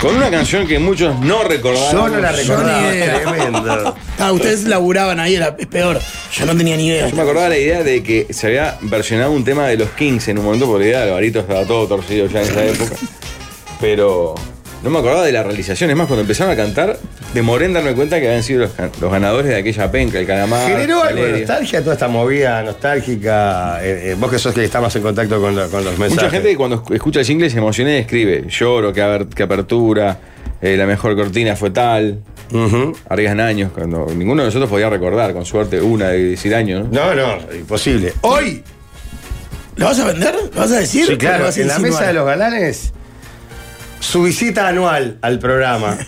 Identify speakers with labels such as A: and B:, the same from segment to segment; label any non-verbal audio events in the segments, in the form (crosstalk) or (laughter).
A: Con una canción que muchos no recordaron.
B: Yo no la recordaba.
C: ni idea.
B: Tremendo.
C: Ah, ustedes laburaban ahí, era, es peor. Yo no tenía ni idea.
A: Yo me acordaba la idea de que se había versionado un tema de los Kings en un momento, porque la idea de Alvarito estaba todo torcido ya en esa época. Pero no me acordaba de la realización. Es más, cuando empezaron a cantar, demoré en darme cuenta que habían sido los, can- los ganadores de aquella penca, el calamar.
B: Generó algo de
A: Ah, Valeria.
B: nostalgia toda esta movida nostálgica. Eh, eh, vos que sos que está más en contacto con, lo- con los mensajes.
A: Mucha gente que cuando esc- escucha el single se emociona y escribe. Lloro, que, aber- que apertura, eh, la mejor cortina fue tal.
B: Ujú.
A: Arriesgan años, cuando ninguno de nosotros podía recordar, con suerte, una de 10 años. ¿no?
B: No, no, imposible. Hoy,
C: ¿Lo vas a vender? ¿Lo vas a decir?
B: sí,
C: ¿O lo
B: claro,
C: vas a
B: en la
C: insinuar?
B: mesa de los galanes, su visita anual al
C: (laughs)
B: programa.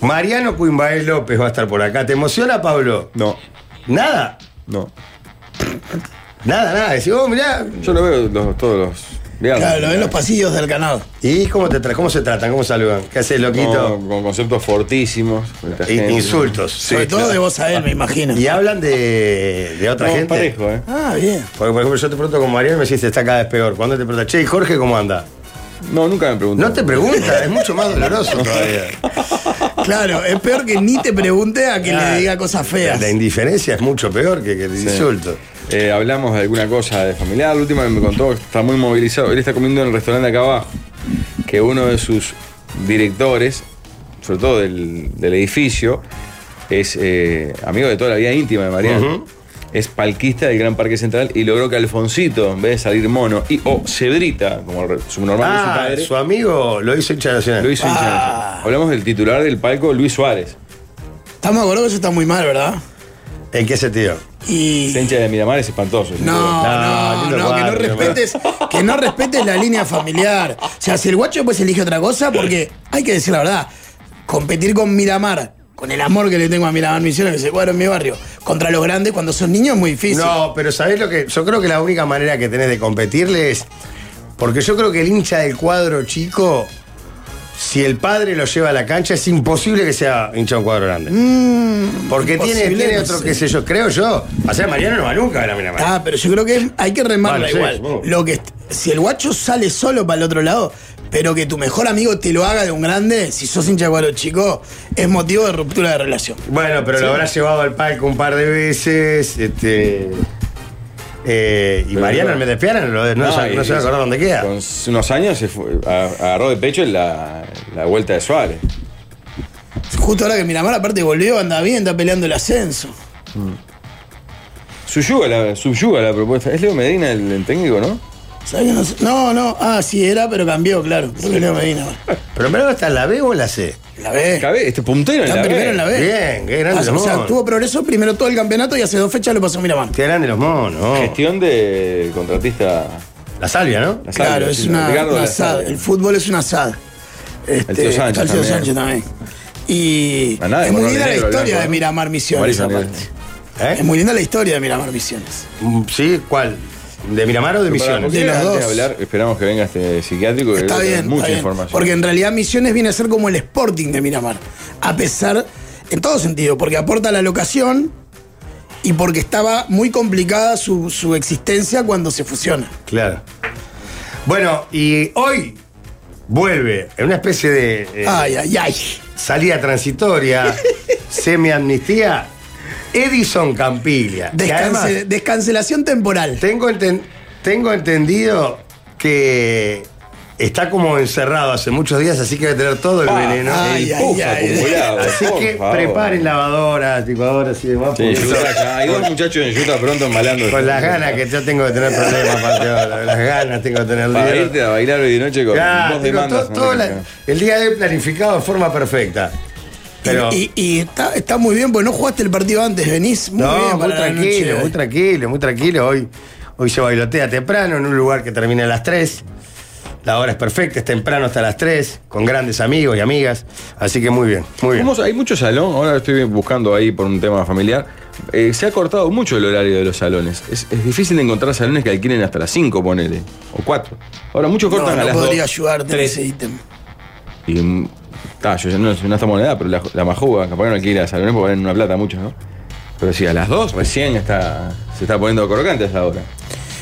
B: Mariano Cuimbael López va a estar por acá. ¿Te emociona, Pablo?
A: No,
B: Nada,
A: no.
B: nada, nada. Decís, oh, mirá.
A: Yo lo veo los- todos los. viernes.
C: Claro, lo ven los pasillos del canal.
B: ¿Y cómo, te tra- cómo se tratan? ¿Cómo saludan? ¿Qué haces,
A: No,
B: loquito?
A: con conceptos fortísimos.
B: I- Insultos.
C: Sobre todo de vos a él, me imagino.
B: Y hablan de, de otra
A: Estamos
B: gente.
A: parejo, ¿eh?
C: Ah, bien.
B: Porque, por ejemplo, yo te pregunto con Mariano y me decís, está cada vez peor. Cuando te preguntas, che, ¿y Jorge, ¿cómo anda?
A: No, nunca me preguntaron.
B: No te pregunta, es mucho más doloroso todavía.
C: Claro, es peor que ni te pregunte a que le diga cosas feas.
B: La indiferencia es mucho peor que, que el insulto.
A: Eh, hablamos de alguna cosa de familiar. La última que me contó que está muy movilizado. Él está comiendo en el restaurante acá abajo. Que uno de sus directores, sobre todo del, del edificio, es eh, amigo de toda la vida íntima de Mariano. Es palquista del Gran Parque Central y logró que Alfoncito, en vez de salir mono y o cebrita, como re- su normal de
B: Ah,
A: su padre,
B: su amigo lo hizo hincha nacional.
A: lo hizo hincha de
C: Ah.
A: Nacional. Hablamos del titular del palco, Luis Suárez.
C: Estamos de acuerdo que eso está muy mal, ¿verdad?
B: ¿En qué sentido?
C: Y.
A: La hincha de Miramar es espantoso. sin duda.
C: No,
B: No,
C: no,
B: Ah, lindo
C: no, que no
B: barrio,
C: respetes, que no respetes la línea familiar. O sea, si el guacho pues elige otra cosa, porque hay que decir la verdad, competir con Miramar, con el amor que le tengo a Miramar Misiones, que se jugaron en mi barrio, contra los grandes cuando son niños es muy difícil.
B: No, pero ¿sabés lo que? Yo creo que la única manera que tenés de competirle es. Porque yo creo que el hincha del cuadro chico, si el padre lo lleva a la cancha, es imposible que sea hincha de un cuadro grande. Porque tiene,
C: imposible,
B: tiene
C: no
B: otro,
C: sé.
B: qué sé yo, creo yo. O sea, Mariano no va nunca a la Miramar.
C: Ah, pero yo creo que hay que remarla
B: Vale, sí,
C: igual.
B: supongo.
C: Lo que si el guacho sale solo para el otro lado, pero que tu mejor amigo te lo haga de un grande, si sos hincha de cuadro chico, es motivo de ruptura de relación.
B: Bueno, pero lo habrá llevado al palco un par de veces. Este. eh, y
A: Pero
B: Mariano
A: no.
B: en vez de Piana no, lo- no se,
A: y-
B: no se va a acordar dónde queda.
A: Con unos años se fue- a- agarró de pecho la, la vuelta de Suárez.
C: Justo ahora que Miramar aparte volvió, anda bien, está peleando el ascenso.
A: Subyuga la, subyuga la propuesta. Es Leo Medina el, el técnico, ¿no?
C: ¿Sabés que no, sé? no, no, ah, sí era, pero cambió, claro. Creo que Leo Medina.
B: Pero en verdad está en la B o en la C.
C: La B.
A: Cabe, este puntero en
C: Está
A: la
C: primero
A: B.
C: en la B.
B: Bien, qué grande
C: Ah,
B: los
C: o sea,
B: monos.
C: tuvo progreso primero todo el campeonato y hace dos fechas lo pasó Miramar.
B: Qué grande los monos. no.
A: Gestión del contratista.
B: La salvia, ¿no?
A: La
C: Claro,
A: Salvia,
C: es
A: sí,
C: una,
A: Ricardo
C: una
A: La
C: asada.
A: Salvia.
C: El fútbol es una asada. Este,
A: tío
C: está
A: Sánchez
C: el tío Sánchez
A: también.
C: también. Y
A: A nada,
C: es
A: de
C: muy
A: color
C: linda la
A: negro,
C: historia
A: blanco,
C: de
A: ¿no?
C: Miramar Misiones.
A: Amarillo,
C: aparte.
B: ¿Eh?
C: Es muy linda la historia de Miramar Misiones.
B: Mm, Sí, ¿cuál? ¿De Miramar o de Misiones?
C: De los
A: Antes
C: dos.
A: hablar, esperamos que venga este psiquiátrico. que
C: Está
A: debe tener
C: bien,
A: Mucha
C: está bien.
A: información.
C: Porque en realidad Misiones viene a ser como el Sporting de Miramar. A pesar, en todo sentido, porque aporta la locación y porque estaba muy complicada su, su existencia cuando se fusiona.
B: Claro. Bueno, y hoy vuelve en una especie de eh,
C: Ay, ay, ay.
B: salida
C: (laughs)
B: transitoria, semi-amnistía, Edison Campiglia. que
C: Descance-
B: además,
C: descancelación temporal.
B: tengo, enten- tengo entendido que está como encerrado hace muchos días, así que va a tener todo el
A: Ah,
B: veneno.
C: ay,
B: El-
C: ay,
A: Puja
C: ay.
A: acumulado,
B: así
A: por
B: que
A: favor.
B: preparen lavadoras, licuadoras y demás. porque
A: Sí,
B: eso-
A: Utah acá. Hay dos muchachos en Utah pronto embalando.
B: Con las ganas que yo tengo de tener problemas, Pateola. Las ganas tengo de tener
A: Para
B: lío.
A: irte a bailar hoy de noche con
B: Ya,
A: dos
B: tengo
A: demandas.
B: to- todo
A: ¿no?
B: la- el día de hoy planificado de forma perfecta. Pero.
C: y y- y está, está muy bien, porque no jugaste el partido antes, venís muy
B: no,
C: bien
B: muy
C: para la noche
B: tranquilo,
C: hoy.
B: muy tranquilo, muy tranquilo. Hoy, hoy se bailotea temprano en un lugar que termina a las 3. La hora es perfecta, es temprano hasta las 3, con grandes amigos y amigas. Así que muy bien, muy bien.
A: ¿Cómo se- hay mucho salón, ahora estoy buscando ahí por un tema familiar. eh, se ha cortado mucho el horario de los salones. Es, es difícil encontrar salones que alquilen hasta las 5, ponele, o 4. Ahora muchos
C: No,
A: cortan
C: no
A: a las
C: podría
A: 2.
C: ayudarte en ese ítem.
A: Y mm, ta, yo ya no, no estamos en edad, pero la, la majuga, capaz que no alquila salones porque ponen una plata muchos, ¿no? Pero sí, a las 2 recién está, se está poniendo crocante a esa hora.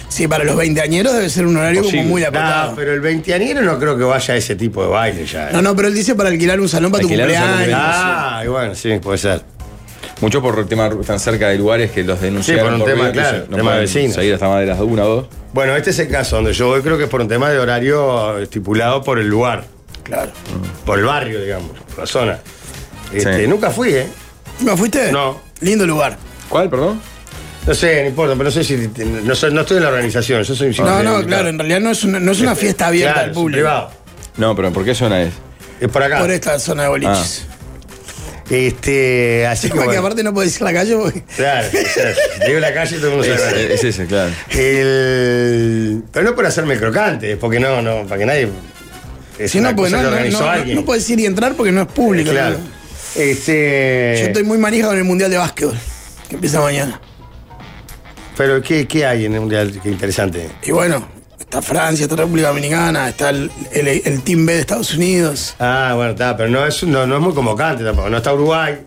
C: Sí, para los veinteañeros debe ser un horario
A: Posible.
C: como muy
B: Nah,
C: apretado.
B: pero el veinteañero no creo que vaya a ese tipo de baile ya. ¿eh?
C: No, no, pero él dice para alquilar un salón para
A: Alquilar
C: tu
A: un salón,
C: cumpleaños.
B: Ah, y bueno, sí, puede ser.
A: Mucho por el tema tan cerca de lugares que los denunciaron.
B: Sí, por un tema,
A: ruido,
B: claro,
A: entonces No
B: tema de
A: pueden
B: vecinos.
A: salir hasta más de las 1 o 2.
B: Bueno, este es el caso donde yo voy, creo que es por un tema de horario estipulado por el lugar,
C: Claro.
B: por el barrio, digamos, por la zona. Este,
A: Sí.
B: Nunca fui, ¿eh?
C: ¿No fuiste?
B: No.
C: Lindo lugar.
A: ¿Cuál, perdón?
B: No sé, no importa, pero no sé si. No, soy- no estoy en la organización, yo soy un
C: No,
B: simple
C: no,
B: invitado.
C: claro, en realidad no es una, no es una fiesta abierta
B: Este, Claro,
C: al
B: es un
C: público.
B: privado.
A: No, pero ¿por qué zona es?
B: Es por acá. Ah.
C: Por esta zona de boliches.
B: Este, así que.
C: Porque
B: bueno.
C: aparte no podés ir a la calle porque...
B: Claro,
A: (laughs)
B: o sea, digo la calle y todo el mundo se
A: Es,
B: agarra.
A: es ese, claro.
B: El- Pero no por hacerme crocante, es porque no, no, para que nadie. Es
C: Si
B: una
C: no, pues
B: cosa
C: no,
B: que
C: no,
B: organizó
C: no, no,
B: alguien. Eh,
C: no podés ir y entrar porque no es público.
B: Claro.
C: ¿no?
B: Este.
C: Yo estoy muy manija con el Mundial de Básquetbol, que empieza mañana.
B: Pero ¿qué, qué hay en el mundial? Qué interesante.
C: Y bueno, está Francia, está República Dominicana, está el, el- el Team B de Estados Unidos.
B: Ah, bueno, está, pero no es, no, no es muy convocante tampoco. No está Uruguay.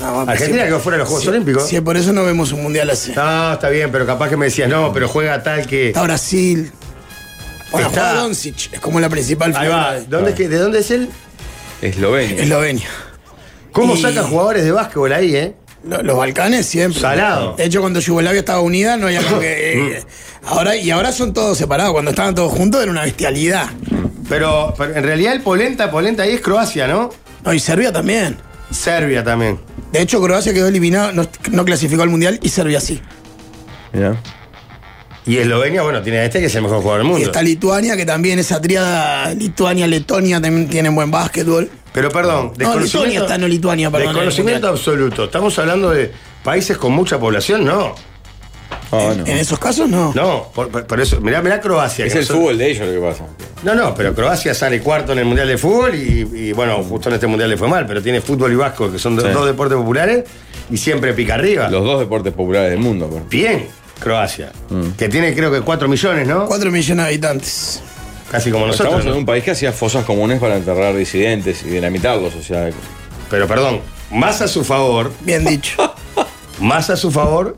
C: No,
B: Argentina
C: si-
B: quedó fuera de los Juegos
C: si-
B: Olímpicos.
C: Si por eso no vemos un Mundial así.
B: No, está bien, pero capaz que me decías, no, pero juega tal que.
C: Está Brasil. Bueno,
B: Está-
C: juega Doncic, es como la principal
B: Ahí
C: figura
B: va.
C: de
B: ¿Dónde, es que- ¿De dónde es él?
A: Eslovenia.
C: Eslovenia.
B: ¿Cómo
C: Y-
B: saca jugadores de básquetbol ahí, eh?
C: Lo- Los Balcanes siempre.
B: Salado.
C: De hecho, cuando Yugoslavia estaba unida, no había
B: (coughs)
C: como que. eh, ahora, y ahora son todos separados. Cuando estaban todos juntos era una bestialidad.
B: Pero, pero en realidad el polenta, polenta ahí es Croacia, ¿no?
C: No, y Serbia también.
B: Serbia también.
C: De hecho, Croacia quedó eliminado, no, no clasificó al mundial y Serbia sí.
A: Mirá.
B: Y Eslovenia, bueno, tiene a este que es el mejor jugador del
C: Y
B: mundo.
C: está Lituania, que también esa triada Lituania-Letonia también tienen buen básquetbol.
B: Pero perdón,
C: No, Lituania está, no Lituania, perdón.
B: Desconocimiento
C: en el
B: absoluto. Estamos hablando de países con mucha población, no.
A: Ah,
C: mundial.
A: no.
C: En esos casos no.
B: No, por, por- por eso, mirá, mirá Croacia.
A: Es
B: que
A: el
B: nosotros-
A: fútbol de ellos lo que pasa.
B: No, no, pero Croacia sale cuarto en el Mundial de Fútbol y, y, bueno, justo en este Mundial le fue mal, pero tiene fútbol y vasco, que son do-
A: Sí.
B: dos deportes populares, y siempre pica arriba.
A: Los dos deportes populares del mundo. Mm. pero-
B: Bien, Croacia, que tiene creo que 4 millones, ¿no?
C: 4 millones de habitantes.
B: Casi como nosotros.
A: Estamos en
B: ¿no?
A: un país que hacía fosas comunes para enterrar disidentes y dinamitarlos. O sea,
B: Pero perdón, más a su favor,
C: Bien dicho.
B: (laughs) más a su favor,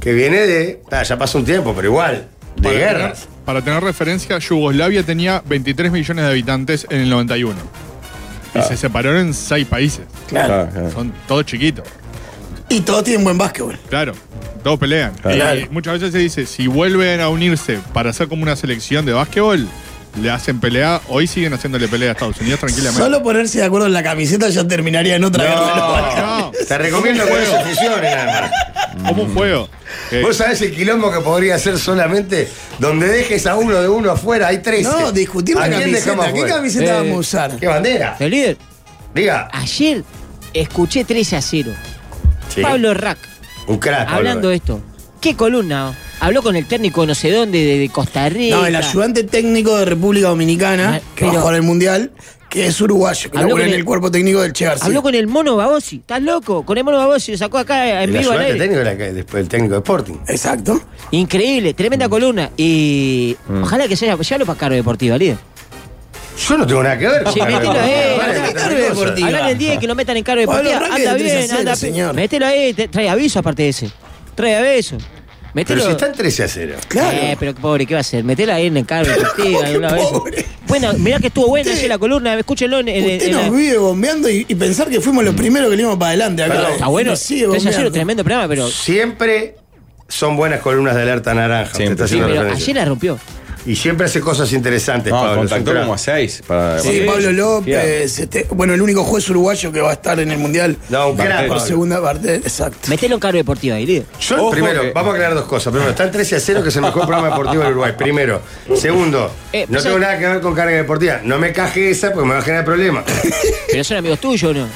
B: que viene de. ah, ya pasó un tiempo, pero igual, de
D: Para tener-
B: guerras.
D: para tener referencia, Yugoslavia tenía 23 millones de habitantes en el 91. Y se separaron en seis países.
C: Claro.
A: ah, ah.
D: Son todos chiquitos.
C: Y todos tienen buen básquetbol.
D: Claro, todos pelean.
A: Claro.
D: Y muchas veces se dice, si vuelven a unirse para hacer como una selección de básquetbol, le hacen pelea. Hoy siguen haciéndole pelea a Estados Unidos tranquilamente.
C: Solo ponerse de acuerdo en la camiseta ya terminaría en otra guerra de los Balcanes.
D: no.
B: Te recomiendo que no se fusionen, además.
A: (laughs)
D: Como un juego. Eh,
B: Vos sabés el quilombo que podría ser solamente donde dejes a uno de uno afuera, hay tres.
C: No, discutir la Pues camiseta. ¿Qué camiseta
A: Eh.
C: vamos a usar?
B: ¿Qué bandera?
E: Pero Eh, líder,
B: Diga.
E: ayer escuché 13 a 0.
B: Sí.
E: Pablo Rack,
B: Un crack, Pablo.
E: hablando de esto. ¿Qué columna? Habló con el técnico no sé dónde, de, de Costa Rica.
C: No, el ayudante técnico de República Dominicana,
E: Ah,
C: que va a
E: pero-
C: jugar el Mundial, que es uruguayo, que
E: Habló
C: labura
E: con
C: en
E: el-
C: el cuerpo técnico del Che García.
E: Habló con el mono Babosi. ¿Estás loco? Con el mono Babosi lo sacó acá en
B: El
E: vivo al
B: ayudante
E: aire.
B: técnico era que- después el técnico de Sporting. Mm.
C: Exacto.
E: Increíble, tremenda columna. Y ojalá que se haya llévalo para Caro Deportiva, líder.
B: Yo no tengo nada que ver con
E: Sí,
B: la
E: metilo
B: Carolina.
E: ahí,
B: Vale,
E: metilo
B: otra
C: ahí,
B: cosa.
C: Deportivo. Diga.
E: Hablale el 10 que lo metan en Caro
C: Pablo
E: Deportiva. Anda
C: Rack es de 13 a
E: bien,
C: 0,
E: anda
C: señor.
E: bien. Mételo ahí, te- trae aviso aparte de ese. Trae aviso. Mételo.
B: Pero si están 13 a 0.
C: Claro.
E: Eh, pero qué pobre, ¿qué va a hacer? Metela ahí en el
C: (laughs)
E: carro, investiga alguna vez.
C: pobre.
E: Bueno, mirá que estuvo buena
C: Usted-
E: ayer la columna, escúchenlo en, en-
C: Usted
E: en-
C: nos
E: en-
C: vive bombeando y, y pensar que fuimos
B: Mm.
C: los primeros que le íbamos para adelante acá.
B: Perdón.
E: Está Ah, bueno,
C: Nos sigue
E: tres a cero,
C: bombeando.
E: tremendo programa, pero,
B: Siempre son buenas columnas de alerta naranja. Usted
A: Siempre.
B: está
E: sí,
B: haciendo
E: pero
B: referencia.
E: ayer la rompió.
B: Y siempre hace cosas interesantes,
A: No,
B: Pablo. es un
A: contactó
B: crack.
A: como a seis.
B: Ah,
A: Para,
C: Sí,
A: para-
C: Pablo
A: Fíjate.
C: López, este, bueno, el único juez uruguayo que va a estar en el Mundial.
B: No, un crack,
A: Bartel.
C: Por
B: Pablo.
C: segunda parte, exacto.
E: Metelo en Caro Deportiva ahí, líder.
B: Yo,
A: Ojo
B: primero,
A: que-
B: vamos a aclarar dos cosas. Primero, está en 13 a 0, que es el mejor programa deportivo del Uruguay. Primero. Segundo,
E: Eh,
B: no
E: pues,
B: tengo
E: eh.
B: nada que ver con carga deportiva. No me caje esa porque me va a generar problemas.
E: (laughs) Pero son amigos tuyos, ¿o ¿no?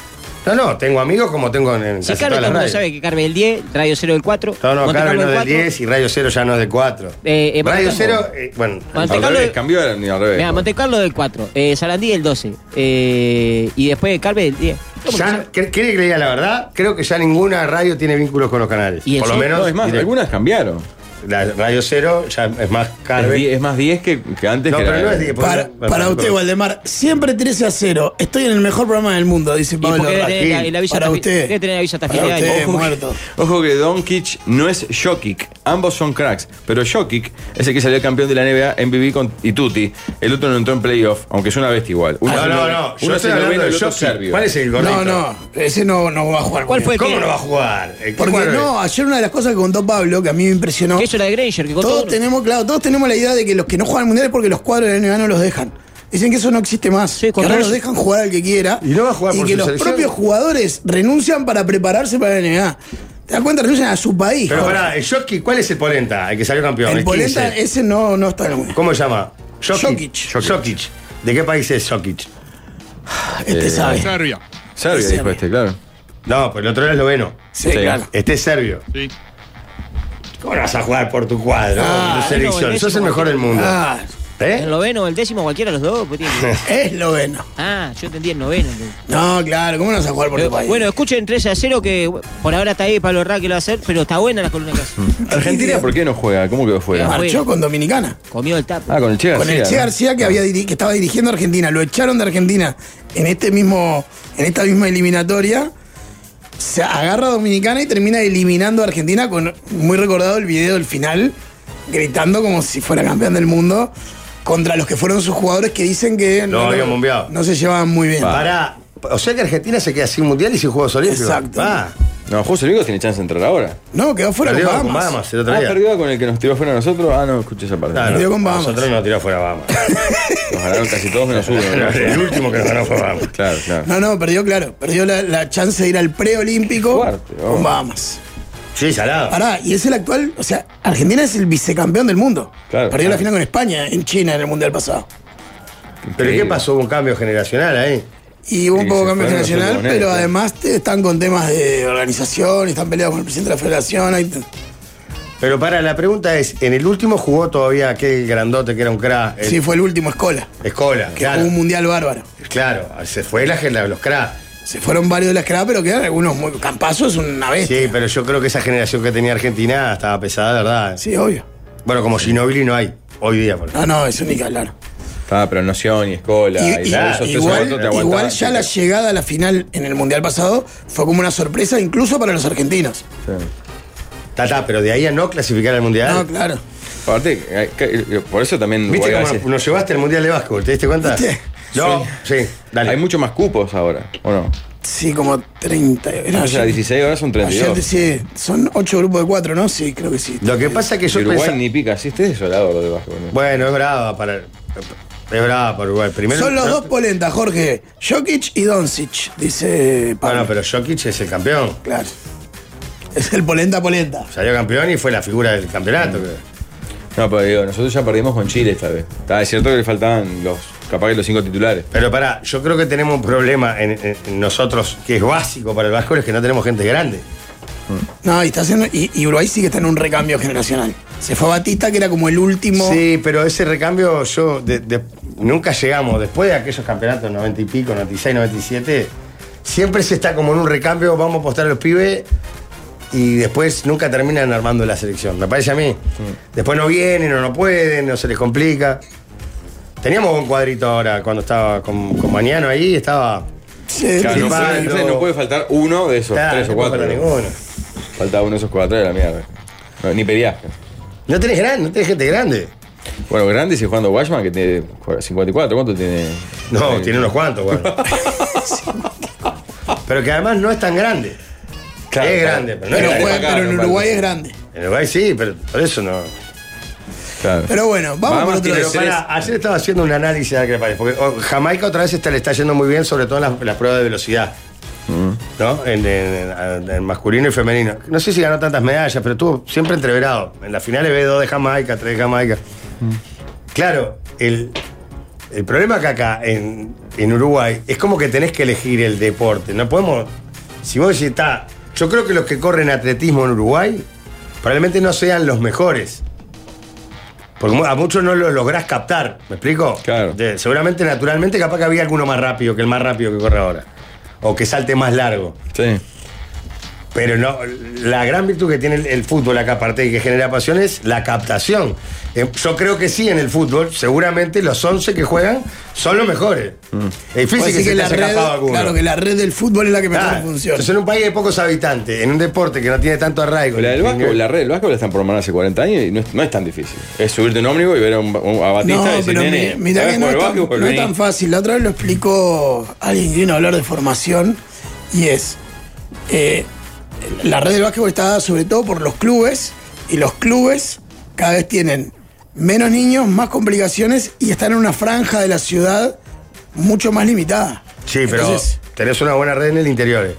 B: No, no, tengo amigos como tengo en, en
E: Si
B: casi
E: Caro
B: todas
E: todo
B: las
E: el mundo
B: radios.
E: sabe que Carmen es el 10, Radio 0 del 4,
B: No, no,
E: Monte
B: Carmen
E: Carlo
B: no es
E: del
B: del
E: 4.
B: 10 y Radio 0 ya no es del 4.
E: Eh, eh,
B: Radio
E: Monte
B: 0,
E: Carlo.
B: eh, bueno,
E: Monte
A: Al
E: Carlo-
A: revés, cambió la- ni al revés.
E: Mirá, Monte Carlo del 4, eh, Sarandí del 12, eh, y después Carmen del 10. ¿Cómo que
B: ya,
E: sabe?
B: ¿quiere que le diga la verdad? Creo que ya ninguna radio tiene vínculos con los canales.
E: ¿Y el
B: por lo
E: sur?
B: menos.
A: No, es más,
B: directo.
A: algunas cambiaron.
B: la Radio Cero ya es más
A: Es, die-
B: Carve.
A: es más 10 que, que antes.
B: No,
A: que
B: pero
A: la-
B: no es 10.
C: Para, para usted, Waldemar, siempre 13 a 0. Estoy en el mejor programa del mundo, dice
E: Y
C: Pablo.
E: porque debe tener la,
B: Gil,
E: la villa
C: para
E: hasta fi-
C: usted.
E: debe tener la villa hasta
C: Para
E: fin de año.
C: usted,
E: Ojo,
C: muerto.
A: Ojo que Doncic no es Jokic, ambos son cracks, pero Jokic es el que salió campeón de la NBA MVP con Ituti, el otro no entró en playoff, aunque es una bestia igual. Uno
B: Ah, No,
A: es
B: no,
A: esloveno-
B: no.
A: uno
B: Yo
A: es
B: estoy hablando
A: esloveno, el
B: de
A: otro es
B: Jokic.
A: serbio.
B: ¿Cuál es el gordito?
C: No, no, ese no, no va a jugar.
E: ¿Cuál
C: muy
E: fue el
C: bien.
E: que-
B: ¿Cómo no va a jugar? ¿El que
C: Porque
B: juega-
C: no, ayer una de las cosas que contó Pablo, que a mí me impresionó.
E: Que eso era de Granger, que contó
C: Todos
E: uno.
C: tenemos, claro, todos tenemos la idea de que los que no juegan al mundial es porque los cuadros de la NBA no los dejan. Dicen que eso no existe más.
E: Sí,
C: que
E: con
C: ahora los
E: razón.
C: dejan jugar al que quiera.
B: Y no va a jugar por
C: que
B: su
C: los
B: selección.
C: propios jugadores renuncian para prepararse para la NBA. ¿Te das cuenta? Renuncian a su país.
B: Pero
C: Jorge.
B: pará, el Jokic, ¿cuál es el Polenta? El que salió campeón.
C: el
B: 15.
C: Polenta, ese no, no está en el mundial.
B: ¿Cómo se llama?
C: Jokic.
B: Jokic. Jokic. ¿De qué país es Jokic?
C: Este
A: Eh,
C: sabe.
D: Serbia.
A: Serbio,
C: Es
A: dijo
C: serbio.
A: este, claro.
B: No, pues el otro era esloveno.
C: Sí,
A: Sí.
C: claro.
B: Este es serbio.
D: Sí.
B: ¿Cómo no vas a jugar por tu cuadro,
C: Ah,
B: por tu selección?
E: no,
B: Sos el mejor del mundo.
C: Ah,
E: El
B: ¿Eh?
E: noveno, el décimo, cualquiera de los dos. pues, tiene que-
C: es lo bueno.
E: ah, yo entendí el noveno. entonces.
C: No, claro, ¿cómo no vas a jugar por tu
E: Pero,
C: país?
E: bueno, escuchen 13 a 0 que por ahora está ahí Pablo Rá que lo va a hacer, pero está buena la columna que hace.
A: Argentina, ¿por qué no juega? ¿Cómo quedó fuera?
E: Claro.
C: marchó con Dominicana.
E: Comió el tapo.
A: Ah, con el Che
C: Con el Che
A: García.
C: García
B: Ah.
C: que, había diri- que estaba dirigiendo a Argentina, lo echaron de Argentina en este mismo, en esta misma eliminatoria. Se agarra a Dominicana y termina eliminando a Argentina con muy recordado el video del final, gritando como si fuera campeón del mundo contra los que fueron sus jugadores que dicen que
B: Lo habían bombeado.
C: no se llevaban muy bien.
B: Pará. O sea que Argentina se queda sin mundial y sin Juegos Olímpicos.
C: Exacto.
B: Ah,
A: No, José Luis tiene chance de entrar ahora.
C: No, quedó fuera
B: perdió
C: con
B: con
C: Bahamas.
B: Bahamas el otro
A: Ah,
B: día.
A: perdió con el que nos tiró fuera a nosotros. Ah, no, escuché esa parte.
B: Claro.
C: Perdió con Bahamas.
B: Nosotros nos tiró fuera Bahamas.
A: (laughs) Nos ganaron casi todos menos uno. ¿no?
B: (laughs) el último que nos ganó fue Bahamas.
A: Claro, claro.
C: No, no, perdió, claro. Perdió la, la chance de ir al preolímpico
A: Fuerte, vamos.
C: con Bahamas.
B: Sí, salado.
C: Pará, y es el actual, o sea, Argentina es el vicecampeón del mundo.
A: Claro.
C: Perdió
A: Ah.
C: la final con España en China en el mundial pasado.
B: Pero ¿qué
A: Increíble.
B: pasó? Hubo un cambio generacional ahí.
C: Y hubo
A: Y
C: un poco
A: se
C: cambio
A: fueron los
C: generacional,
A: pulmones,
C: pero
A: ¿no?
C: además te- están con temas de organización, están peleados con el presidente de la federación. hay-
B: Pero para, la pregunta es, en el último jugó todavía aquel grandote que era un crack, el-
C: sí, fue el último Escola,
B: Escola,
C: que
B: claro.
C: fue un mundial bárbaro.
B: Claro, se fue la agenda de los crack.
C: Se fueron varios de las crack, pero quedaron algunos muy. Campazo es una bestia.
B: Sí, pero yo creo que esa generación que tenía Argentina estaba pesada, la verdad.
C: Sí, obvio.
B: Bueno, como Ginobili no hay hoy día. por ejemplo.
C: No, no, eso ni que hablar.
A: Ah, pero noción y escola.
C: Y-
A: Y,
C: y-
A: todo eso, todo eso,
C: igual,
A: todo te
C: igual
A: aguantaba.
C: ya la llegada a la final en el mundial pasado fue como una sorpresa, incluso para los argentinos.
A: Sí.
B: Está, está, pero de ahí a no clasificar al mundial.
C: No, claro.
A: Aparte, eh, que- por eso también
B: ¿Viste
A: Uruguay
B: cómo
A: hace-
B: nos- nos llevaste al mundial de básquetbol? ¿Te diste cuenta?
C: ¿Viste?
B: No, sí, dale.
A: hay mucho más cupos ahora, ¿o no? Ah,
C: Sí, como 30. Era
A: O sea, 16 ahora son
C: ayer
A: 32.
C: decía, son 8 grupos de 4, ¿no? Sí, creo que sí.
B: Lo que pasa es que
A: Y
B: yo
A: Uruguay
B: pensaba.
A: ni pica, sí, este es desolado lo de básquetbol. ¿no?
B: Bueno, es brava para. Es brava para Uruguay. Primero,
C: Son los
B: no-
C: dos polentas, Jorge. Jokic y Doncic,
A: Ah,
C: dice Pablo.
B: Bueno, pero Jokic es el campeón.
C: Claro. Es el polenta polenta.
B: Salió campeón y fue la figura del campeonato. creo.
A: Mm. No, pero digo, nosotros ya perdimos con Chile esta vez. Está, es cierto que le faltaban los, capaz que los cinco titulares.
B: Pero pará, yo creo que tenemos un problema en, en- en nosotros que es básico para el básquetbol, es que no tenemos gente grande.
C: No, y, está haciendo, y, y Uruguay sí que está en un recambio generacional. Se fue Batista, que era como el último.
B: Sí, pero ese recambio yo de- de- nunca llegamos. Después de aquellos campeonatos 90 y pico, 96, 97, siempre se está como en un recambio, vamos a apostar a los pibes y después nunca terminan armando la selección. Me parece a mí.
A: Mm.
B: Después no vienen o no pueden, o se les complica. Teníamos un cuadrito ahora cuando estaba con, con Mañano ahí, estaba.
C: Sí,
A: Claro, no,
C: sí,
A: puede,
B: Principal,
A: no
B: no.
A: puede faltar uno de esos
B: Claro,
A: tres
B: no
A: o
B: puedo
A: cuatro.
B: para ninguno.
A: Faltaba uno de esos cuatro, era la mierda. No, ni Periasca.
B: No tenés gran, no tenés gente grande.
A: Bueno, grande sigue jugando Washman, que tiene 54. ¿Cuánto tiene? Eh,
B: No, tiene unos cuantos,
A: (laughs)
B: bueno. pero que además no es tan grande.
A: Claro,
B: es
A: claro.
B: grande, pero no es
C: pero,
B: grande.
C: fue-
A: acá,
C: pero en
A: no,
C: Uruguay
A: parece.
C: es grande.
B: En Uruguay sí, pero por eso no.
A: Claro.
C: Pero bueno, vamos
A: Bahamas
C: por otro
A: tiene
C: lado.
A: tres.
B: Pará, ayer estaba haciendo un análisis de Acre Paris, porque oh, Jamaica otra vez está- le está yendo muy bien, sobre todo en las, las pruebas de velocidad. ¿No? En, en- en- en masculino y femenino. No sé si ganó tantas medallas, pero estuvo siempre entreverado. En las finales ve dos de Jamaica, tres de Jamaica. Claro, el, el problema que acá en, en Uruguay es como que tenés que elegir el deporte. No podemos. Si vos decís, "Ta, yo creo que los que corren atletismo en Uruguay probablemente no sean los mejores. Porque mu- a muchos no los lográs captar, ¿me explico?
A: Claro.
B: De- seguramente, naturalmente, capaz que había alguno más rápido que el más rápido que corre ahora. O que salte más largo.
A: Sí.
B: Pero no, la gran virtud que tiene el, el fútbol acá, aparte de que genera pasión, es la captación. Eh, Yo creo que sí en el fútbol, seguramente los 11 que juegan son los mejores. Es
C: Puede
B: difícil que, se
C: ser que
B: te
C: la
B: haya
C: red,
B: escapado alguno.
C: claro, que la red del fútbol es la que mejor
B: Ah,
C: funciona.
B: entonces en un país de pocos habitantes, en un deporte que no tiene tanto arraigo.
A: La del
B: ni-
A: básquetbol,
B: ni-
A: la red del básquetbol la están por mandar hace 40 años y no es, no es tan difícil. Es subirte un ómnibus y ver a, un, a Batista y
C: no,
A: decir,
C: pero mi-
A: nene,
C: mirá
A: ¿sabés
C: que no
A: jugar
C: es, tan,
A: básquetbol?
C: no es
A: Vení".
C: tan fácil. La otra vez lo explicó alguien que vino a hablar de formación y es. eh, la red del básquetbol está dada sobre todo por los clubes y los clubes cada vez tienen menos niños, más complicaciones y están en una franja de la ciudad mucho más limitada.
B: Sí, pero
C: Entonces,
B: tenés una buena red en el interior. eh.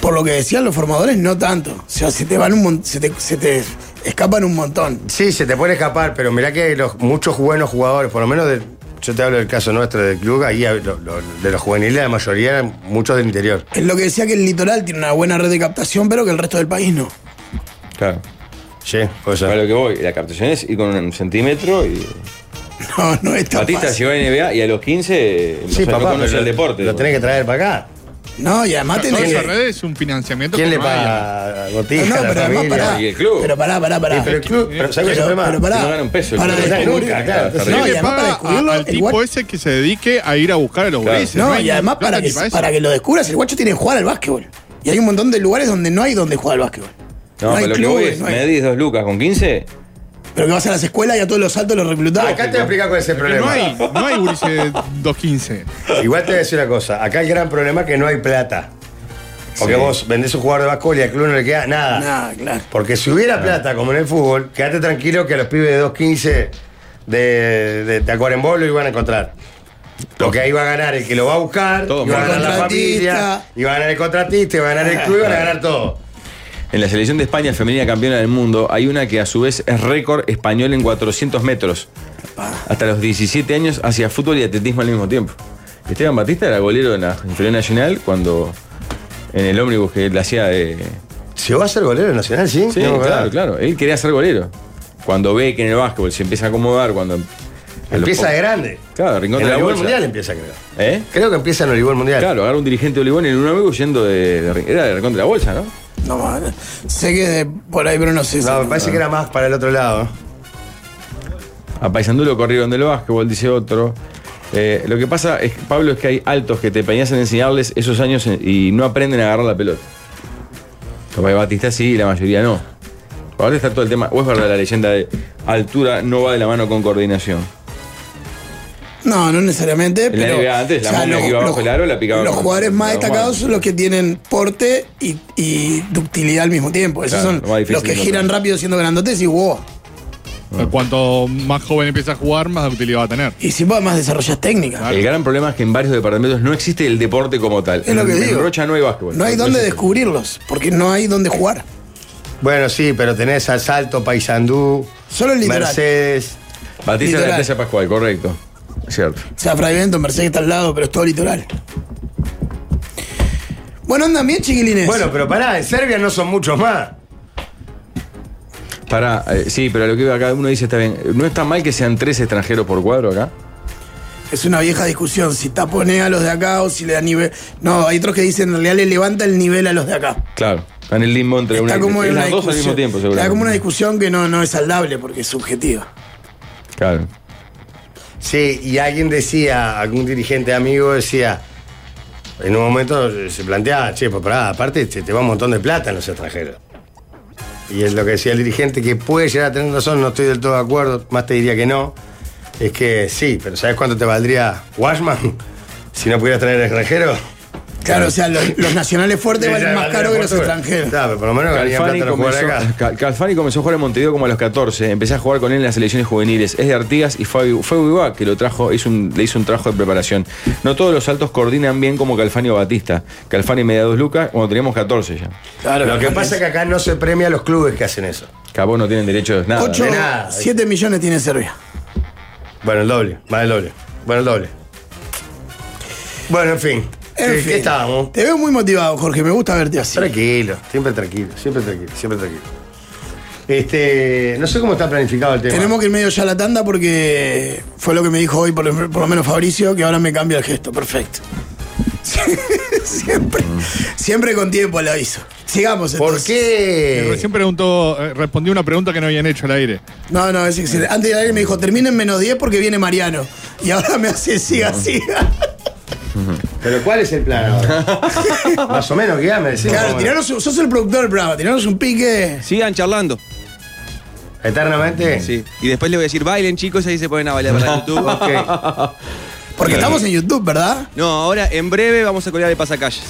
C: por lo que decían los formadores, no tanto. O sea, se te van un mon- se te- se te escapan un montón.
B: Sí, se te puede escapar, pero mirá que los, muchos buenos jugadores, por lo menos de- yo te hablo del caso nuestro del club, ahí hab- lo- lo- de los juveniles la mayoría eran muchos del interior.
C: Es lo que decía que el litoral tiene una buena red de captación, pero que el resto del país no. (laughs)
A: Claro.
B: Sí, o sea,
A: Para lo que voy, la captación es ir con un centímetro y.
C: No, no es tan
A: Batista
C: fácil.
A: llegó a NBA y a los 15 no
B: sí,
A: sabe- no
B: papá,
A: conoce
B: pero
A: el deporte.
B: lo tenés que traer para acá.
C: No, y además
D: Toda
C: tenés.
D: esa red es un financiamiento
B: ¿Quién
D: que
B: le
D: no hay.
B: paga a Gotija,
C: No, no,
B: a la
C: pero además
B: familia?
C: pará.
A: Y el club.
C: Pero pará, pará, pará.
B: Sí, pero el club, pero ¿sabes
C: Pero-
B: qué es el problema?
C: pero pará.
A: Que no gana un peso el
C: Para
A: club.
B: No gana
C: descubrir-
B: nunca, claro, está
C: No,
D: ¿Quién
C: y
D: le
C: además para
D: paga
C: descubrirlo.
D: a-
C: el
D: al tipo
C: guacho-
D: ese que se dedique a ir a buscar a los
A: Claro.
D: gurises?
C: No,
D: hay
C: y además
D: plata
C: para
D: ni
C: que,
D: eso.
C: para que lo descubras, el guacho tiene que jugar al básquetbol. Y hay un montón de lugares donde no hay donde jugar al básquetbol.
A: No,
C: hay
A: pero lo que voy es,
C: no hay-
A: medís dos lucas con 15,
C: Pero que vas a las escuelas y a todos los saltos los reclutás.
B: Acá te voy a explicar cuál es el
D: Pero no
B: problema.
D: hay, no hay gurises de 215.
B: Igual te voy a decir una cosa, acá el gran problema es que no hay plata. Porque
A: Sí.
B: vos vendés un jugador de básquetbol y al club no le queda nada.
C: Nah, claro.
B: Porque si hubiera plata, como en el fútbol, quédate tranquilo que a los pibes de 2.15 de, de, de Acuarembó lo iban a encontrar. Porque ahí va a ganar el que lo va a buscar,
A: Todo
B: y va a
A: mal.
B: ganar la
C: Contratista.
B: familia, y va a ganar el contratista, y va a ganar el club, y van a ganar todo.
A: en la selección de España femenina campeona del mundo, hay una que a su vez es récord español en 400 metros. Hasta los 17 años hacia fútbol y atletismo al mismo tiempo. Esteban Batista era golero en la inferior nacional cuando en el ómnibus que él hacía de,
B: Si va a ser golero nacional, sí.
A: Sí,
B: Tengo que
A: claro,
B: hablar.
A: claro. Él quería ser golero. Cuando ve que en el básquetbol se empieza a acomodar, cuando. a los
B: Empieza
A: po-
B: de grande.
A: Claro, rincón
B: en
A: de la
B: el
A: bolsa.
B: mundial empieza, creo.
A: ¿Eh?
B: Creo que empieza en el Olivol mundial.
A: Claro, agarra un dirigente de Olivón en un amigo yendo de, de- Era de rincón de la bolsa, ¿no?
C: No, man, sé que de por ahí, pero no sé. si-
B: No, me parece que era más para el otro lado.
A: A Paisandú lo corrieron del básquetbol, dice otro. Eh, lo que pasa, es, Pablo, es que hay altos que te empeñas en enseñarles esos años en- y no aprenden a agarrar la pelota. Capaz que Batista sí y la mayoría no. Ahora está todo el tema. O es verdad la leyenda de altura no va de la mano con coordinación.
C: No, no necesariamente.
A: En la
C: pero,
A: NBA antes, la momia que iba bajo el aro la picaba
C: Los
A: con-
C: jugadores más
A: con la
C: destacados
A: mano.
C: son los que tienen porte y, y ductilidad al mismo tiempo. Esos
A: Claro, lo más
C: son
A: difícil
C: los que
A: de
C: giran
A: encontrar.
C: rápido siendo grandotes y wow.
D: Cuanto más joven empieza a jugar, más utilidad va a tener.
C: Y si vos además desarrollas técnica.
D: Claro.
A: El gran problema es que en varios departamentos no existe el deporte como tal.
C: Es lo que
A: en, en
C: digo.
A: Rocha Pues no hay básquetbol.
C: No hay dónde
A: existe.
C: descubrirlos, porque no hay dónde jugar.
B: Bueno, sí, pero tenés al Salto, Paysandú,
C: Solo el litoral.
B: Mercedes.
A: Batista de la
C: Literal.
A: Plaza Pascual, correcto. Cierto.
C: O sea, Fray Bento, Mercedes está al lado, pero es todo litoral. Bueno, andan bien, chiquilines.
B: Bueno, pero pará, en Serbia no son muchos más.
A: Pará, eh, sí, pero lo que iba acá, uno dice está bien. ¿No está mal que sean tres extranjeros por cuadro acá?
C: Es una vieja discusión, si taponea a los de acá o si le da nivel. No, hay otros que dicen, en realidad le levanta el nivel a los de acá.
A: Claro. Está en el limbo entre
C: Está
A: una,
C: como,
A: es
C: en una
A: las dos al
C: discusión-
A: mismo tiempo, seguramente.
C: está como una discusión que no, no es saldable porque es subjetiva.
A: Claro.
B: Sí, y alguien decía, algún dirigente amigo decía, en un momento eh, se planteaba, che, pues pará, aparte te, te va un montón de plata en los extranjeros. Y es lo que decía el dirigente, que puede llegar a tener razón, no estoy del todo de acuerdo, más te diría que no. Es que sí, pero ¿sabes cuánto te valdría Washman (laughs) si no pudieras traer extranjero?
C: Claro, o sea, los, los nacionales fuertes valen más caro que los extranjeros.
B: Claro, pero por lo menos ganan
A: Calfani
B: plata los
A: comenzó,
B: jugadores acá.
A: Cal- Calfani comenzó a jugar en Montevideo como a los 14. Empecé a jugar con él en las selecciones juveniles. Es de Artigas y fue, fue Uibá que lo trajo, hizo un- le hizo un trabajo de preparación. No todos los saltos coordinan bien como Calfani o Batista. Calfani me da dos lucas cuando teníamos 14 ya.
C: Claro,
B: Lo que pasa es que acá no se premia a los clubes que hacen eso.
A: Capaz no tienen derecho a nada.
C: Ocho,
A: ¿no?
B: de nada.
C: 7 millones tiene Serbia.
B: Bueno, el doble, más el doble. Bueno, el doble. Bueno, en fin.
C: En
B: ¿Qué-
C: fin,
B: ¿Qué estábamos?
C: Te veo muy motivado, Jorge. Me gusta verte así.
B: Tranquilo, siempre tranquilo, siempre tranquilo, siempre tranquilo. Este, no sé cómo está planificado el tema.
C: Tenemos que ir medio ya a la tanda porque fue lo que me dijo hoy, por, lo- por lo menos Fabricio, que ahora me cambia el gesto. Perfecto. (laughs) siempre, siempre con tiempo lo hizo. Sigamos.
B: ¿Por
C: entonces.
D: Eh,
B: qué?
D: Recién preguntó, eh, respondí una pregunta que no habían hecho al aire.
C: No, no, es excelente. Antes de alguien me dijo, terminen menos 10 porque viene Mariano. Y ahora me hace siga, siga.
B: ¿Pero cuál es el plan ahora? Más o menos, ¿qué me decís?
C: Claro, tiranos, un- sos el productor del programa, tiranos un pique.
F: Sigan charlando.
B: ¿Eternamente?
F: Sí. Y después les voy a decir, bailen chicos, ahí se ponen a bailar para
A: (laughs)
F: YouTube.
B: Ok.
C: Porque estamos en YouTube, ¿verdad?
F: No, ahora en breve vamos a colgar el pasacalles.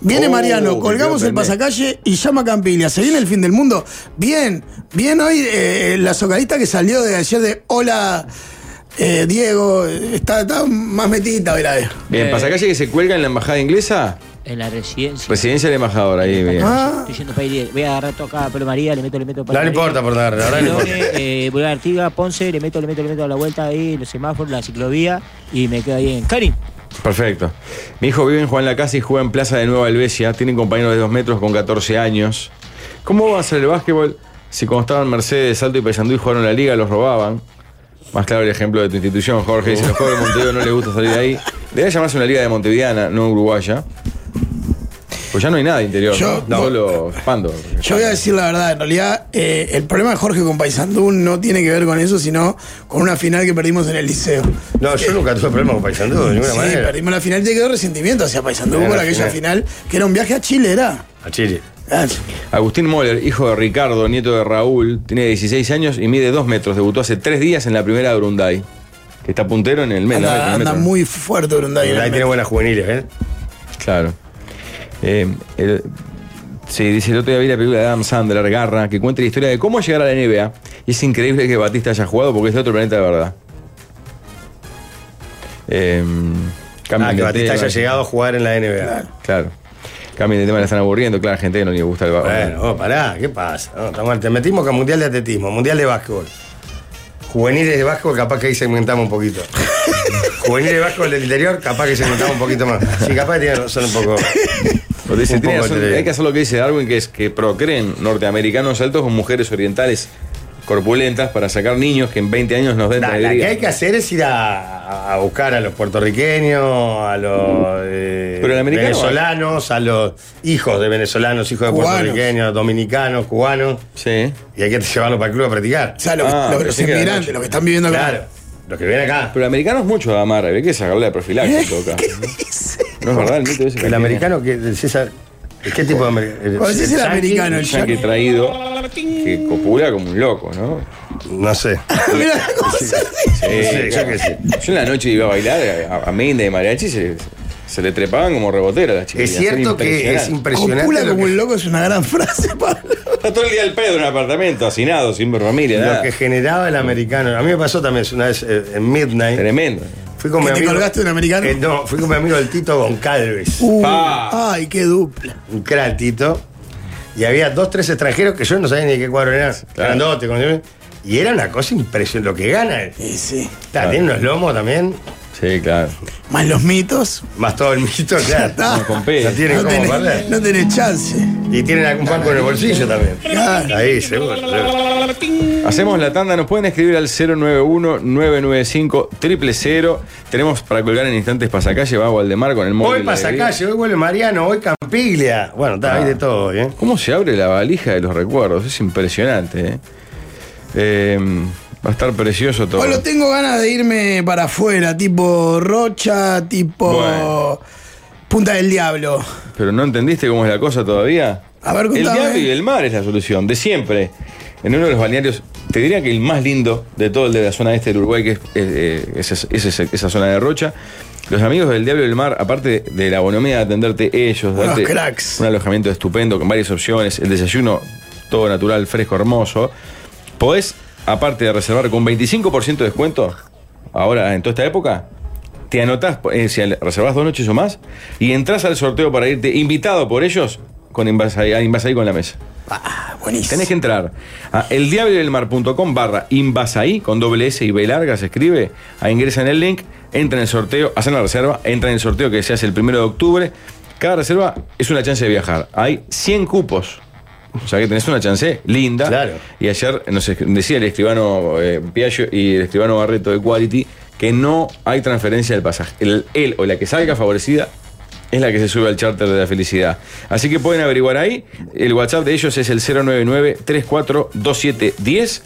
C: Viene
B: Oh,
C: Mariano, colgamos
B: qué
C: el
B: grande.
C: pasacalle y llama a Campilia. Se viene el fin del mundo. Bien, bien hoy eh, la socarista que salió de ayer de Hola eh, Diego. Está, está más metidita hoy la de.
A: Bien, pasacalle que se cuelga en la embajada inglesa,
E: Eh, En la residencia.
A: residencia del embajador, ahí, bien.
C: Ah,
E: Estoy yendo para ir. eh, Voy a agarrar todo acá a Pelo María, le meto, le meto.
B: No le importa, por dar,
E: (laughs)
B: la verdad no importa.
E: Eh, voy a Artiga, Ponce, le meto, le meto, le meto a la vuelta ahí, los semáforos, la ciclovía y me quedo ahí en Cari.
A: Perfecto. Mi hijo vive en Juan la Casa y juega en Plaza de Nueva Helvecia. Tiene un compañero de 2 metros con 14 años. ¿Cómo va a ser el básquetbol si cuando estaban Mercedes, Salto y Paysandú y jugaron la liga, los robaban? Más claro el ejemplo de tu institución, Jorge. Dice, los jugadores de Montevideo no les gusta salir de ahí. Debería llamarse una liga de Montevideana, no uruguaya. Pues ya no hay nada de interior.
C: Yo-
A: ¿no? Solo Pando.
C: Yo voy a decir la verdad, en realidad eh, el problema de Jorge con Paysandú no tiene que ver con eso, sino con una final que perdimos en el liceo.
B: No, yo nunca tuve problema con Paisandú, de ninguna
C: sí,
B: manera.
C: perdimos la final y te quedó resentimiento hacia Paysandú
B: Era
C: por
B: la
C: aquella
B: final.
C: final. que era un viaje a Chile, era.
B: A Chile.
C: Ah,
A: Agustín Moller, hijo de Ricardo, nieto de Raúl, tiene 16 años y mide 2 metros. Debutó hace 3 días en la primera de Brunday. Que está puntero en el mes. ¿no? En el
C: Anda, anda
A: metro.
C: muy fuerte Brunday.
B: Ahí tiene buenas juveniles, ¿eh?
A: Claro. Eh, el- sí, dice, el otro día vi la película de Adam Sandler, Garra, que cuenta la historia de cómo llegar a la NBA. Y es increíble que Batista haya jugado porque es de otro planeta de verdad. Eh, cambien
B: Ah, que
A: de
B: Batista
A: tema.
B: haya llegado a jugar en la NBA.
A: Claro. Cambien de tema, la están aburriendo. Claro, a la gente no le gusta el básquet.
B: Bueno, vos pará, Ah, ¿qué pasa? No, estamos al- te metimos con Mundial de Atletismo, Mundial de Básquetbol. Juveniles de Básquetbol, capaz que ahí segmentamos un
A: (laughs)
B: poquito. Juveniles de Básquetbol del interior, capaz que segmentamos un poquito más. Sí, capaz que tienen razón un (laughs) poco.
A: Lo dice,
B: Un
A: tiene
B: poco
A: razón,
B: entre-
A: hay que hacer lo que dice Darwin, que es que procreen norteamericanos altos con mujeres orientales corpulentas para sacar niños que en 20 años nos den
B: Nah, la que
A: alegría.
B: hay que hacer es ir a, a buscar a los puertorriqueños, a los eh,
A: Pero el americano-
B: venezolanos, a los hijos de venezolanos, hijos de
C: Cubanos.
B: puertorriqueños, dominicanos, cubanos,
A: Sí.
B: y hay que llevarlos para el club a practicar.
C: O sea, los,
A: Ah,
C: los-
A: pensé
C: los
A: que era
C: inmigrantes,
A: Nacho.
C: los que están viviendo acá.
B: Claro, los que vienen acá. ¿Eh?
A: Pero el americano es mucho de amar, hay que sacarle la profilaxis. loca. No es verdad, el mito ese que
B: El
A: tiene.
B: americano que el César. ¿Qué tipo de americano?
C: Cuando decís el americano, el
A: Un yankee
C: yankee. (laughs)
A: traído que copula como un loco, ¿no?
B: No
A: (laughs)
B: sé.
C: Mirá cómo se
B: sí,
C: ríe.
A: Sí,
B: yo qué sé.
A: Yo en la noche iba a bailar a, a Minda y Mariachi se, se le trepaban como rebotera a las chicas.
B: Es cierto que es impresionante.
C: Copula
B: Lo
C: como un
B: que,
C: loco es una gran frase, Pablo.
A: Está todo el día al pedo en un apartamento, hacinado, sin ver familia,
B: lo
A: nada.
B: que generaba el americano. A mí me pasó también una vez eh, en Midnight.
A: Tremendo.
B: Fui con
C: ¿Que
B: mi
C: te
B: amigo.
C: colgaste de un americano?
B: Eh, no, fui con mi amigo el Tito Goncalves.
C: Uh,
A: Pa.
C: ay, qué dupla.
B: Un gran Tito. Y había dos, tres extranjeros que yo no sabía ni de qué cuadro eran. Grandote, con- Y era una cosa impresionante. Lo que gana. él.
C: Sí, sí.
B: Está, Tiene unos lomos también.
A: Sí,
C: (laughs)
A: claro.
C: Más los mitos.
B: Más todo el
C: (laughs)
B: mito, claro.
C: Ah,
A: Con
B: No
A: pedo.
B: tienen
C: no,
B: cómo perder.
C: tenés, no tenés chance.
B: Y tienen algún banco en el bolsillo también.
C: Claro.
B: Ahí, seguro. seguro.
A: Hacemos la tanda, nos pueden escribir al 091-995-000. Tenemos para colgar en instantes pasacalle, va Waldemar con el móvil.
B: Hoy
A: la alegría. Ah.
B: Pasacalle, hoy vuelve Mariano, hoy Campiglia. Bueno, está, hay de todo hoy, ¿eh?
A: ¿Cómo se abre la valija de los recuerdos? Es impresionante, ¿eh? Eh, va a estar precioso todo.
C: Pablo, tengo ganas de irme para afuera, tipo Rocha, tipo
A: Bueno.
C: Punta del Diablo.
A: Pero no entendiste cómo es la cosa todavía.
C: A ver,
A: el
C: contame.
A: diablo y el mar es la solución, de siempre. En uno de los balnearios, te diría que el más lindo de todo el de la zona este del Uruguay, que es, eh, eh, es- es- es- esa zona de Rocha. Los amigos del Diablo y del Mar, aparte de, de la bonomía de atenderte ellos,
C: Unos
A: darte
C: cracks.
A: un alojamiento estupendo con varias opciones, el desayuno todo natural, fresco, hermoso, podés, aparte de reservar con 25% de descuento, ahora en toda esta época, te anotás, eh, si al- reservás dos noches o más, y entras al sorteo para irte invitado por ellos con Invasaí a Invasaí con la mesa.
C: Ah, buenísimo.
A: Tenés que entrar a eldiablodelmar.com barra Invasaí, con doble S y B larga se escribe, a ingresa en el link, entra en el sorteo, hacen la reserva, entra en el sorteo que se hace el primero de octubre. Cada reserva es una chance de viajar. Hay 100 cupos. O sea que tenés una chance linda.
B: Claro.
A: Y ayer nos escri- decía el escribano eh, Piaggio y el escribano Barreto de Quality que no hay transferencia del pasaje. El, él o la que salga favorecida Es la que se sube al charter de la felicidad. Así que pueden averiguar ahí. El WhatsApp de ellos es el 099-342710.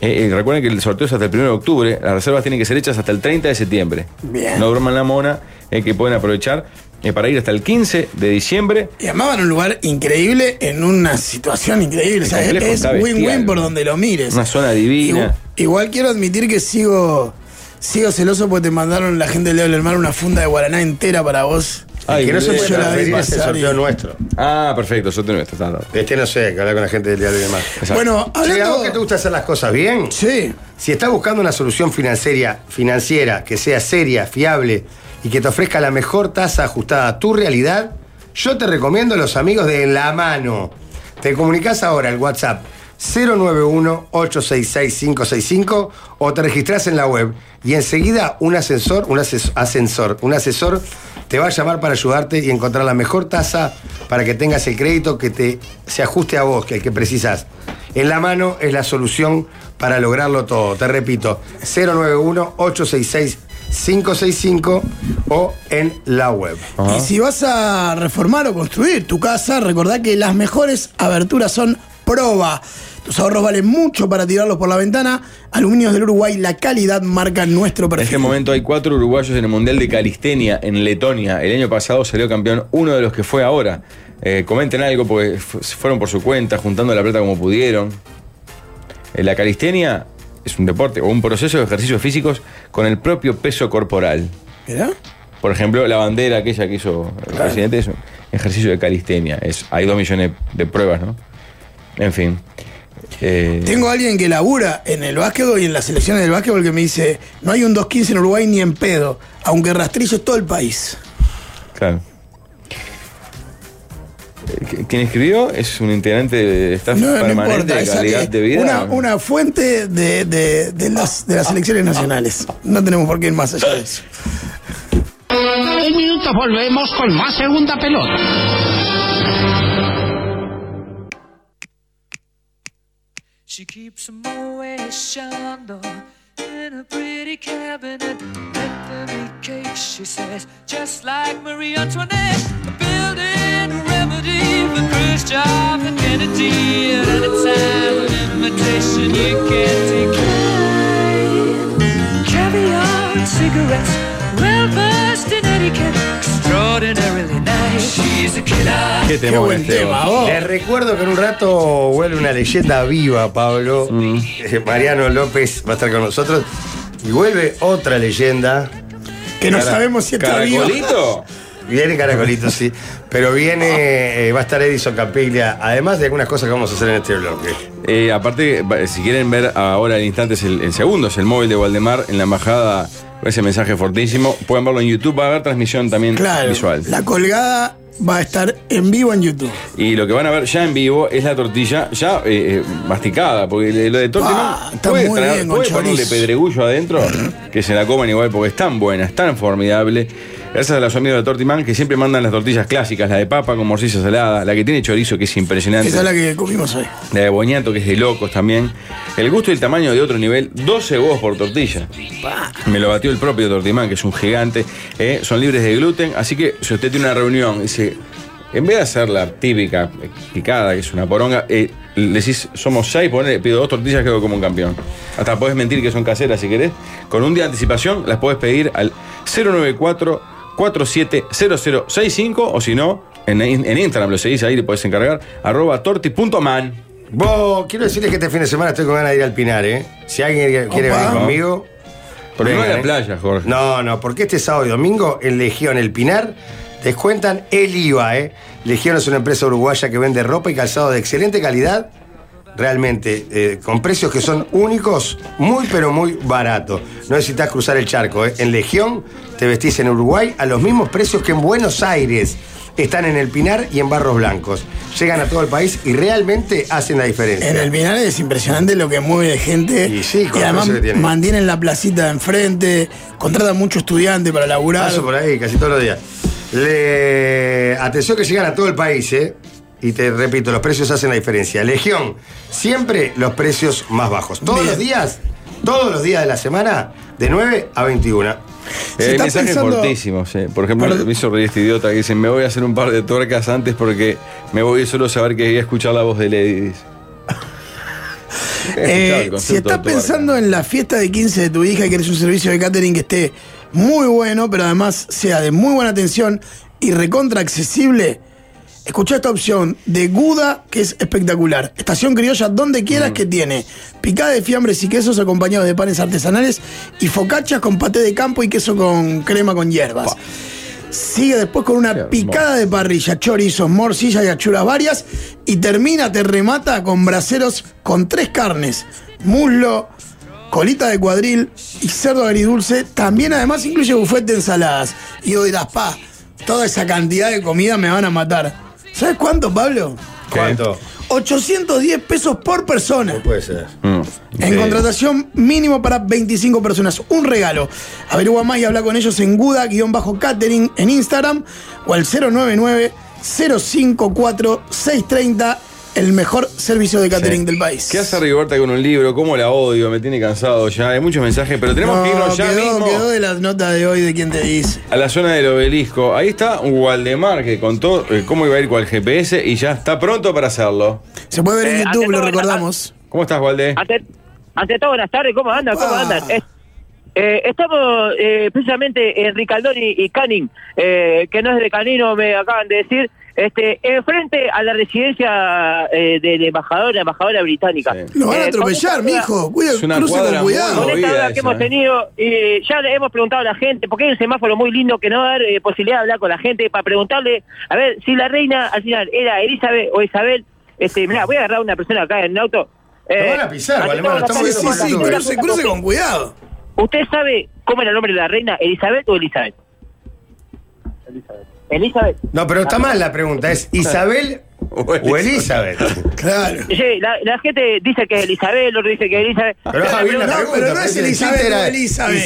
A: Eh, eh, recuerden que el sorteo es hasta el 1 de octubre. Las reservas tienen que ser hechas hasta el 30 de septiembre.
C: Bien.
A: No broman la mona, eh, que pueden aprovechar eh, para ir hasta el 15 de diciembre.
C: Y además van a un lugar increíble en una situación increíble. O
A: El
C: sea,
A: complejo
C: es
A: está bestial.
C: win-win por donde lo mires.
A: Una zona
C: Igual,
A: divina.
C: igual quiero admitir que sigo sigo celoso porque te mandaron la gente del Diablo del Mar una funda de Guaraná entera para vos.
A: Ay,
B: que no se
A: boludo.
B: puede
C: yo la vi
B: transferir es el
C: pasar
B: sorteo
C: y-
B: nuestro.
A: Ah, perfecto, yo tengo esto. Está, está.
B: Este no sé, que hablar con la gente del diario y demás.
A: Exacto.
C: Bueno,
B: Che, ¿a
C: hablando...
B: vos que te gusta hacer las cosas bien?
C: Sí.
B: Si estás buscando una solución financiera, financiera que sea seria, fiable y que te ofrezca la mejor tasa ajustada a tu realidad, yo te recomiendo a los amigos de La Mano. Te comunicas ahora al WhatsApp 091-866-565 o te registras en la web y enseguida un asesor, un ases- ascensor, un asesor te va a llamar para ayudarte y encontrar la mejor tasa para que tengas el crédito que te se ajuste a vos, que el que precisas. En la mano es la solución para lograrlo todo. Te repito, 091-866-565 o en la web.
A: Ajá.
C: Y si vas a reformar o construir tu casa, recordá que las mejores aberturas son Proba. Tus ahorros valen mucho para tirarlos por la ventana. Aluminios del Uruguay, la calidad marca nuestro
A: En
C: perfil.
A: este momento hay cuatro uruguayos en el Mundial de Calistenia en Letonia. El año pasado salió campeón uno de los que fue ahora. Eh, comenten algo porque fu- se fueron por su cuenta, juntando la plata como pudieron. Eh, la calistenia es un deporte o un proceso de ejercicios físicos con el propio peso corporal.
C: ¿Mirá?
A: Por ejemplo, la bandera aquella que hizo el presidente es un ejercicio de calistenia. Es, hay dos millones de pruebas, ¿no? En fin. Eh,
C: Tengo a alguien que labura en el básquetbol y en las selecciones del básquetbol que me dice, no hay un 2.15 en Uruguay ni en pedo, aunque rastrillo es todo el país.
A: Claro. Eh, qu- Quien escribió es un integrante de staff
C: No, no
A: permanente
C: importa,
A: de
C: saque
A: calidad de vida.
C: Una, una fuente de, de- de las, de las selecciones nacionales. No tenemos por qué ir más allá de eso.
G: En minutos volvemos con más segunda pelota.
H: She keeps them always shined on in a pretty cabinet. Let them eat cake, she says, just like Marie Antoinette. A building a remedy for Khrushchev and Kennedy. At any time, an invitation you can't decline. Caviar and cigarettes, well versed in etiquette, extraordinarily nice. She's a killer.
C: Qué
A: ¿Qué temón
C: buen
A: este,
C: tema,
A: vos?
C: vos.
B: Les recuerdo que en un rato vuelve una leyenda viva, Pablo. Eh, Mariano López va a estar con nosotros. Y vuelve otra leyenda.
C: Que no
B: Cara-
C: sabemos si está vivo.
A: ¿Caracolito?
B: Viene Caracolito, sí. Pero viene, eh, va a estar Edison Campiglia, además de algunas cosas que vamos a hacer en este bloque.
A: Eh, aparte, va- si quieren ver ahora en instantes el, el segundo, es el móvil de Waldemar en la embajada, ese mensaje fortísimo. Pueden verlo en YouTube, va a haber transmisión también
C: Claro.
A: visual.
C: La colgada va a estar en vivo en YouTube.
A: Y lo que van a ver ya en vivo es la tortilla ya eh, eh, masticada, porque le- lo de
C: Ah,
A: Tortimán
C: está
A: puede,
C: muy
A: traer-
C: bien con
A: puede ponerle
C: chorizo.
A: pedregullo adentro, que se la coman igual porque es tan buena, es tan formidable. Gracias a los amigos de Tortimán que siempre mandan las tortillas clásicas, la de papa con morcilla salada, la que tiene chorizo que es impresionante,
C: Esa es la que comimos hoy.
A: la de boñato que es de locos también. El gusto y el tamaño de otro nivel, 12 huevos por tortilla. Me lo batió el propio Tortimán, que es un gigante. eh, son libres de gluten, así que si usted tiene una reunión y dice, en vez de hacer la típica eh, picada, que es una poronga, eh, le decís, somos seis, ponele, pido dos tortillas, quedo como un campeón. Hasta podés mentir que son caseras si querés. Con un día de anticipación las podés pedir al 094 470065 o si no, en, en Instagram lo seguís ahí, le podés encargar, arroba torti.man.
B: Vos, quiero decirles que este fin de semana estoy con ganas de ir al Pinar, ¿eh? Si alguien quiere
C: Opa.
B: venir conmigo.
A: Pero no
B: vengan,
A: a la
B: ¿eh?
A: playa, Jorge.
B: No, no, porque este sábado y domingo en Legión El Pinar descuentan el IVA, ¿eh? Legión es una empresa uruguaya que vende ropa y calzado de excelente calidad, realmente, eh, con precios que son únicos, muy pero muy baratos. No necesitas cruzar el charco, ¿eh? En Legión te vestís en Uruguay a los mismos precios que en Buenos Aires. Están en El Pinar y en Barros Blancos. Llegan a todo el país y realmente hacen la diferencia.
C: En el Pinar es impresionante lo que mueve de gente.
B: Y sí, con
C: Y
B: la
C: además
B: presencia que tiene.
C: mantienen la placita de enfrente, contratan mucho estudiante para laburar.
B: Paso por ahí casi todos los días. Le... Atención que llegan a todo el país, ¿eh? Y te repito, los precios hacen la diferencia. Legión, siempre los precios más bajos. Todos
C: Bien.
B: los días, todos los días de la semana, de 9 a 21.
A: Eh,
C: Se
A: hay
C: está
A: mensajes
C: pensando-
A: cortísimos. eh. Por ejemplo,
C: Perdón.
A: me hizo reír este idiota que dice: Me voy a hacer un par de tuercas antes porque me voy solo a saber que voy a escuchar la voz de Lady. dice.
C: Eh,
A: Escuchaba el concepto
C: si estás
A: de tuerca.
C: pensando en la fiesta de 15 de tu hija, que eres un servicio de catering que esté muy bueno, pero además sea de muy buena atención y recontra accesible, escucha esta opción de Guda, que es espectacular. Estación criolla donde
B: Mm.
C: quieras que tiene picada de fiambres y quesos acompañados de panes artesanales y focachas con paté de campo y queso con crema con hierbas. Sigue después con una
A: hermoso.
C: picada de parrilla, chorizos, morcillas y achuras varias. Y termina, te remata con braseros con tres carnes: muslo, colita de cuadril y cerdo agridulce. También, además, incluye buffet de ensaladas. Y hoy dirás, pa, toda esa cantidad de comida me van a matar. ¿Sabes cuánto, Pablo?
B: ¿Cuánto?
C: 810 pesos por persona.
B: Puede ser.
A: Mm.
C: En
A: Sí.
C: contratación mínimo para 25 personas. Un regalo. Averigua más y habla con ellos en Guda-Catering en Instagram o al 099-054-630, el mejor servicio de catering del país.
A: ¿Qué hace Rigoberta con un libro? ¿Cómo la odio? Me tiene cansado ya. Hay muchos mensajes, pero tenemos que
C: No,
A: irnos ya
C: quedó,
A: mismo.
C: quedó de las notas de hoy de quien te dice.
A: A la zona del obelisco. Ahí está Waldemar que contó eh, cómo iba a ir con el GPS y ya está pronto para hacerlo.
C: Se puede ver
I: Eh,
C: en YouTube,
I: ante
C: lo
I: todo,
C: recordamos.
A: ¿Cómo estás, Walde?
I: Ante, ante todo, buenas tardes, ¿cómo andan? ¿Cómo
C: Ah.
I: andan? Es- eh, estamos eh, precisamente en Ricaldoni y Canning, eh, que no es de Canino, me acaban de decir, este, enfrente a la residencia eh, de la embajadora, embajadora británica.
A: Sí.
C: Lo van a
I: Eh, con esta
C: atropellar,
I: duda-
C: mijo. Cuida,
A: Es una
C: cruce
A: cuadra
C: con
A: muy
I: Con
C: cuidado.
A: movida.
I: esta duda
A: esa,
I: que hemos
A: eh.
I: tenido, eh, ya le hemos preguntado a la gente, porque hay un semáforo muy lindo que no va a dar eh, posibilidad de hablar con la gente, para preguntarle, a ver, si la reina al final era Elizabeth o Isabel, este, mirá, voy a agarrar a una persona acá en un auto.
G: Eh,
I: Eh,
B: Lo van a pisar,
I: ante
B: Valdemar,
I: todo,
B: estamos
C: Sí,
I: la
C: sí,
I: gente
C: sí,
I: está
C: cruce, cruce
I: preocupada.
C: con cuidado.
I: ¿Usted sabe cómo era el nombre de la reina, Elizabeth o Elizabeth? Elizabeth.
B: No, pero está mal la pregunta. ¿Es Isabel o Elizabeth?
C: Claro.
I: Sí, la, la gente dice que es Elizabeth, otro dice que es Elizabeth.
B: Pero está bien la
C: No,
B: pregunta.
C: pero no es
B: parece que el
C: Elizabeth
B: chiste
C: o
B: era
C: Elizabeth.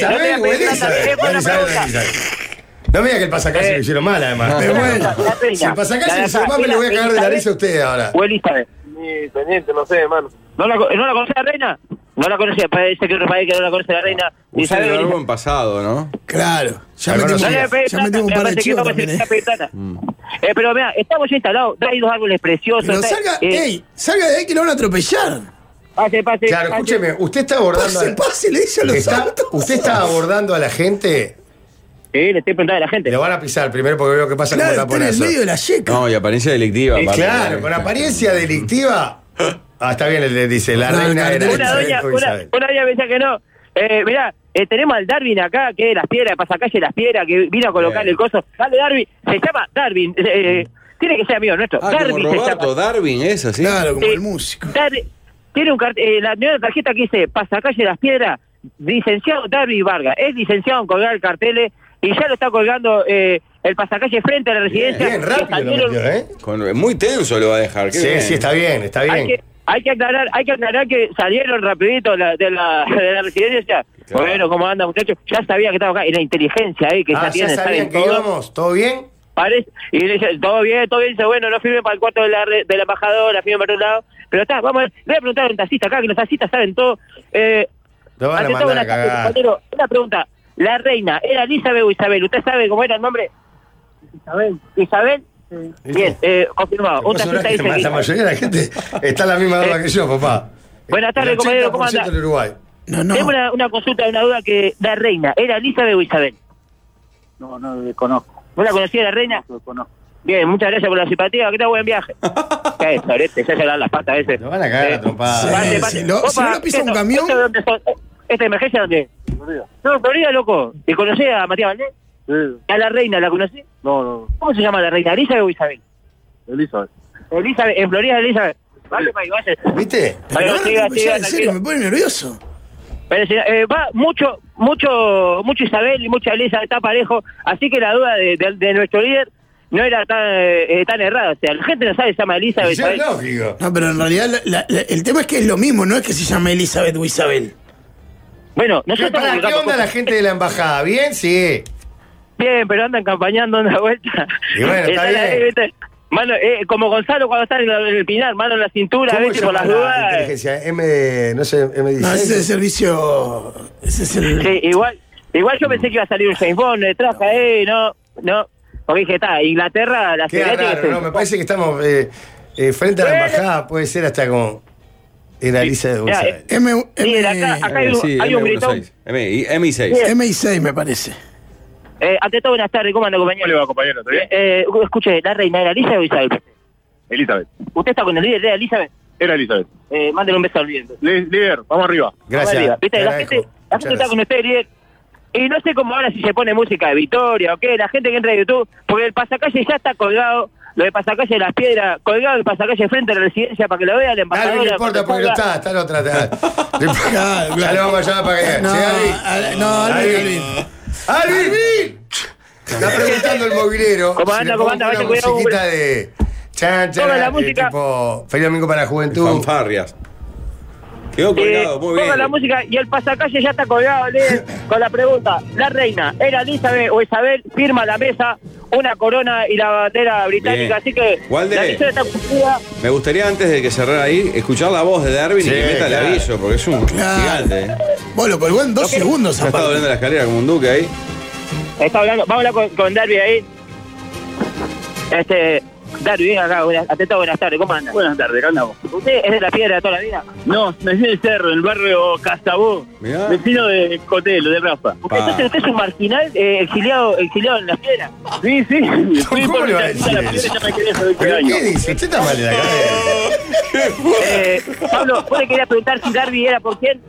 I: No te voy a preguntar, es buena
B: Isabel o Elizabeth. No, Isabel o
I: pregunta.
B: Elizabeth. No me diga que el pasacalle
I: Eh.
B: lo hicieron mal, además.
C: Pero bueno.
I: La reina.
B: Si el
I: La
B: pasacalle lo hicieron
I: verdad,
B: mal, me lo voy a
I: era
B: cagar de la
I: Elizabeth
B: risa a usted ahora.
I: O Elizabeth.
J: Sí, pendiente, no sé, hermano.
I: ¿No la, co- ¿No la conoce la reina? No la conoce, parece que otro país que no la conoce la reina.
A: Usar
I: Isabel,
A: el verbo en
I: Elizabeth.
A: pasado, ¿no?
C: Claro. Ya
B: Pero
C: metimos,
I: No le voy a pedir
C: ya metimos un
I: plata,
C: par de
I: parece que
C: chivos
I: no
C: también,
I: le voy a
C: eh.
I: pedir plata. Eh, pero mira, estamos ya instalados, hay dos árboles preciosos.
C: Pero
I: está-
C: salga,
I: eh,
C: ey, salga de ahí que lo van a atropellar.
I: Pase, pase.
B: Claro,
I: pase.
B: escúcheme, usted está abordando.
C: Pase, pase, le dice a los
A: Eh,
B: está-
C: autos.
B: Usted está abordando a la gente.
I: Sí, le estoy preguntando a la gente.
B: Lo van a pisar primero porque veo que pasa
C: Claro, está
B: como
C: en el
B: taponazo.
C: medio de la yeca.
A: No, y apariencia delictiva.
B: Eh,
A: aparte. Ah,
B: claro, con apariencia delictiva. Ah, está bien, le dice. La
C: No,
B: reina
C: no,
B: era
C: no,
I: una
B: Elizabeth
I: doña,
B: o
I: una,
B: Isabel.
I: una doña me decía que no. Eh, mirá, eh, tenemos al Darwin acá, que es de las piedras, de pasacalle de las piedras, que vino a colocar
A: Bien.
I: el coso. Dale, Darwin, se llama Darwin. eh, eh, tiene que ser amigo nuestro.
A: Ah, como
I: Darwin se
A: Roberto,
I: llama.
A: Darwin es así.
C: Claro, como
I: Sí.
C: el músico.
I: Dar- Eh, tiene un cart- eh, la nueva tarjeta que dice pasacalle de las piedras, licenciado Darwin Vargas. Es licenciado en colgar carteles y ya lo está colgando eh, el pasacalle frente a la residencia.
B: Bien, rápido lo
I: Salieron-
B: metió, ¿eh?
A: Con- muy tenso lo va a dejar. qué
B: Sí,
A: bien.
B: sí, está bien, está
I: hay
B: bien.
I: que, hay que aclarar, hay que aclarar que salieron rapidito la- de la, (laughs) de la residencia.
A: Claro.
I: Bueno, cómo anda muchachos, ya sabía que estaba acá, y la inteligencia ahí que
B: Ah,
I: ya tienen,
B: ya sabían
I: saben
B: que
I: todo.
B: íbamos. ¿Todo bien?
I: Parece- y le dice, todo bien, todo bien, dice, bueno, no firmen para el cuarto de la, re- de la embajadora, firmen para otro lado, pero está, vamos a ver, le voy a preguntar a un taxista acá, que los taxistas saben todo. Eh,
B: Lo van a
I: ante todo,
B: mandar a
I: una-
B: cagar.
I: compañero, una pregunta, la reina, ¿era Elizabeth o Isabel? ¿Usted sabe cómo era el nombre? Isabel. ¿Isabel? Bien, eh, confirmado. Un
B: Vos sabrás
I: taxista
B: que ¿eh?
I: dice que
B: La
I: Isabel.
B: mayoría de la gente está en la misma duda que yo, papá.
I: Buenas tardes,
B: El
I: compañero, ¿cómo
B: 80%
I: anda?
B: en Uruguay.
C: No, no.
I: Tengo una, una consulta, una duda que la reina, ¿era Elizabeth o Isabel?
J: No, no le conozco.
I: ¿Vos la conocías la reina?
J: No conozco.
I: Bien, muchas gracias por la simpatía, que tal buen
J: (laughs)
I: viaje. Ya es, sorete, ya se dan las patas a veces.
B: Lo van a cagar a
C: Sí.
B: trompadas.
I: Pase,
C: Eh,
I: pase.
C: si no- si no la pisa un
I: esto-
C: camión-
I: esto de dónde son? ¿Esta emergencia dónde es?
J: Florida.
I: No, Florida, loco. ¿Y conocí a Matías Valdés?
J: Sí.
I: ¿A la reina la conocí?
J: No, no,
I: ¿Cómo se llama la reina? ¿Elizabeth o Isabel?
J: Elizabeth.
I: Elizabeth, en Florida, Elizabeth. Vale, país, vaya.
B: ¿Viste?
C: Pero
I: Bueno,
C: van a
I: siga,
C: atropellar,
I: siga,
C: en
I: tranquilo.
C: serio, me pone nervioso.
I: Pero, señor, eh, va mucho, mucho, mucho Isabel y mucha Elisa está parejo, así que la duda de, de- de nuestro líder no era tan, eh, eh, tan errada. O sea, la gente no sabe si se llama Elisa o
B: Sí,
I: Isabel.
B: lógico.
C: No, pero en realidad la- la- la- el tema es que es lo mismo, no es que se llame Elizabeth o Isabel.
I: Bueno,
B: ¿Qué,
I: nosotros
B: pará,
I: estamos
B: ¿Qué onda la gente de la embajada? ¿Bien? Sí.
I: bien, pero andan campañando una vuelta.
B: Y bueno, está
I: Están ahí,
B: bien.
I: ¿viste? Mano, eh, como Gonzalo cuando está en, la- en el pinar, mano en la cintura,
B: ¿Cómo
I: ¿viste? Por las
B: llaman la
I: dudas. eh.
B: inteligencia? M, no sé, M16.
C: No, ese es el servicio. Ese es el.
I: Sí, igual, Igual yo pensé que iba a salir un James Bond detrás, eh, no, no. Porque dije, está, Inglaterra, la
B: Queda
I: celeste,
B: raro, ¿no? Me parece que estamos eh, eh, frente a la embajada, puede ser hasta como. Era Lisa de Buenos
I: Mirá,
B: Aires.
C: M,
I: eh, Sí, acá- acá hay un-
A: Eh, Sí,
I: hay un
A: M16.
I: gritón.
A: M- M6.
C: MI6 me parece.
I: Eh, ante todo, buenas tardes, ¿cómo anda, compañero?
J: ¿Cómo le va, compañero? ¿Todo bien?
I: Eh, escuche, ¿la reina era Elizabeth o Isabel?
J: Elizabeth.
I: ¿Usted está con el líder de Elizabeth?
J: Era Elizabeth.
I: Eh, mándele un beso al viento.
J: Li- Líder, vamos arriba.
I: Vamos arriba.
B: Gracias.
I: Viste,
B: te
I: la
B: agradezco.
I: gente, la
B: Muchas
I: gente está con
B: gracias.
I: usted, líder. Y no sé cómo ahora si se pone música de Victoria o qué, la gente que entra de YouTube, porque el pasacalle ya está colgado, lo de pasacalle de las piedras, colgado el pasacalle frente a la residencia para que lo vea la
B: Alvin,
I: embajadora.
B: no importa porque no
I: ponga-
B: está, está en otra.
A: (laughs)
B: está- No importa.
C: Claro,
B: Ya lo vamos a llamar para que.
C: No,
B: Sí,
C: Al- no, Alvin,
B: Alvin. ¡Alvin! Está preguntando el movilero.
I: ¿Cómo
B: si
I: anda,
B: le
I: cómo
B: pongo
I: anda?
B: Una
I: Vaya, cuidado,
B: musiquita de. Chan, chan,
I: Ponga la
B: eh,
I: música.
B: tipo. Feliz domingo para la juventud.
A: Fanfarrias. Quedó
I: Eh,
A: colgado, muy
I: ponga
A: bien.
I: la música y el pasacalle ya está colgado,
A: (laughs)
I: líder, con la pregunta, ¿la reina era Elizabeth o Isabel? Firma la mesa, una corona y la bandera británica, así
A: Bien.
I: que
A: Walde.
I: la misión está cumplida.
A: Me gustaría antes de que cerrara ahí, escuchar la voz de Darwin
B: Sí,
A: y que meta
B: claro.
A: el aviso, porque es un
C: Claro.
A: gigante. ¿eh?
C: Vos lo colgó en dos segundos,
A: Ya está
C: aparte.
A: doblando la escalera como un duque ahí.
I: Está hablando, vamos a hablar con, con Darby ahí. Este, Darby, ven acá, buenas, atento, buenas tardes, ¿cómo anda?
J: Buenas tardes, ¿qué andamos?
I: ¿Usted es de la piedra de toda la vida?
J: No, me fui del cerro, en el barrio Castabó.
A: Mirá.
J: Vecino de Cotelo, de Rafa.
A: Pa.
I: Entonces usted es un marginal eh, exiliado, exiliado en la piedra.
J: Sí,
I: (laughs)
J: sí. Fui
B: (laughs) ¿Cómo
J: por
B: le va a
J: la
B: decir
J: piedra,
B: eso?
J: ya me quedé hace 20
B: ¿Pero
J: años.
B: qué dice? Usted está mal de la cabeza.
I: Eh, Pablo, vos le querías preguntar si Darby era por quién.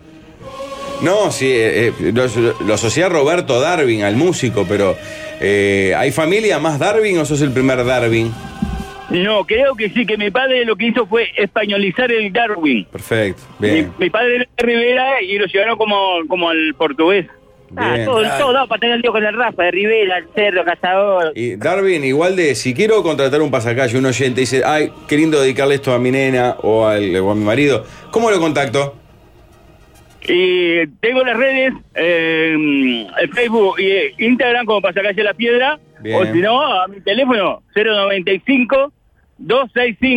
A: No, sí, eh, eh, lo, lo asocié a Roberto Darwin, al músico, pero eh, ¿hay familia más Darwin o sos el primer Darwin?
J: No, creo que sí, que mi padre lo que hizo fue españolizar el Darwin.
A: Perfecto,
J: Mi,
A: bien.
J: mi padre era de Rivera y lo llevaron como, como al portugués.
I: Ah,
A: bien.
I: todo, todo lado para tener lío con el Rafa, de Rivera, el Cerro, Cazador.
A: Y Darwin, igual de si quiero contratar un pasacalle, un oyente dice, ay, qué lindo dedicarle esto a mi nena o, al- o a mi marido, ¿cómo lo contacto?
J: Y tengo las redes, eh, el Facebook y eh, Instagram como Pasacalle La Piedra.
A: Bien.
J: O si no, a mi teléfono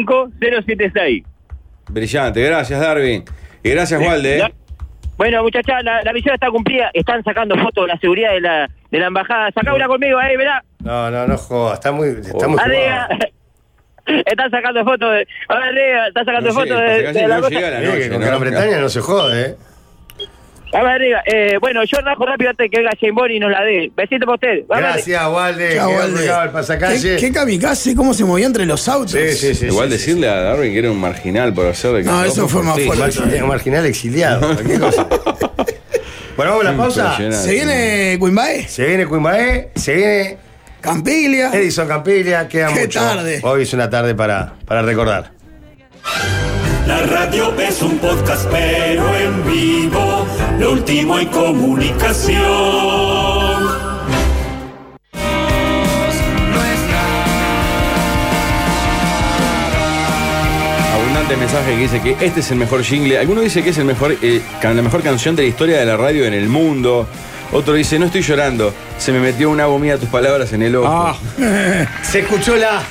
J: 095-265-076.
A: Brillante, gracias Darwin. Y gracias, Walde. ¿eh?
I: Bueno, muchachas, la, la misión está cumplida. Están sacando fotos de la seguridad de la, de la embajada. Sacá una conmigo eh, ahí, verá.
B: No, no, no jodas. Está muy.
A: Oh.
B: Está muy
I: Arriba.
B: jugado.
I: (laughs) Están sacando fotos de. Arriba, están sacando
A: No sé,
I: fotos
A: el
I: de,
A: pasacalle
I: de la
A: no
I: cosa.
A: llega a la
B: Mire que
A: noche,
B: con
A: ¿no?
B: Gran Bretaña no se jode, ¿eh?
I: Vamos arriba. Eh, bueno, yo rajo rápido antes que venga Shane Bonnie y nos la dé. Besito para usted. Vamos arriba.
B: Gracias, Walde.
C: Chao,
B: Quedó
C: Alde.
B: colgado el pasacalle.
C: ¿Qué, qué kamikaze, cómo se movía entre los autos.
B: Sí, sí, sí.
A: Igual
B: sí, sí.
A: decirle a Darwin que era un marginal por hacer de
C: No, eso fue más
A: Sí.
C: fuerte.
B: Marginal, marginal exiliado. cualquier cosa. bueno, vamos a la pausa.
A: Impresionante.
C: ¿Se viene Quimbae?
B: Se viene Cuimbae, se viene
C: Campiglia.
B: Edison Campiglia, queda
C: Qué
B: mucho.
C: tarde.
B: Hoy es una tarde para, para
C: (laughs)
B: recordar.
K: La radio es un podcast, pero en vivo, lo último en comunicación.
A: Abundante mensaje que dice que este es el mejor jingle. Alguno dice que es el mejor, eh, can- la mejor canción de la historia de la radio en el mundo. Otro dice, no estoy llorando, se me metió una gomía tus palabras en el ojo.
B: Se escuchó la.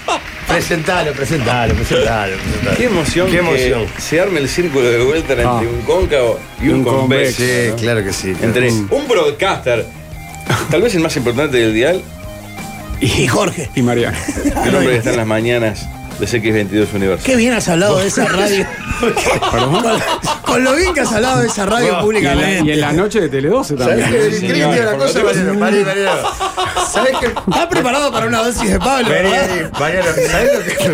B: Presentalo, presentalo, presentalo. presentalo.
A: Qué emoción,
B: Qué emoción.
A: que se arme el círculo de vuelta entre un cóncavo y un, convexo.
B: Sí,
A: ¿no?
B: claro que sí.
A: Entre
B: Mm.
A: un broadcaster, tal vez el más importante del dial,
C: Y Jorge.
L: Y Mariano.
A: el hombre que está en las mañanas de CX22 Universo.
C: Qué bien has hablado
B: (laughs)
C: de esa radio. con, con lo bien que has hablado de esa radio
B: Vos,
L: Y en, la,
C: públicamente.
L: y en la noche de Tele 12
B: ¿Sabés
L: también.
B: que es increíble una cosa, Mariano? Mariano, Mariano. ¿Sabés que
C: Está preparado para una dosis de Pablo, ¿eh?
B: Vení,
C: ¿verdad?
B: vení, Mariano, ¿sabés lo que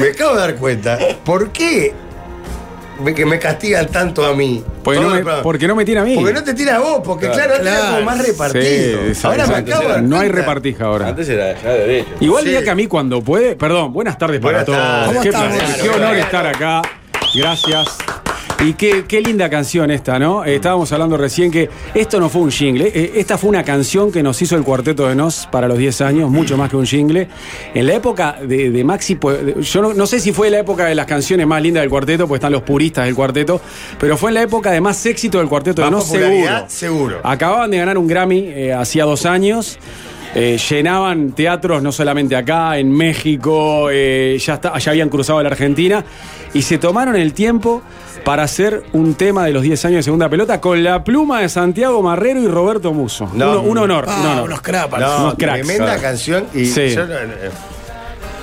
B: me, me acabo de dar cuenta? ¿Por qué me, que me castigan tanto a mí?
L: Porque,
B: Todo
L: no
B: el
L: me,
B: programa.
L: porque no me tira a mí.
B: Porque no te tira a vos, porque claro,
A: Claro.
B: antes era como más repartido.
L: Sí,
B: ahora me
L: exacto.
B: acabo de dar
L: No hay
B: cuenta.
L: repartija ahora.
A: Antes era ya derecho.
L: Igual
B: Sí.
L: día que a mí cuando puede. Perdón, buenas tardes para
B: Buenas tardes.
L: todos.
C: ¿Cómo
L: Qué
C: estamos?
L: placer, qué
B: Claro,
L: honor
B: claro.
L: estar acá. Gracias. Y qué, qué linda canción esta, ¿no? Eh, Estábamos hablando recién que esto no fue un jingle, eh, esta fue una canción que nos hizo el cuarteto de Nos para los 10 años, mucho más que un jingle. En la época de, de Maxi, pues, de- yo no, no sé si fue la época de las canciones más lindas del cuarteto, pues están los puristas del cuarteto, pero fue en la época de más éxito del cuarteto de
B: Más
L: Nos,
B: popularidad,
L: seguro.
B: seguro.
L: Acababan de ganar un Grammy eh, hacía dos años. eh, llenaban teatros no solamente acá, en México, eh, ya, está- ya habían cruzado la Argentina, y se tomaron el tiempo para hacer un tema de los 10 años de segunda pelota con la pluma de Santiago Marrero y Roberto Muso.
B: No.
L: un, un honor.
B: Ah,
L: un honor.
B: unos crapas. No,
L: Unos cracks.
B: tremenda canción y
L: Sí.
B: yo no- eh,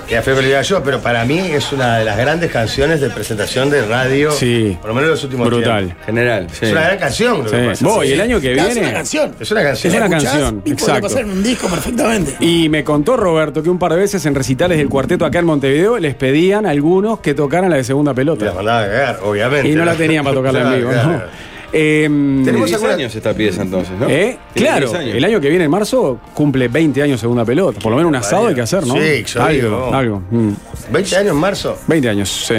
B: que a Fede lo diga yo, pero para mí es una de las grandes canciones de presentación de radio.
L: Sí.
B: Por lo menos en los últimos
L: Brutal.
B: tiempos.
A: General.
B: Es una gran canción. lo que
L: Sí.
B: pasa.
L: Vos, y el año que
B: Claro,
L: viene.
B: Es una canción. Es una canción.
L: Es una
B: La escuchás
L: canción.
B: y podría
L: exacto.
B: pasar en
C: un disco perfectamente.
L: Y me contó Roberto que un par de veces en recitales del cuarteto acá en Montevideo les pedían a algunos que tocaran la de segunda pelota.
B: a cagar, obviamente.
L: Y no la tenían para tocarla
B: (laughs)
L: en vivo, ¿no?
A: Claro.
L: Em,
A: Tenemos 10 años esta pieza entonces, ¿no?
L: ¿Eh?
A: Tiene
L: Claro,
A: 10 años.
L: el año que viene, en marzo, cumple 20 años segunda pelota. Por lo menos un asado hay que hacer, ¿no?
B: Sí, yo
L: algo,
B: digo.
L: algo. mm.
B: 20 años en marzo.
L: 20 años, sí.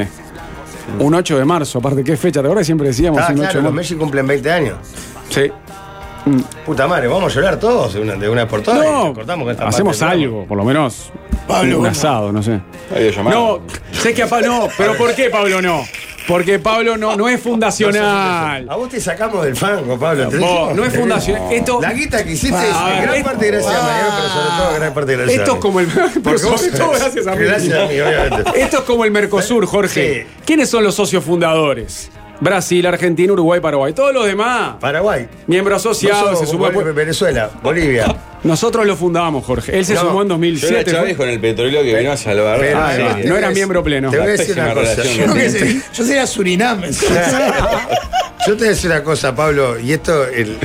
L: Un 8 de marzo, aparte, ¿qué fecha? ¿Te acuerdas? Siempre decíamos
B: Ah,
L: un 8
B: claro,
L: de
B: los
L: marzo.
B: Messi cumplen 20 años.
L: Sí. Mm.
B: Puta madre, vamos a llorar todos de una, de una por todas.
L: No,
B: y cortamos con esta
L: Hacemos
B: parte,
L: algo, por lo menos.
B: Pablo,
L: un
B: bueno.
L: asado, no sé. No,
A: llamado.
L: sé que a Pablo no, pero ¿por qué Pablo no? Porque Pablo no, no es fundacional.
B: A vos te sacamos del fango, Pablo. te
L: Vos,
B: dijimos.
L: no es fundacional.
B: No.
L: Esto-
B: La guita que hiciste es
L: Ah,
B: en gran
L: esto-
B: parte gracias a Mariano, pero sobre todo gran parte gracias
L: Esto
B: a
L: es
B: mí.
L: como el. pero
B: Porque vos-
L: sobre todo gracias a mí.
B: Gracias a mí, obviamente.
L: Esto es como el Mercosur, Jorge. ¿Quiénes son los socios fundadores? Brasil, Argentina, Uruguay, Paraguay. Todos los demás.
B: Paraguay.
L: Miembro asociado,
B: Nosotros,
L: se sumó
B: Bolivia, Venezuela, Bolivia.
L: Nosotros lo fundamos, Jorge. Él se
B: No,
L: sumó en
A: Yo
L: 2007.
A: era Chávez
L: fue-
A: con el petróleo que vino a salvar.
L: Pero,
A: Ah,
L: además,
A: sí.
L: te No voy era a decir- miembro pleno.
B: Te voy a decir
A: Pésima
B: una cosa.
A: relación
B: Yo
A: que
B: que
A: tiene.
B: sé.
C: Yo
B: (laughs)
C: sería Suriname.
B: Yo te voy a decir una cosa, Pablo, y esto el-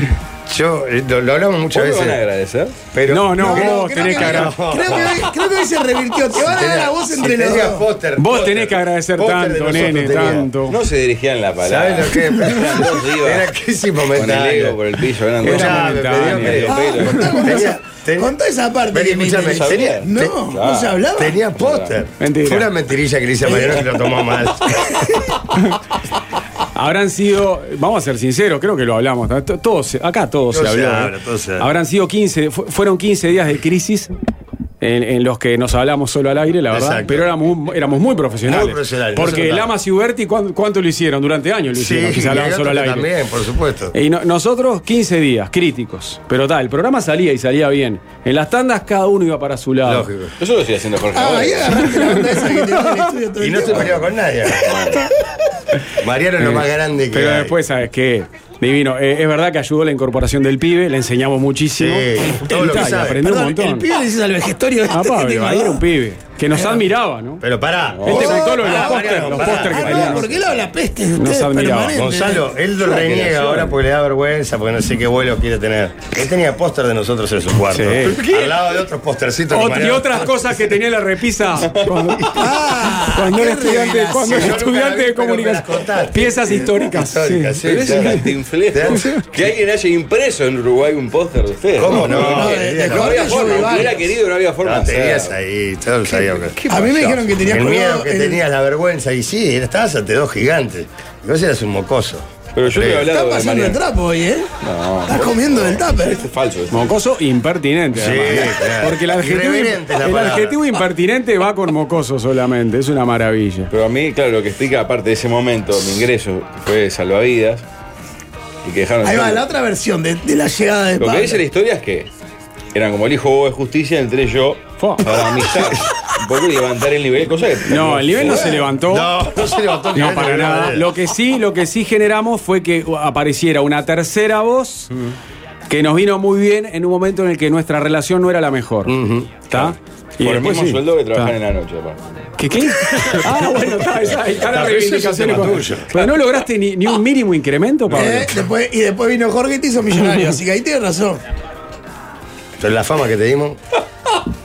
B: yo eh, lo, lo hablamos muchas
A: ¿Vos me
B: veces.
A: van a agradecer?
B: Pero,
L: No, no, vos
C: creo
L: tenés
C: que-
L: que agradecer.
C: Creo que, hoy- creo que hoy se revirtió. Te van a dar a vos entre los dos.
L: Vos tenés que agradecer
B: póster de
L: tanto,
B: nosotros
L: nene,
B: tenía.
L: tanto.
A: No se dirigían la palabra.
B: ¿Sabes lo que?
A: Eran dos divas.
B: Era que ese
A: Con el
B: momentáneo.
A: ego por el pillo. Eran dos
B: Era
A: momentáneo.
B: momentáneo.
C: Ah,
A: medio pelo.
C: Contá esa parte.
B: Vení,
C: que me
B: escuchame,
C: interesa.
B: tenía-
C: no,
B: te-
C: no se hablaba.
B: Tenía póster.
L: Mentira.
B: Fue una mentirilla que le hice a Mariano que lo tomó mal.
L: Habrán sido, vamos a ser sinceros, creo que lo hablamos. t- Todos, se- acá todo se
B: Todo se
L: habló.
B: habla,
L: ¿eh?
B: todo se habla.
L: Habrán sido 15, fu- fueron 15 días de crisis en, en los que nos hablamos solo al aire, la verdad.
B: Exacto.
L: Pero éramos, éramos muy profesionales.
B: Muy profesionales, no se
L: Porque
B: notaba.
L: Lamas y Uberti, ¿cuán- ¿cuánto lo hicieron? Durante años lo hicieron, que
B: y
L: se
B: hay
L: hablaban solo al
B: otros
L: aire.
B: También, por
L: (laughs)
B: supuesto.
L: Y no- nosotros 15 días, críticos. Pero tal, el programa salía y salía bien. En las tandas cada uno iba para su lado.
B: Lógico.
A: Eso lo estoy haciendo Jorge.
C: Ah,
A: ahora.
C: ahí
A: ¿eh?
C: agarraste la onda esa que te va en el estudio todo
B: Y
C: el
B: no estoy
C: tiempo.
B: peleado con nadie. Mariano es lo
L: Eh,
B: más grande que
L: Pero
B: hay.
L: después, ¿sabes qué? Divino. Eh, es verdad que ayudó la incorporación del pibe, le enseñamos muchísimo.
B: Sí, todo
L: Y
B: lo que
L: tal, y
B: sabe.
L: aprendió
C: Perdón,
L: un montón.
C: El pibe le dices al vegetorio.
L: Ah, Pablo,
C: que tengo
L: ahí era un
C: acá.
L: pibe. Que nos admiraba, ¿no?
B: Pero pará.
L: Él te
B: vos-
L: contó lo de los
B: pará,
L: póster,
B: Mariano,
L: los
B: pará.
L: póster que
C: Ah,
L: tenían.
C: no, ¿por qué le habla peste de
L: Nos
C: ustedes
L: admiraba.
C: permanente?
B: Gonzalo, él lo
A: Una
B: reniega
A: generación.
B: ahora porque le da vergüenza, porque no sé qué vuelo quiere tener. Él tenía póster de nosotros en su cuarto.
L: Sí.
B: Al lado de otros postercitos. que
L: Ot- y
B: Mariano- (laughs)
L: otras cosas Ah, que tenía en la repisa
B: Ah,
L: cuando, cuando
C: qué
L: era estudiante,
C: revelación.
L: cuando era
B: Yo nunca la vi,
L: estudiante
B: pero me
L: de
B: las
L: comunicación.
B: contaste.
L: Piezas históricas. sí.
B: Históricas, sí,
A: Pero es
B: claro.
A: un cantinflero. Que alguien haya impreso en Uruguay un póster de ustedes.
B: ¿Cómo no?
A: No,
B: de- de-
A: no
C: corte
A: había
C: yo
A: forma.
C: vi
A: aunque Hubiera
C: varios.
A: querido, no había forma.
B: No,
A: de
B: tenías
A: hacerlo.
B: ahí, todos sabíamos que-
C: A mí me dijeron que tenía
B: El miedo
C: colgado
B: que
C: el-
B: tenías, la vergüenza, y sí, estabas ante dos gigantes. Y vos eras un mocoso.
A: Pero yo te he
C: Estás
A: hablado de
C: pasando el
A: Mariano.
C: trapo hoy, ¿eh?
A: No.
C: Estás comiendo del tupper.
A: Este es falso. este.
L: Mocoso impertinente.
B: Sí,
L: además.
B: claro.
L: Porque el adjetivo,
B: Irreverente es la
L: el
B: palabra.
L: adjetivo impertinente va con mocoso solamente. Es una maravilla.
A: Pero a mí, claro, lo que explica, aparte de ese momento, mi ingreso, que fue salvavidas, y que dejaron.
C: Ahí va la otra versión de, de la llegada de
A: Lo que
C: Pablo.
A: dice la historia es que eran como el hijo bobo de justicia, entré yo
L: Fua.
A: para amistad. Un poco levantar el nivel, cosa que.
L: No, el nivel no se levantó.
B: No, no se levantó el nivel
L: No,
B: de
L: para
B: ninguna
L: nada.
B: manera.
L: Lo que sí, lo que sí generamos fue que apareciera una tercera voz que nos vino muy bien en un momento en el que nuestra relación no era la mejor. ¿Está? Y
A: Por el
L: después
A: mismo
L: sí.
A: sueldo que trabajan en
L: Está.
A: la noche, aparte.
L: ¿Qué
A: (laughs)
L: qué? Ah, bueno, está, está,
B: Pero eso
L: está la
B: es un
L: reivindicación.
B: tema
L: económica.
B: tuyo.
L: Pero no lograste ni, ni un mínimo incremento, Pablo.
C: Eh, después- y después vino Jorge y te hizo
B: (laughs)
C: millonario, así que ahí tienes razón.
B: Pero la fama que te
A: (laughs)
B: dimos.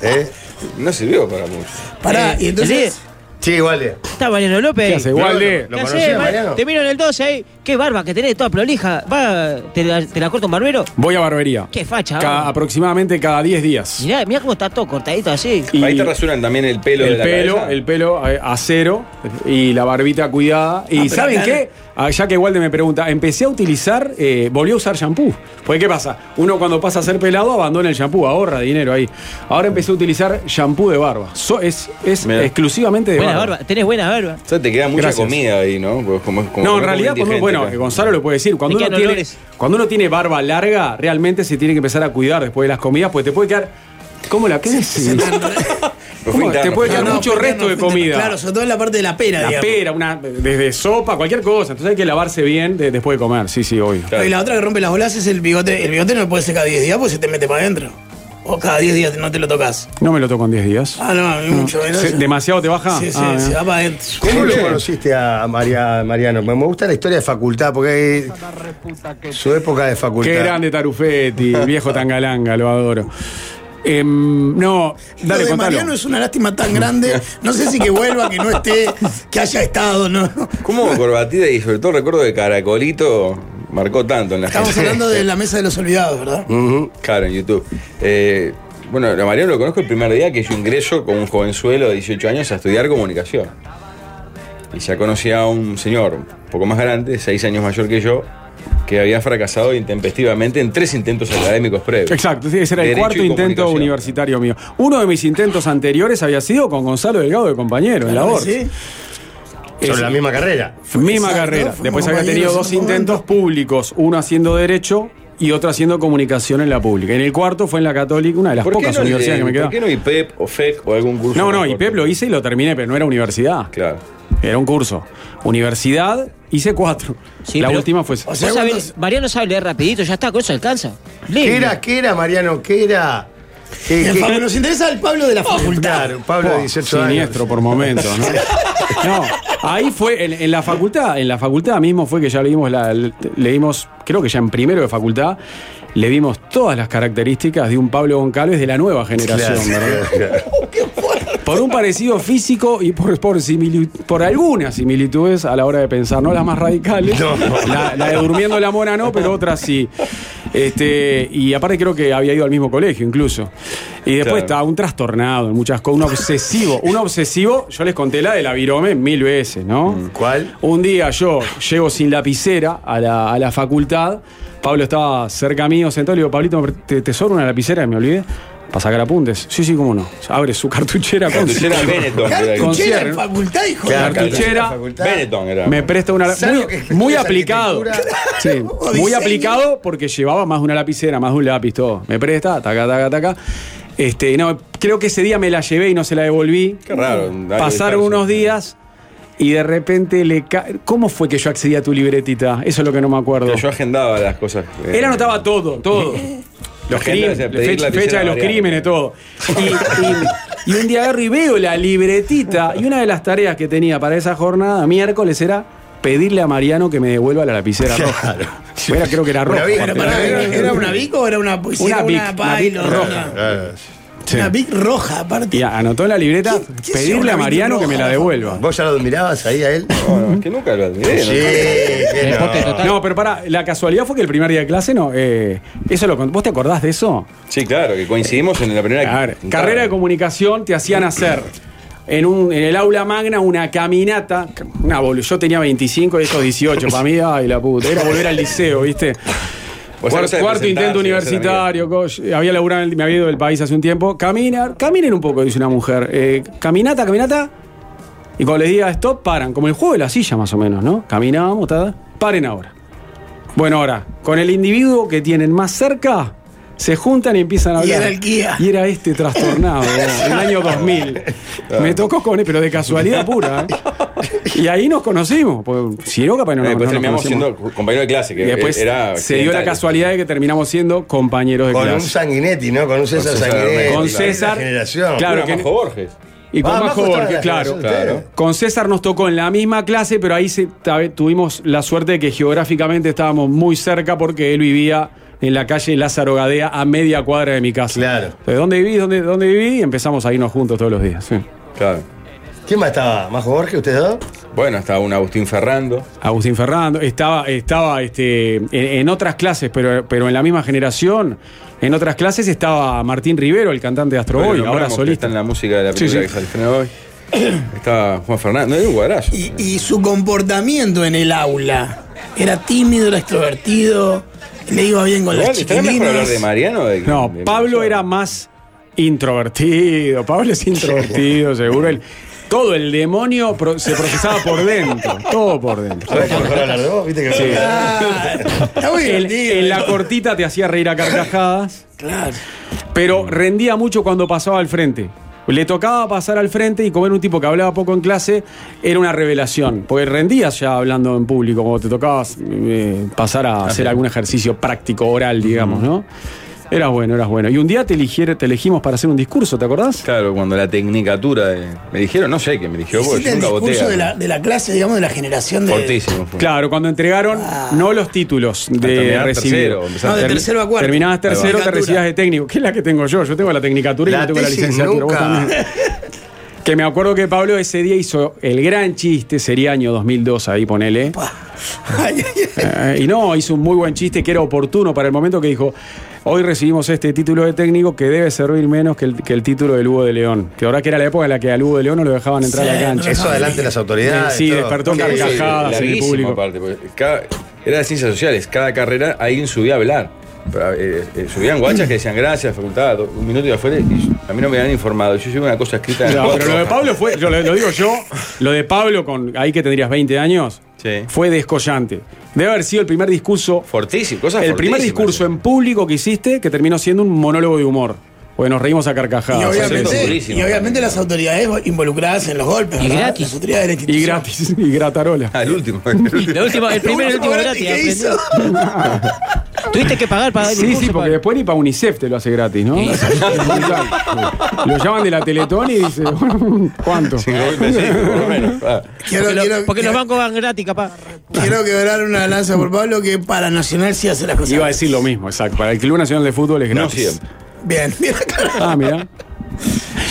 B: ¿eh?
A: No sirvió para mucho. Eh,
C: Pará, y entonces.
B: Sí, igual.
E: Está Mariano López.
L: ¿Qué hace? Igual
B: eh, ¿Lo
E: ¿Qué
B: conocía,
E: hacés,
B: Mariano?
E: Eh, Te miro en el 12 ahí. Qué barba que tenés, toda prolija. Va, te la, te la corta un barbero.
L: Voy a barbería.
E: Qué facha.
L: Ca-
E: va.
L: aproximadamente cada 10 días.
E: Mirá, mirá cómo está todo cortadito así.
L: Y-
A: Ahí te rasuran también el pelo de
L: El
A: la
L: pelo,
A: cabeza.
L: el pelo eh, a cero y la barbita cuidada. Y
C: pero
L: ¿saben
C: claro.
L: qué? Ah, Ya que Walde me pregunta, empecé a utilizar, eh, volví a usar shampoo. Porque ¿qué pasa? Uno cuando pasa a ser pelado abandona el shampoo, ahorra dinero ahí. Ahora empecé a utilizar shampoo de barba. So- es es
A: Mirá.
L: exclusivamente de
E: Buena
L: barba.
E: barba. Tenés buena barba.
A: O sea, te queda mucha
L: Gracias.
A: comida ahí, ¿no? Porque como- como-
L: No,
A: como
L: en realidad, cuando,
A: indigente,
L: bueno,
A: claro.
L: Gonzalo lo puede decir, cuando
E: Me
L: uno,
E: quedan
L: tiene,
E: olores.
L: cuando uno tiene barba larga, realmente se tiene que empezar a cuidar después de las comidas, pues te puede quedar ¿Cómo la qué es? ¿Cómo? Te puede quedar mucho resto de comida.
C: Claro, sobre todo en la parte de la pera,
L: La
C: digamos.
L: pera, una, desde sopa, cualquier cosa. Entonces hay que lavarse bien de- después de comer. Sí, sí, obvio.
C: Y la otra que rompe las bolas es el bigote. El bigote no lo puedes hacer cada 10 días porque se te mete para adentro. O cada 10 días no te lo tocas.
L: No me lo toco en 10 días.
C: Ah, no, a mí mucho. ¿no?
L: Mm. ¿Se- ¿Demasiado te baja?
C: Sí, sí,
L: Ah,
C: se
L: bien.
C: va para adentro.
B: ¿Cómo lo conociste a María, Mariano? Me me gusta la historia de facultad, porque eh, su época de facultad.
L: Qué grande Tarufetti,
C: (laughs)
L: el viejo Tangalanga, lo adoro. Em, no,
C: Lo
L: dale,
C: de
L: contalo.
C: Mariano es una lástima tan grande. No sé si que vuelva, que no esté, que haya estado, ¿no?
A: ¿Cómo Corbatida y sobre todo recuerdo de Caracolito marcó tanto en la
C: Estamos
A: gente?
C: hablando de la mesa de los olvidados, ¿verdad?
A: Ujú, Claro, en YouTube. Eh, bueno, a Mariano lo conozco el primer día que yo ingreso con un jovenzuelo de 18 años a estudiar comunicación. Y ya conocía a un señor un poco más grande, 6 años mayor que yo, que había fracasado intempestivamente en tres intentos académicos previos.
L: Exacto, sí, ese era el
A: Este, Derecho
L: cuarto
A: y
L: intento
A: comunicación.
L: universitario mío. Uno de mis intentos anteriores había sido con Gonzalo Delgado de compañero, en la
B: Claro que sí.
L: ORT. Es-
B: Sobre la misma carrera.
L: Misma
B: Exacto,
L: carrera.
B: fuimos
L: Después había tenido
B: compañeros
L: dos
B: en un
L: intentos públicos, uno haciendo derecho y otro haciendo comunicación en la pública. En el cuarto fue en la Católica, una de las
A: ¿Por qué
L: pocas
A: no el
L: universidades
A: de-
L: que me quedaban.
A: ¿Por qué no IPEP o FEC o algún curso?
L: No,
A: más
L: no,
A: corto?
L: IPEP lo hice y lo terminé, pero no era universidad.
A: Claro.
L: Era un curso. Universidad, hice cuatro.
E: Sí,
L: la
E: pero-
L: última fue.
E: Vos sabés, Mariano sabe leer rapidito, ya está, con eso alcanza.
B: ¿Qué
E: Lee.
B: era, qué era, Mariano? ¿Qué era?
E: El Pablo- nos
C: interesa el Pablo de la facultad.
B: Claro, Pablo de
L: Buah,
B: 18 años.
L: Siniestro por momentos,
B: (laughs)
L: ¿no? No, ahí fue, en, en la facultad, en la facultad mismo fue que ya leímos, la, leímos, creo que ya en primero de facultad, le vimos todas las características de un Pablo Goncalves de la nueva generación,
B: Claro,
L: ¿verdad? Por un parecido físico y por, por, simili- por algunas similitudes a la hora de pensar, no las más radicales. La, la de durmiendo la mona no, pero otras sí. Este, y aparte creo que había ido al mismo colegio incluso. Y después
M: Claro.
L: estaba un trastornado en muchas cosas, un obsesivo. Un obsesivo, yo les conté la de la virome mil veces, ¿no?
B: ¿Cuál?
L: Un día yo llego sin lapicera a la, a la facultad. Pablo estaba cerca mío sentado. Le digo, Pablito, ¿te, te sobra una lapicera? Me olvidé. Para sacar apuntes. Sí, sí, cómo no. Abre su cartuchera con
A: Cartuchera Benetton.
L: con
C: Cartuchera
L: cierre,
C: en
L: ¿no?
C: facultad, hijo
L: Claro,
C: de
L: cartuchera.
A: Benetton era.
L: Me presta una
A: ¿Sabes
L: muy,
A: lo que es
L: muy
A: esa
L: aplicado. (laughs) Sí, muy
A: diseño?
L: aplicado porque llevaba más de una lapicera, más de un lápiz, todo. Me presta, taca, taca, taca. Este, no, creo que ese día me la llevé y no se la devolví. Qué
A: raro.
L: Pasaron unos días y de repente le cae. ¿Cómo fue que yo accedí a tu libretita? Eso es lo que no me acuerdo.
A: Yo agendaba las cosas. eh,
L: Él anotaba todo,
K: (laughs)
L: todo. Los
A: Agenda,
L: crímenes,
A: o sea, pedir
L: fecha,
A: lapicera
L: fecha de los
A: variable.
L: crímenes, todo. Y, y- y un día agarro y veo la libretita. Y una de las tareas que tenía para esa jornada, miércoles, era pedirle a Mariano que me devuelva la lapicera roja. Era- creo que era roja.
C: Una Vic,
L: aparte.
C: pero pará, ¿era- ¿Era una Vic o era una poesía?
L: Una
C: Era
L: Vic,
C: Una
L: una Vic
C: Pilo,
L: roja.
C: una- Una Vic roja, aparte.
L: Y anotó en la libreta
C: qué sea
L: pedirle
C: una
L: a
C: Vic
L: Mariano que
C: roja?
L: me la devuelva.
B: ¿Vos ya lo admirabas ahí a él?
A: No, es que nunca lo admiré.
L: Sí,
B: que
L: no. No, pero para, la casualidad fue que el primer día de clase no. eh, eso lo, con- ¿Vos te acordás de eso?
A: Sí, claro, que coincidimos en la primera
L: Claro. Carrera de comunicación te hacían hacer en, un- en el aula magna una caminata. Una bolu- yo tenía 25 y estos 18. Para mí, ay, la puta. Era volver al liceo, ¿viste? Cuar-
A: O sea, Pues no sé,
L: cuarto
A: presentarse,
L: intento
A: hacer
L: universitario, coach. había laburado, en el- me había ido del país hace un tiempo. Caminar, caminen un poco, dice una mujer. Eh, caminata, caminata. Y cuando les diga stop, paran. Como el juego de la silla, más o menos, ¿no? Caminábamos, tada. Paren ahora. Bueno, ahora, con el individuo que tienen más cerca, se juntan y empiezan a
C: Y
L: hablar.
C: era el guía.
L: Y era
C: (laughs)
L: este trastornado, ¿no? el año 2000. Me tocó con él, pero de casualidad pura. ¿eh? Y ahí nos conocimos. porque Si no, capaz no,
A: Eh,
L: nos-
A: después
L: no nos
A: terminamos
L: conocemos.
A: siendo compañero de clase, que
L: Y después
A: era
L: se dio la
A: accidental.
L: casualidad de que terminamos siendo compañeros de
B: Con un
L: clase.
B: Sanguinetti, ¿no? Con un César,
L: César
B: Sanguinetti.
L: Con
B: claro.
L: César,
B: Esa Generación.
L: claro que-
A: Majo Borges.
L: Y con
B: Ah,
L: Majo
B: Majo estaba
L: Borges,
B: en la
L: claro.
B: generación de ustedes.
L: Con César nos tocó en la misma clase, pero ahí se- ta- tuvimos la suerte de que geográficamente estábamos muy cerca porque él vivía en la calle Lázaro Gadea a media cuadra de mi casa. Claro. Entonces, ¿dónde vivís? ¿Dónde, dónde vivís? Y empezamos a irnos juntos todos los días. sí.
A: Claro.
B: ¿Quién más estaba? ¿Majo Borges, ustedes dos?
A: Bueno, estaba un Agustín Ferrando.
L: Agustín Ferrando, estaba, estaba este, en, en otras clases, pero, pero en la misma generación, en otras clases estaba Martín Rivero, el cantante de Astro
A: Bueno,
L: Boy,
A: nombramos
L: ahora
A: que
L: solista.
A: Está en la música de la
L: Sí,
A: película
L: sí.
A: que se estrenó hoy. (clears throat) Estaba Juan Fernández. No, era un guarayo.
C: Y, y su comportamiento en el aula. Era tímido, era extrovertido, le iba bien con las
A: Igual, ¿Estaría mejor hablar
C: chiquilinas.
A: de Mariano? o de-
L: No,
A: de-
L: Pablo era más introvertido. Pablo es introvertido, seguro. El- todo el demonio pro- se procesaba por dentro. Todo por dentro.
B: ¿Sabés que mejor hablar de vos? ¿Viste que
L: Sí.
B: Ah,
L: en, en la cortita te hacía reír a carcajadas.
C: Claro.
L: Pero rendía mucho cuando pasaba al frente. Le tocaba pasar al frente y como era un tipo que hablaba poco en clase, era una revelación. Porque rendías ya hablando en público, como te tocaba eh, pasar a hacer algún ejercicio práctico oral, digamos, ¿no? Eras bueno, eras bueno. Y un día te, eligieron- te elegimos para hacer un discurso, ¿te acordás?
A: Claro, cuando la tecnicatura de- me dijeron, no sé qué me eligió, porque
C: Hiciste
A: yo
C: el
A: nunca
C: discurso
A: voté. a-
C: de, la, de la clase, digamos, de la generación de.
A: Fortísimo fue.
L: Claro, cuando entregaron no los
B: Ah,
L: títulos de
A: terminar
L: recibido.
A: tercero, empezar No, de tercero. tercero a cuarto.
L: Terminabas tercero, te
A: Tecnicatura.
L: recibías de técnico. ¿Qué es la que tengo yo? Yo tengo la tecnicatura y
B: La
L: no tengo la
B: tesis
L: licenciatura. Vos
B: nunca.
L: también. (laughs) Que me acuerdo que Pablo ese día hizo el gran chiste, sería año 2002, ahí ponele. Eh, y no, hizo un muy buen chiste que era oportuno para el momento que dijo, hoy recibimos este título de técnico que debe servir menos que el, que el título del Hugo de León. Que ahora que era la época en la que al Hugo de León no lo dejaban entrar a la cancha.
B: Eso adelante las autoridades.
L: Sí,
B: todo.
L: despertó
B: Sí,
L: carcajadas en el
A: larguísimo,
L: público.
A: aparte, porque cada- era de ciencias sociales, cada carrera alguien subía a hablar. Pero, eh, eh, subían guachas que decían gracias, facultad, do- un minuto y afuera, y yo- a mí no me habían informado. Yo llevé una cosa escrita en el
L: No, pero
A: cuadro.
L: lo de Pablo fue, yo lo, lo digo yo, lo de Pablo con ahí que tendrías 20 años, fue descollante. Debe haber sido el primer discurso.
A: Fortísimo, cosas
L: El primer
A: fortísimas.
L: discurso en público que hiciste que terminó siendo un monólogo de humor. Porque nos reímos a carcajadas.
C: Y
L: Fue
C: obviamente,
L: durísimo.
C: y obviamente las autoridades involucradas en los golpes.
L: Y
C: ¿verdad?
L: gratis.
C: Las autoridades de la
L: Y
C: institución.
L: gratis, (laughs) y gratarola.
A: Ah, el último.
E: El último,
C: (laughs)
E: el primero y el último gratis. aprendí. Tuviste que pagar para dar el
L: Sí, sí,
E: discurso,
L: porque después ni para UNICEF te lo hace gratis, ¿no? (laughs) lo llaman de la Teletón y dice, ¿cuánto?
E: porque, lo- porque los bancos van gratis, capaz.
C: Quiero quebrar una lanza por Pablo que para Nacional sí hace las cosas.
L: Iba a decir lo mismo, exacto. Para el Club Nacional de Fútbol es gratis.
C: Bien, mira cara.
L: Ah, mira.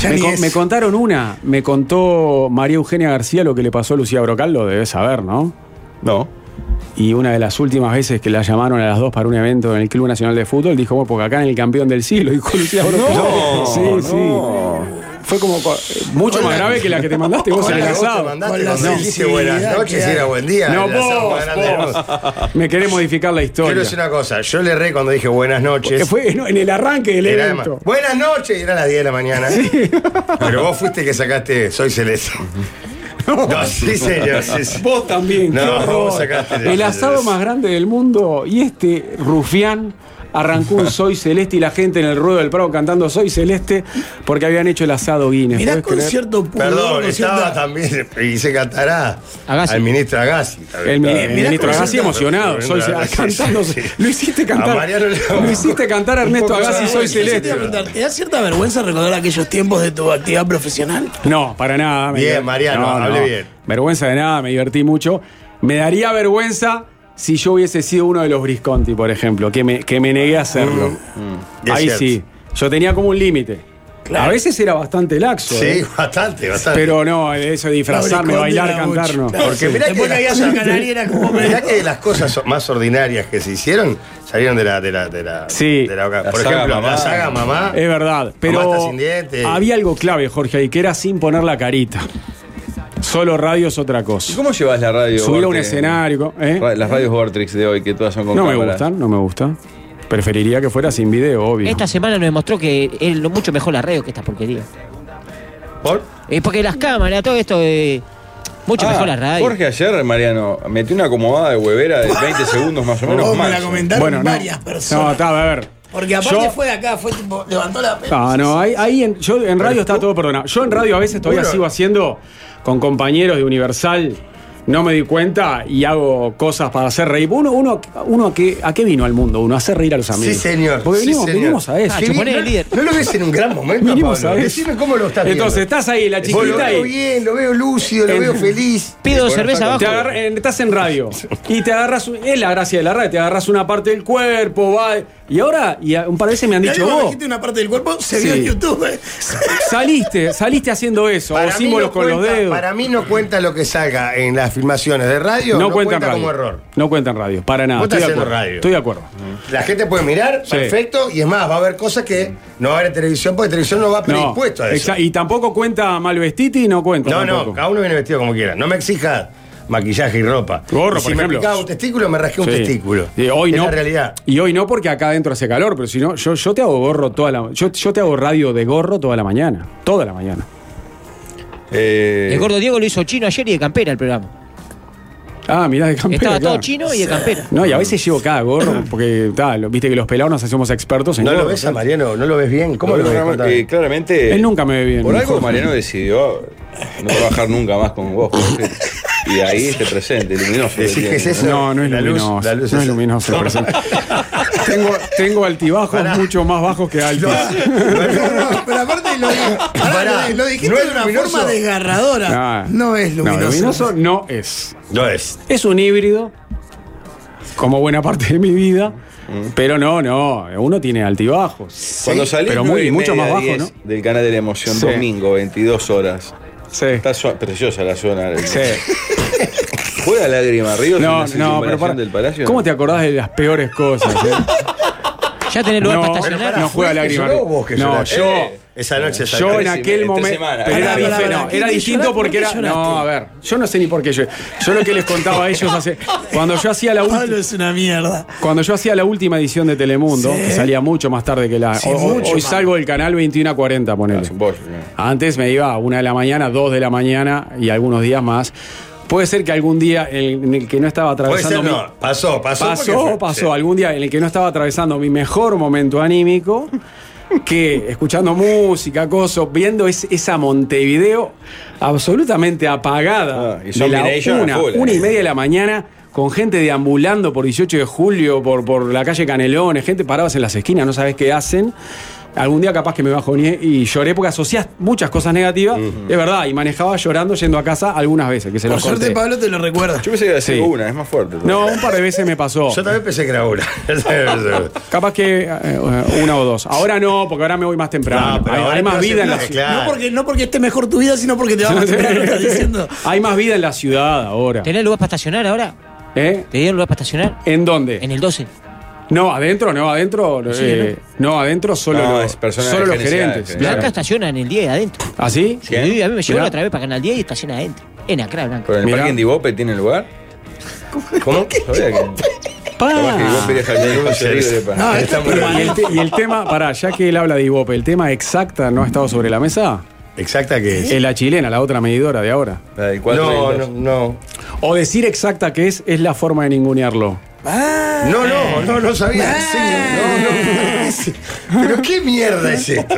C: Ya
L: Me,
C: ni
L: con-
C: es.
L: me contaron una, me contó María Eugenia García lo que le pasó a Lucía Brocal, lo debes saber, ¿no?
A: No.
L: Y una de las últimas veces que la llamaron a las dos para un evento en el Club Nacional de Fútbol, dijo, bueno, porque acá en el campeón del siglo, (laughs) dijo Lucía Brocal.
A: No,
L: sí, sí. Fue como co- mucho más grave que la que te mandaste vos
B: Con
L: en
B: la
L: el
B: que vos te
L: asado.
B: mandaste cuando dijiste buenas noches y era buen día.
L: No,
B: el asado
L: vos,
B: más grande de
L: vos.
B: vos.
L: Me querés modificar la historia.
B: Quiero decir una cosa, yo le erré cuando dije buenas
L: Porque
B: noches.
L: fue en- en el arranque del
B: Era
L: evento.
B: además, buenas noches, y era las 10 de la mañana. Pero vos fuiste que sacaste Soy
L: (laughs)
B: Celeste. No, sí, señor. sí, sí.
L: Vos también.
B: No,
L: qué horror.
B: vos sacaste de-
L: El asado más grande del mundo y este rufián arrancó un Soy Celeste y la gente en el ruedo del Prado cantando Soy Celeste porque habían hecho el asado Guinness.
C: Mirá
L: ¿podés
C: con
L: creer?
C: cierto pudor,
B: Perdón,
C: con
B: estaba
C: cierta-
B: también. Y se cantará
L: Agassi.
B: al ministro Agassi. también.
L: El, mi- el
B: Mirá
L: ministro
B: cómo
L: Agassi
B: se-
L: emocionado. Soy
B: Sí,
L: Celeste,
B: sí,
L: cantando-
B: sí.
L: Lo hiciste
B: A
L: cantar.
B: Mariano Leo.
L: Lo hiciste cantar a Ernesto
C: Un poco
L: Agassi
C: de-
L: Soy
C: Yo te
L: Celeste.
C: iba a preguntar, ¿Te da cierta vergüenza recordar aquellos tiempos de tu actividad profesional?
L: No, para nada. me
B: Bien,
L: diver-
B: Mariano, hable bien.
L: Vergüenza de nada, me divertí mucho. Me daría vergüenza si yo hubiese sido uno de los Brisconti, por ejemplo, que me, que me negué a hacerlo.
B: Es
L: Ahí
B: Mm, cierto.
L: sí. Yo tenía como un límite. A veces era bastante laxo.
B: Sí,
L: ¿eh?
B: bastante, bastante.
L: Pero no, eso de disfrazarme, bailar, cantar, no.
B: Porque mirá que,
C: Después
B: las,
C: caía a San Canario, era como-
B: mirá que las cosas más ordinarias que se hicieron salieron de la. De la, de la
L: Sí.
B: de la- por
A: saga
B: ejemplo,
A: Mamá.
B: la saga Mamá.
L: Es verdad.
B: Mamá
L: Pero
B: está sin dientes.
L: había algo clave, Jorge, ahí, que era sin poner la carita. Solo radio es otra cosa.
A: ¿Cómo llevas la radio?
L: Subir a un
A: Vortex?
L: escenario. ¿eh?
A: Ra- Las radios Vortrix de hoy, que todas son con
L: No me
A: cámara.
L: gustan, no me gusta. Preferiría que fuera sin video, obvio.
E: Esta semana nos demostró que es lo mucho mejor la radio que esta porquería.
B: ¿Por?
E: Eh, porque las cámaras, todo esto, eh, mucho
A: Ah,
E: mejor la radio.
A: Jorge ayer, Mariano, metió una acomodada de huevera de
L: (laughs)
A: 20 segundos más o menos.
C: Oh, me
A: más.
C: la comentaron
L: Bueno, no.
C: varias
L: No,
C: personas.
L: está, a ver.
C: Porque aparte
L: Yo-
C: fue de acá, fue tipo, levantó la
L: Ah, no, ahí, ahí en, yo en radio está todo perdonado. Yo en radio a veces todavía
C: Bueno.
L: sigo haciendo con compañeros de Universal. No me di cuenta y hago cosas para hacer reír. Uno, uno, uno ¿a, qué, ¿a qué vino al mundo? Uno, a hacer reír a los
B: Sí,
L: amigos.
B: señor.
L: Porque
B: sí,
L: vinimos,
B: señor.
L: vinimos a eso.
E: Nacho, poné Ah, el líder.
B: ¿No lo ves en un gran momento,
L: Vinimos
B: Pablo?
L: a eso.
B: Decime cómo lo estás viendo.
L: Entonces, estás ahí, la
B: Vos lo
L: chiquita
B: veo
L: ahí.
B: bien, lo veo lúcido, lo
L: En-
B: veo feliz.
E: Pido
B: Bueno,
E: cerveza
B: saca-
E: abajo.
L: Te agarra- en- estás en radio y te agarras, un- es la gracia de la radio, te agarras una parte del cuerpo, va. Y ahora, y a- un par de veces me han
C: Y
L: dicho
C: algo me
L: vos.
C: dijiste una parte del cuerpo, se vio
L: Sí.
C: en YouTube. eh.
L: Saliste, saliste haciendo eso,
B: Para
L: o
B: mí
L: símbolos
B: no
L: con los
B: cuenta-
L: dedos.
B: Para mí no cuenta lo que salga en las filmaciones de radio.
L: no cuentan radio.
B: como error.
L: No cuentan radio, para nada.
B: Vos
L: Estoy
B: estás
L: de,
B: haciendo
L: acuerdo.
B: radio.
L: Estoy de acuerdo.
B: La gente puede mirar,
L: Sí.
B: perfecto, y es más, va a haber cosas que no va a haber en televisión porque televisión no va
L: No,
B: predispuesto a eso.
L: exa- y tampoco cuenta Malvestiti, no cuenta.
B: No, no,
L: tampoco.
B: cada uno viene vestido como quiera. No me exija maquillaje y ropa.
L: Gorro,
B: Y si
L: por
B: me
L: ejemplo.
B: picaba un testículo, me rasqué un
L: Sí.
B: testículo.
L: Y hoy
B: es
L: no.
B: la realidad.
L: Y hoy no porque acá adentro hace calor, pero si no, yo, yo te hago gorro toda la yo, yo te hago radio de gorro toda la mañana. Toda la mañana.
A: Eh,
B: Eh,
E: El gordo Diego lo hizo chino ayer y de campera el programa.
L: Ah, mirá, de campera.
E: Estaba todo
L: claro.
E: chino y de campera.
L: No, y a veces llevo cada gorro,
B: (clears throat)
L: porque tal, lo- viste que los pelados nos hacemos expertos en
B: ¿No lo
L: gorros, ¿eh?
B: ves
L: ¿no?
B: a Mariano? ¿No lo ves bien? ¿Cómo
A: No,
B: lo ves?
A: no,
B: Contame.
A: eh, claramente.
L: Él nunca me ve bien.
A: Por algo
L: Jorge.
A: Mariano decidió no trabajar nunca más con vos. Jorge. Y ahí este presente, luminoso.
B: ¿Decís
A: que
B: que es eso?
L: No, no es
B: La luz,
L: luminoso.
B: la luz
L: no es
B: esa.
L: luminoso. por eso.
B: (laughs)
L: tengo, tengo altibajos mucho más bajos que altos.
C: Pero aparte lo, pará,
B: Pará,
C: lo- lo dijiste
B: no es
C: de una
B: luminoso.
C: forma desgarradora.
L: Ah.
C: No es luminoso.
L: No, luminoso no es.
B: No es.
L: Es un híbrido, como buena parte de mi vida,
A: Mm.
L: pero no, no. Uno tiene altibajos.
A: Cuando
L: Sí,
A: salís
L: pero
A: nueve
L: muy,
A: y
L: mucho
A: media,
L: más bajo,
A: 10
L: ¿no?
A: del canal de la emoción,
L: Sí.
A: domingo, 22 horas. Está so- preciosa la zona. Sí. Juega lágrima, río.
L: No, no, pero para-
A: del palacio.
L: ¿Cómo te acordás de las peores cosas? eh?
E: (laughs) Ya tenés lugar para estacionar.
L: no juega lágrima.
B: ¿Lloró vos que
L: no,
B: lloraste?
L: yo.
B: Eh, esa noche
L: yo en
B: salí.
L: aquel momento. Pero
A: Pará,
L: era,
A: pará,
L: dife-
A: pará,
L: no,
A: ¿qué
L: era
A: te
L: distinto
A: lloraste?
L: porque
A: ¿Por
L: era.
A: qué
L: No, a ver. Yo no sé ni por qué yo. Yo lo que les contaba a ellos hace. Cuando yo hacía la
C: Pablo
L: última.
C: es una mierda.
L: Cuando yo hacía la última edición de Telemundo,
C: Sí.
L: que salía mucho más tarde que la.
C: Sí,
L: o- o-
C: mucho
L: hoy
C: más.
L: salgo del canal 21 a 40, ponele. Antes me iba a una de la mañana, dos de la mañana y algunos días más. Puede ser que algún día en el que no estaba
B: Puede
L: atravesando.
B: ser,
L: mi-
B: no. Pasó, pasó. porque
L: Pasó,
B: fue-
L: pasó.
B: sí.
L: Algún día en el que no estaba atravesando mi mejor momento anímico, que escuchando música, coso, viendo es- esa Montevideo absolutamente apagada.
A: Ah, y
L: de la
A: Zombie Nation
L: una,
A: a full,
L: una y
A: eh.
L: media de la mañana, con gente deambulando por 18 de julio, por, por la calle Canelones, gente paradas en las esquinas, no sabes qué hacen. Algún día capaz que me bajoné y lloré porque asociás muchas cosas negativas, de verdad, y manejaba llorando yendo a casa algunas veces, que se
C: Por
L: los
C: suerte,
L: conté.
C: Pablo te lo recuerda.
A: Yo pensé que era
L: Sí.
A: una, es más fuerte.
L: No, un par de veces me pasó.
B: Yo también pensé que era
L: (laughs)
B: una. (laughs)
L: Capaz que eh, una o dos. Ahora no, porque ahora me voy más temprano.
B: No, pero
L: hay,
B: ahora
L: hay más
B: entonces,
L: vida en la
B: claro,
L: ciudad.
C: No, porque, no porque esté mejor tu vida, sino porque te va a temprano, estás
L: (laughs)
C: diciendo.
L: Hay más vida en la ciudad ahora.
E: ¿Tenés lugar para estacionar ahora?
L: ¿Eh?
E: ¿Te dieron lugar para estacionar?
L: ¿En dónde?
E: En el 12.
L: No, adentro, no, adentro. eh, no, adentro solo,
A: No,
L: los-
A: es personal
L: solo los
A: gerencial,
L: gerentes.
A: gerencial.
E: Acá
L: claro. ¿Ah,
E: estaciona en el 10 adentro.
L: ¿Así?
E: Sí, a mí me llegó
L: Mirá.
E: la otra vez para Canal 10 y estaciona adentro. En Acra Blanca.
A: ¿Pero en el
L: Mirá.
A: parque Indivope tiene lugar? ¿Cómo? Sabía que- Capaz que Indivope deja
B: Ah.
A: el espacio libre para-
C: No,
L: Y el, te- y el tema, pará, ya que él habla de Ibope, ¿el tema exacta no ha estado sobre la mesa?
B: Exacta que es.
L: Es la chilena, la otra medidora de ahora.
A: La del cuatro y
B: No,
A: el
B: no,
A: dos.
B: no.
L: O decir exacta que es, es la forma de ningunearlo.
C: Ah,
B: No, no, no, no sabía. Sí, no, no.
L: (laughs)
B: Pero qué mierda es esto.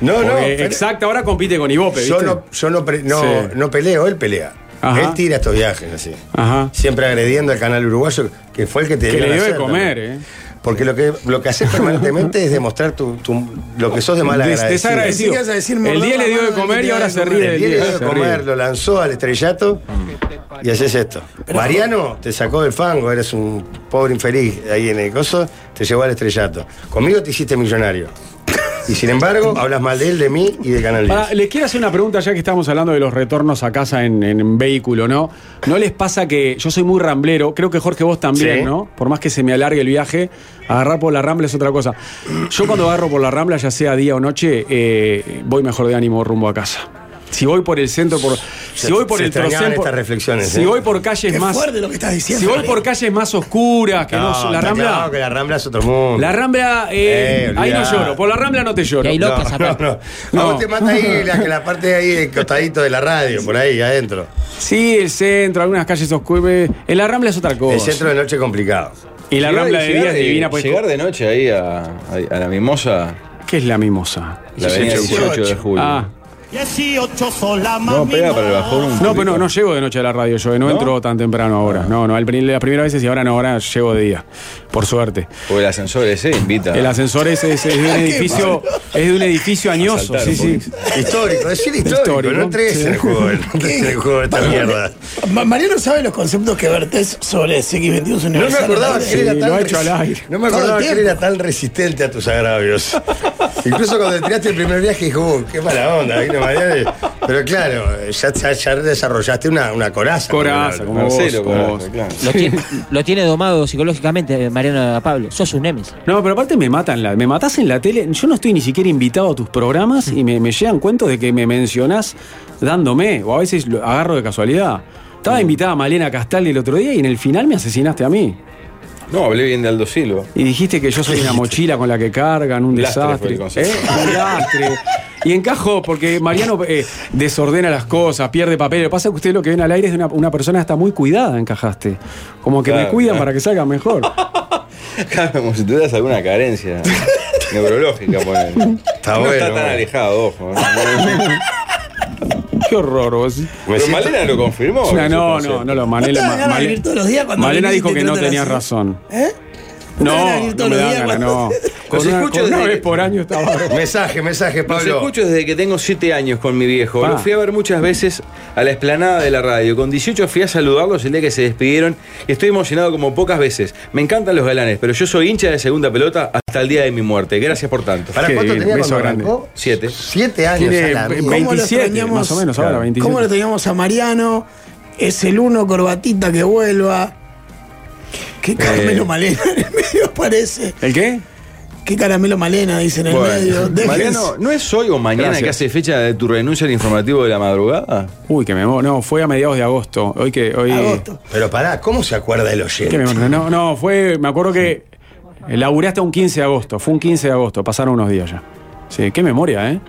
B: No, no.
L: Porque
B: pero-
L: exacta ahora compite con Ibope, ¿viste?
B: Yo no, yo no, pre- no,
L: Sí.
B: no peleo, él pelea.
L: Ajá.
B: Él tira estos viajes así.
L: Ajá.
B: Siempre agrediendo al canal uruguayo, que fue el que te
L: Que le
B: dieron
L: dio de
B: hacer
L: comer,
B: también.
L: ¿eh?
B: Porque lo que, lo que haces permanentemente es demostrar tu, tu- lo que sos de mal
L: Des-
B: agradecido.
L: desagradecido.
C: Pensé que ibas a decir morder
L: el día
C: la
L: le dio de
C: mano
L: comer
C: del
L: y
C: que
L: ahora
C: te da
L: se
C: de comer.
L: ríe
B: El
L: del
B: día
L: día.
B: le dio
L: Se
B: de
L: ríe.
B: comer, lo lanzó al estrellato y haces esto. Mariano te sacó del fango, eres un pobre infeliz ahí en el coso, te llevó al estrellato. Conmigo te hiciste millonario. Y sin embargo, hablas mal de él, de mí y de Canal 10.
L: Pará, les quiero hacer una pregunta ya que estamos hablando de los retornos a casa en, en vehículo, ¿no? ¿No les pasa que yo soy muy ramblero? Creo que Jorge vos también,
B: Sí.
L: ¿no? Por más que se me alargue el viaje, agarrar por la rambla es otra cosa. Yo cuando agarro por la rambla, ya sea día o noche, eh, voy mejor de ánimo rumbo a casa. Si voy por el centro, por, si voy por
B: se
L: el
B: extrañaban
L: trocén, por-
B: estas reflexiones,
L: si
B: ¿eh?
L: voy por calles
C: qué
L: más,
C: fuerte lo que estás diciendo.
L: si voy
C: Mariano.
L: por calles más oscuras, que no, la
B: está
L: rambla,
B: claro que la Rambla es otro mundo.
L: La Rambla, eh,
B: Eh,
L: ahí no
B: olvidá.
L: lloro. Por la Rambla no te lloro.
E: Y ahí
L: No.
E: lo-
B: No,
E: Locas,
B: no,
E: aparte.
B: no.
L: No.
B: A vos te mata ahí
L: (laughs)
B: la, que la parte de ahí, el costadito de la radio, por ahí, adentro.
L: Sí, el centro, algunas calles oscuras. En la Rambla es otra cosa.
B: El centro de noche es complicado.
L: Y la
A: Llegar-
L: Rambla de
A: llegar
L: Díaz Divina. Pues,
A: Llegar de noche ahí a, a- a la mimosa,
L: ¿Qué es la mimosa?
A: la avenida 18 de julio.
L: Ah.
K: 18 son la
A: No, pega para el bajón un
L: No, pero no,
A: poquito.
L: no llego de noche a la radio yo, eh, no, entro tan temprano ahora. No, no, al prin- las primeras veces y ahora no, ahora llego de día. Por suerte.
A: Porque el ascensor ese invita.
L: El ascensor ese es, es de
A: (laughs)
L: un edificio, es de un edificio añoso.
A: Asaltaron,
L: Sí, sí.
B: Histórico, decir histórico,
L: Histórico,
B: no entres
L: sí.
B: en el juego,
L: (laughs)
B: no entres en el juego de esta mierda.
C: Ma- Mariano sabe los conceptos que vertés
L: eh,
C: sobre CX22 Universal.
B: No me acordaba
C: ¿verdad?
B: que él era
L: Sí,
B: tan
L: lo ha hecho al
B: resi-
L: aire.
B: No me
C: Todo el
B: acordaba que él
C: tiempo.
B: era tan resistente a tus agravios. Incluso cuando te tiraste el primer viaje dijo, "Uh, qué mala onda, vino Mariano. Pero claro, ya, ya- ya desarrollaste una, una coraza.
L: Coraza,
B: Mariano.
L: como vos,
A: Marcelo,
L: como
A: claro,
L: vos.
A: claro.
E: Lo tiene, lo tiene domado psicológicamente eh, Mariano a Pablo. Sos un Nemes.
L: No, pero aparte me matan, la, me matás en la tele. Yo no estoy ni siquiera invitado a tus programas y me, me llegan cuentos de que me mencionás dándome, o a veces lo agarro de casualidad. Estaba invitada a Malena Castaldi el otro día y en el final me asesinaste a mí.
A: No, hablé bien de Aldo Silva.
E: (laughs)
L: Y dijiste que yo soy una mochila con la que cargan, un
A: Lastre fue
L: desastre.
A: el concepto.
L: ¿Eh? Un lastre. Y encajó, porque Mariano eh, desordena las cosas, pierde papel. Lo que pasa es que usted lo que ven al aire es de una, una persona está muy cuidada, encajaste. Como que me
A: Claro,
L: cuidan
A: claro.
L: para que salga mejor.
A: Claro, (laughs) como si tuvieras
L: (laughs)
A: alguna carencia neurológica, ponele. no
L: bueno,
A: está tan
L: bueno.
A: alejado, ojo.
L: Qué horror vos.
A: Pero Malena lo confirmó.
L: No,
A: en su
L: no,
A: concierto.
L: no, no, lo Malena.
A: te dan ganas de
L: Male-
A: vivir todos los días cuando
L: Malena
A: venís y
L: dijo
A: te
L: que no
A: tratan
L: tenía
A: así?
L: razón.
C: ¿Eh?
L: No,
B: te dan ganas de
L: no,
B: ir todos
L: me
B: los
L: dan
B: días
L: ganas,
B: cuando-
L: no. Con
A: Los
L: una,
A: escucho
L: con una
A: desde-
L: vez por año está
B: (laughs)
L: bárbaro.
B: Mensaje, mensaje,
A: Los
B: Pablo.
A: escucho desde que tengo 7 años con mi viejo.
B: Pa.
L: Ah.
A: Los fui a ver muchas veces a la explanada de la radio. Con 18 fui a saludarlos el día que se despidieron y estoy emocionado como pocas veces. Me encantan los galanes, pero yo soy hincha de segunda pelota hasta el día de mi muerte. Gracias por tanto.
B: ¿Para cuánto tenía cuando arrancó?
A: 7.
B: Siete años.
A: Tiene
B: a la mierda.
C: ¿Cómo lo extrañamos- ¿Cómo lo teníamos a Mariano? Es el uno corbatita que vuelva. Qué caramelo Malena en el medio parece.
L: Eh. ¿El qué?
C: Qué caramelo Malena dicen en el
L: (laughs)
C: medio. Déjense.
A: Mariano, ¿no es hoy o mañana
L: Gracias.
A: que hace fecha de tu renuncia al informativo de la madrugada?
L: Uy, que me mo- No, fue a mediados de agosto. Hoy que. Hoy...
C: Agosto.
B: Pero pará, ¿cómo se acuerda el oyente?
L: Que me- no, no, fue. Me acuerdo que laburé hasta un 15 de agosto. Fue un 15 de agosto, pasaron unos días ya. Sí, qué memoria, ¿eh?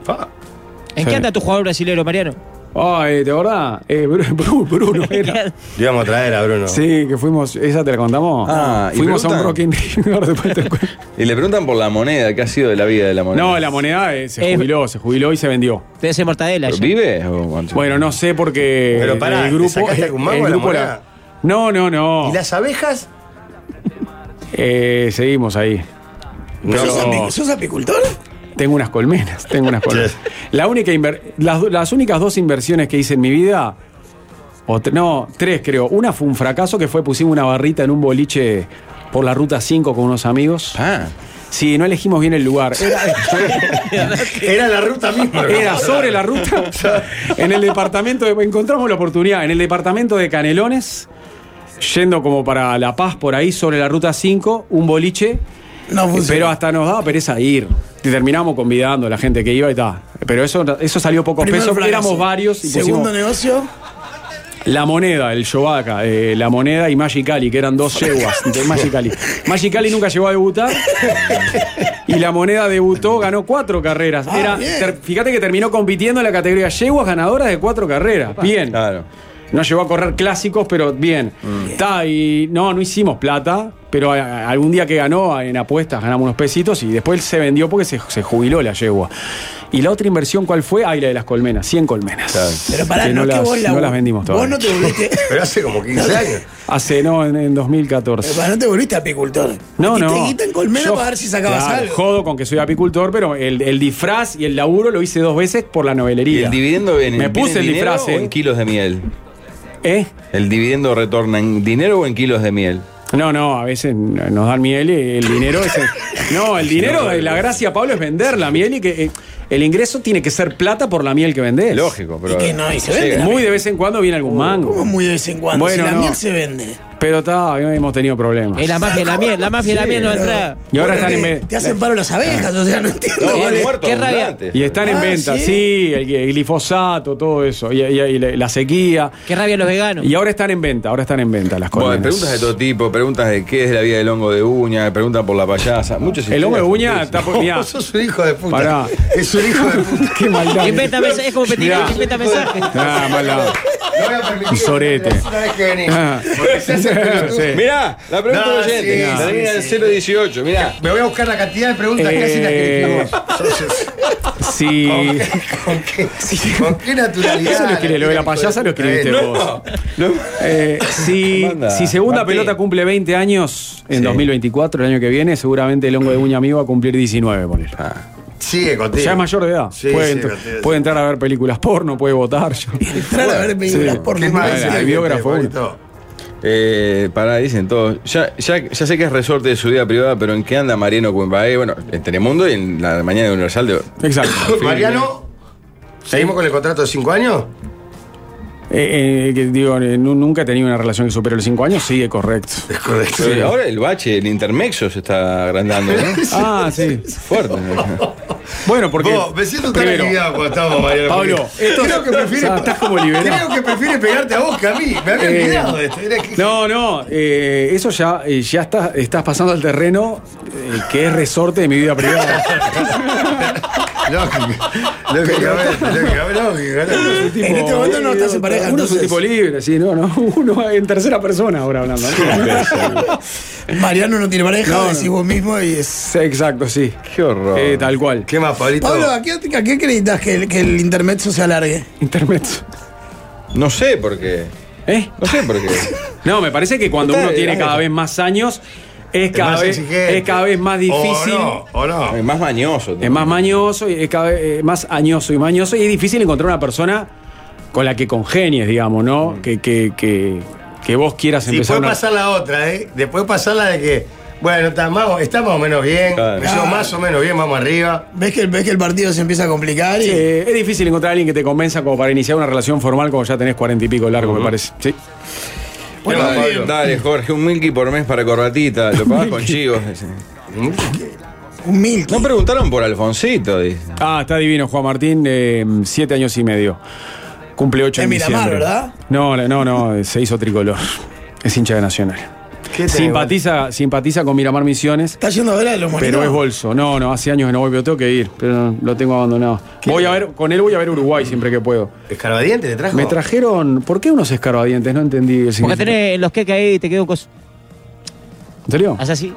E: ¿En qué anda tu jugador brasilero, Mariano?
L: Ay, ¿te acordás? Eh, Bru- (laughs)
E: (laughs)
L: Bru- Bruno era.
B: Íbamos a traer a Bruno.
L: Sí, que fuimos. ¿Esa te la contamos?
A: Ah, y
L: fuimos a un
A: preguntan-
L: Rock in Rio, ahora después te cuento.
A: Y le preguntan por la moneda, ¿qué ha sido de la vida de la moneda?
L: No, la moneda eh, se
A: Eh,
L: jubiló, se jubiló y se vendió.
E: Te hace mortadela.
A: ¿Pero ¿Vive? o-
L: Bueno, no sé porque.
B: Pero pará,
L: el
B: ¿le
L: grupo.
B: sacaste
L: el-
B: algún mango
L: el
B: a la
L: grupo era-
B: moneda?
L: No, no, no.
B: ¿Y las abejas?
L: Eh, seguimos ahí.
C: ¿Sos
L: Pero-
C: api- ¿Sos apicultor?
L: Tengo unas colmenas, tengo unas
B: (laughs)
L: colmenas. La única inver- las, do- las únicas dos inversiones que hice en mi vida, o tre- no, tres creo. Una fue un fracaso que fue pusimos una barrita en un boliche por la ruta 5 con unos amigos.
A: Ah.
L: Sí, no elegimos bien el lugar.
B: (laughs)
L: Era,
B: Era la ruta misma.
L: Era sobre la
B: (laughs)
L: ruta. En el departamento, de- encontramos la oportunidad, en el departamento de Canelones, yendo como para La Paz por ahí, sobre la ruta 5, un boliche. Pero hasta nos daba pereza ir. Y Terminamos convidando a la gente que iba y tal. Pero eso, eso salió pocos
C: Primero
L: pesos.
C: fracaso.
L: Éramos varios y
C: Segundo
L: pusimos
C: negocio.
L: la moneda, el Yovaca, eh, la moneda y Magicali, que eran dos yeguas de Magicali. Magicali nunca llegó a debutar. Y la moneda debutó, ganó cuatro carreras.
C: Ah,
L: Era,
C: bien.
L: ter- fíjate que terminó compitiendo en la categoría yeguas ganadoras de cuatro carreras. Bien. No llegó a correr clásicos, pero bien.
C: Mm.
L: Ta, y no, no hicimos plata, pero a- a- algún día que ganó en apuestas ganamos unos pesitos y después se vendió porque se, se jubiló la yegua. ¿Y la otra inversión cuál fue? Ay, la de las colmenas, 100 colmenas.
C: Pero pará,
L: Que
C: no, es que
L: las,
C: vos la-
L: no las vendimos
C: vos
L: todas.
C: no te
L: (laughs)
C: volviste-
B: (laughs) Pero hace como 15 años.
L: Hace, no, en, en 2014.
C: Pero pará, eh, no te volviste apicultor.
L: No,
C: Metiste
L: no.
C: guita en colmena
L: Yo-
C: para ver si sacabas
L: claro,
C: algo.
L: Jodo con que soy apicultor, pero el, el disfraz y el laburo lo hice dos veces por la novelería.
A: ¿Y el dividendo viene,
L: Me
A: viene
L: puse
A: en
L: el
A: dinero
L: disfraz.
A: o
L: eh.
A: en kilos de miel?
L: ¿Eh?
A: ¿El dividendo retorna en dinero o en kilos de miel?
L: No, no, a veces nos dan miel y el dinero
A: (laughs)
L: es. el- no, el dinero, eh, la gracia, Pablo, es vender la miel y que eh, el ingreso tiene que ser plata por la miel que vendés. Lógico,
A: pero- Y que no, y se vende la
L: Muy
A: miel.
L: de vez en cuando viene
C: Uh.
L: algún mango.
C: ¿Cómo muy de vez en cuando?
L: Bueno,
C: si la
L: no.
C: miel se vende.
L: Pero está, hemos tenido problemas.
E: Es la mafia de la miel, la mafia de la miel no entra. Eh,
L: Y
C: Bueno,
L: ahora están en Ah.
C: te-
L: vez-
C: Te hacen paro las abejas, o sea, no entiendo.
L: No,
C: vale.
E: Qué rabia.
L: Y están en
C: Ah,
L: venta,
C: ¿sí?
L: ¿sí? el, el glifosato, todo eso, y, y- y la la sequía.
E: Qué rabia los veganos.
L: Y ahora están en venta, ahora están en venta las
A: Bueno,
L: cosas.
A: hay preguntas de todo tipo, preguntas de qué es la vida del hongo de uña, preguntan por la payasa, muchos
L: El hongo de uña está por-
A: (laughs)
L: mirá.
B: sos un hijo de puta.
L: Pará.
B: Es un hijo de puta.
L: Qué maldad.
E: Inventa mensajes, es como
L: Mirá.
E: Petigol, inventa mensajes.
L: Ah, maldad.
B: No voy a permitir.
L: Un sorete.
B: Una vez que
L: (laughs)
B: venís.
L: Ah.
B: Porque se
L: (laughs)
B: hace pelotudo.
L: Sí.
A: Mirá, la pregunta
B: No,
A: del oyente,
B: sí,
A: termina
B: sí,
A: en 018, mirá.
B: Me voy a buscar la cantidad de preguntas
L: Eh,
B: casi las que elegimos.
L: Sí.
B: ¿Con qué, con qué naturalidad?
L: Eso lo escribí, lo de la
B: hijo
L: payasa lo
B: puta.
L: escribiste
B: No.
L: vos. Eh, si,
A: Manda.
L: si Segunda
A: Martín.
L: Pelota cumple 20 años en
A: Sí.
L: 2024, el año que viene, seguramente el hongo de uña amigo va a cumplir 19, ponele.
B: Sigue contigo.
L: Ya es mayor de edad.
B: Sí,
L: puede,
B: sí,
L: entr-
B: contigo, sí.
L: puede entrar a ver películas porno, puede votar. yo-
C: Entrar a ver películas
L: Sí.
C: porno.
B: ¿Qué más?
L: El
B: dice?
L: biógrafo,
B: Pablito?
A: Eh, pará, dicen todos. Ya, ya, ya sé que es resorte de su vida privada, pero ¿en qué anda Mariano Cuembae? Bueno, en Telemundo y en la mañana de Universal. De...
L: Exacto.
B: Mariano, ¿seguimos con el contrato de 5 años?
L: Eh, eh, que digo, eh, nu- nunca he tenido una relación que supere los 5 años, sigue correcto.
B: Es correcto.
A: Pero
B: (laughs)
A: Ahora el bache, el intermexo se está agrandando, ¿no?
L: Ah, sí.
B: (laughs)
A: Fuerte. ¿no?
L: Bueno, porque.
B: Vos, me siento tan
L: primero,
B: aliviado cuando estamos, Mariano.
L: Pablo,
B: porque
L: esto-
B: Eh, creo que prefieres.
L: o sea, estás como liberado.
B: Creo que prefieres pegarte a vos que a mí. Me había
L: Eh,
B: olvidado de esto. Era que-
L: No, no, eh, eso ya, eh, ya está,
B: (laughs)
L: estás pasando al terreno eh, que es resorte de mi vida privada.
B: Lógico. Lógicamente, lógicamente, lógico, lógico.
L: En este momento no estás en pareja. Uno es un tipo libre, sí, no, (laughs) no. Uno en tercera persona ahora hablando.
C: Mariano no tiene pareja,
L: No, no.
C: decís vos mismo y es.
L: Exacto, sí.
A: Qué horror.
L: tal cual.
B: ¿Qué más, Pablito?
C: Pablo, ¿a qué, a qué acreditas que el, que el intermezzo se alargue?
L: Intermezzo.
A: No sé por qué.
L: ¿Eh?
A: No sé
B: (laughs)
A: por qué.
L: No, me parece que cuando
A: Está
L: uno tiene
A: bien.
L: cada vez más años, es
A: Es
L: cada,
A: más
L: vez,
A: exigente.
L: es cada vez más difícil.
A: Es más mañoso.
L: Es más mañoso, y es cada vez eh, más añoso y mañoso. Y es difícil encontrar una persona con la que congenies, digamos, ¿no?
A: Mm.
L: Que, que, que, que vos quieras
B: Y
L: empezar
B: puede
L: una-
B: pasar la otra, ¿eh? Después pasar la de que, bueno, está más, o- está más o menos bien,
L: Claro.
B: me llevo más o menos bien, vamos arriba.
C: ¿Ves que, ves que el partido se empieza a complicar?
L: Sí, es difícil encontrar a alguien que te convenza como para iniciar una relación formal cuando ya tenés cuarenta y pico de largo, me parece. Sí.
A: Bueno, dale, dale, Jorge, un milky por mes para corbatita. Lo pagas con chivos.
C: Un milky.
A: No preguntaron por Alfonsito. dice.
L: Ah, está divino, Juan Martín, eh, siete años y medio. Cumple ocho
A: En
L: en
A: Miramar,
L: diciembre.
A: ¿verdad?
L: No, la- no, no, eh, se hizo tricolor. Es hincha de Nacional.
B: ¿Qué te-
L: Simpatiza, simpatiza con Miramar Misiones.
C: ¿Está yendo a ver a los
L: Pero
C: monitos?
L: es bolso. No, no, hace años que no voy, pero tengo que ir. Pero lo tengo abandonado. Voy a ver, con él voy a ver Uruguay siempre que puedo.
B: ¿Escarbadiente te trajo?
L: Me trajeron. ¿Por qué unos escarbadientes? No entendí el
E: Porque
L: significado.
E: tenés los queques ahí y te quedó un coso.
L: ¿En serio?
E: Haz así.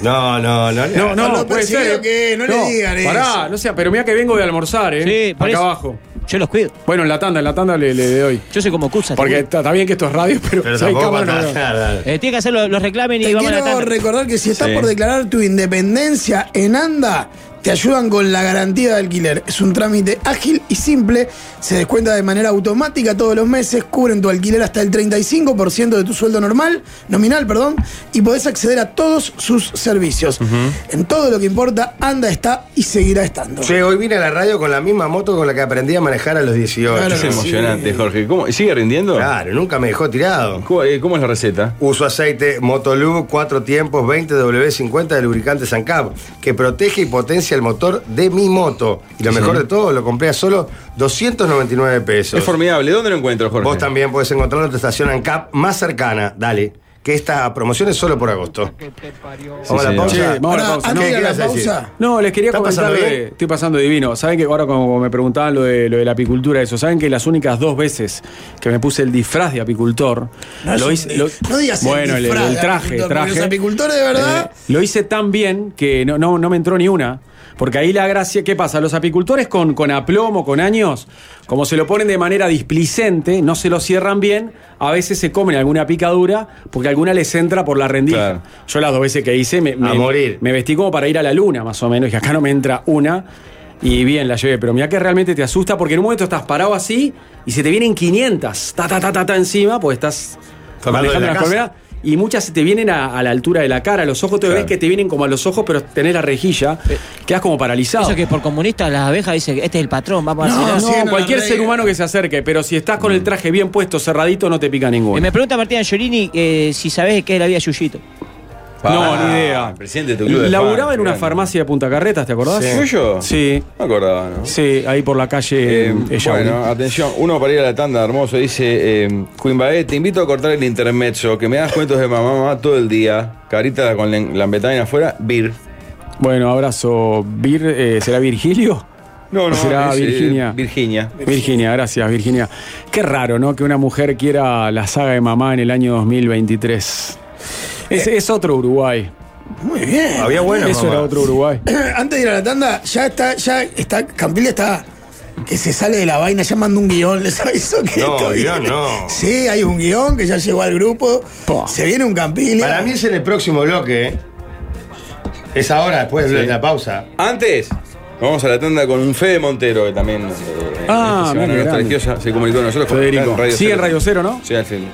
B: No, no, no.
L: No, no,
E: Con lo
L: puede
E: perseguido
L: ser.
E: que es, no le digan
L: pará,
E: eso.
L: no sea, pero mira que vengo de almorzar, ¿eh?
E: Sí, por
L: Acá
E: eso.
L: abajo.
E: Yo los cuido.
L: Bueno, en la tanda, en la tanda le, le doy.
E: Yo soy como Cusa.
L: Porque está, está bien que esto es radio, pero, (laughs) si hay cámara, no, no.
E: Eh, tiene que hacer los, los reclamen y
C: Te
E: vamos a la
C: quiero
E: tanda.
C: recordar que si estás
E: Sí.
C: por declarar tu independencia en ANDA, te ayudan con la garantía de alquiler. Es un trámite ágil y simple, se descuenta de manera automática todos los meses, cubren tu alquiler hasta el 35% de tu sueldo normal, nominal, perdón, y podés acceder a todos sus servicios. En todo lo que importa, ANDA está y seguirá estando.
B: Che, hoy vine a la radio con la misma moto con la que aprendí a manejar a los 18.
A: es emocionante, Jorge. ¿Cómo? ¿Sigue rindiendo?
B: Claro, nunca me dejó tirado.
A: ¿Cómo, eh, cómo es la receta?
B: Uso aceite Motolub 4 tiempos 20W50 de lubricante Sancap, que protege y potencia el motor de mi moto. Y lo
A: Sí.
B: mejor de todo, lo compré a solo 299 pesos.
A: Es formidable. ¿Dónde lo encuentro, Jorge?
B: Vos también podés encontrar en tu estación ANCAP más cercana. Dale, que esta promoción es solo por agosto. Vamos a la pausa.
L: Che, vamos a la pausa.
B: ¿Qué
L: No,
B: ibas a decir?
L: No, les quería
B: ¿Está
L: comentar.
B: pasando
L: de-
B: bien?
L: estoy pasando divino. Saben que ahora, como me preguntaban lo de, lo de la apicultura, eso. Saben que las únicas dos veces que me puse el disfraz de apicultor,
C: No es
L: lo
C: un
L: hice.
C: di-
L: lo-
C: no digas el
L: Bueno, el,
C: disfraz
L: el
C: de
L: traje,
C: apicultor, porque
L: traje.
C: los apicultores de verdad-
L: Eh, lo hice tan bien que no, no, no me entró ni una. Porque ahí la gracia, ¿qué pasa? Los apicultores con, con aplomo, con años, como se lo ponen de manera displicente, no se lo cierran bien, a veces se comen alguna picadura porque alguna les entra por la rendija. Yo las dos veces que hice me, me-
B: morir.
L: me vestí como para ir a la luna, más o menos, y acá no me entra una. Y bien, la llevé, pero mira que realmente te asusta porque en un momento estás parado así y se te vienen 500, ta, ta, ta, ta, ta encima, pues estás
B: hablando de
L: manejando
B: la
L: las
B: casa.
L: colmenas y muchas se te vienen a, a la altura de la cara, los ojos te ves que te vienen como a los ojos, pero tenés la rejilla, quedas como paralizado.
E: Eh, Eso que por comunistas las abejas dicen, este es el patrón, vamos a
L: No,
E: hacer
L: no, cualquier ser humano que se acerque, pero si estás
A: Mm.
L: con el traje bien puesto, cerradito, no te pica ninguno.
E: Eh, me pregunta Martina Giolini eh, si sabes qué es la vida Yuyito.
L: no, ni idea.
A: Presidente de tu club de
L: Laburaba
A: fans,
L: en una
A: grande.
L: farmacia de Punta Carretas, ¿te acordás?
A: Sí. ¿Fui yo?
L: Sí.
A: No me acordaba, ¿no?
L: Sí, ahí por la calle.
A: Eh,
L: ella,
A: bueno, atención, uno para ir a la tanda, hermoso, dice eh, Queen Baet, te invito a cortar el intermezzo, que me das cuentos de mamá, mamá todo el día, carita con la lambetanina afuera, Vir.
L: Bueno, abrazo. Vir, eh, ¿Será Virgilio?
A: No,
L: ¿O
A: no,
L: será
A: es, eh,
L: Virginia?
A: Virginia.
L: Virginia, gracias, Virginia. Qué raro, ¿no? Que una mujer quiera la saga de mamá en el año 2023. Es, es otro Uruguay.
C: Muy bien.
L: Eso era otro Uruguay.
C: (clears throat) Antes de ir a la tanda, ya está, ya está, Campil está que se sale de la vaina, ya mandó un guión, les aviso que
B: No,
C: esto
B: guión
C: viene.
B: no.
C: Sí, hay un guión que ya llegó al grupo. Se viene un Campil.
B: Para mí es en el próximo bloque. ¿eh? Es ahora, después de
A: Sí.
B: la pausa.
A: Antes, vamos a la tanda con un Fede Montero, que también eh,
L: Ah,
A: esta
L: mira,
A: semana
L: grande.
A: nostalgiosa, se comunicó con nosotros.
L: Federico. Sigue en Radio Cero,
A: ¿no? Sí, al fin.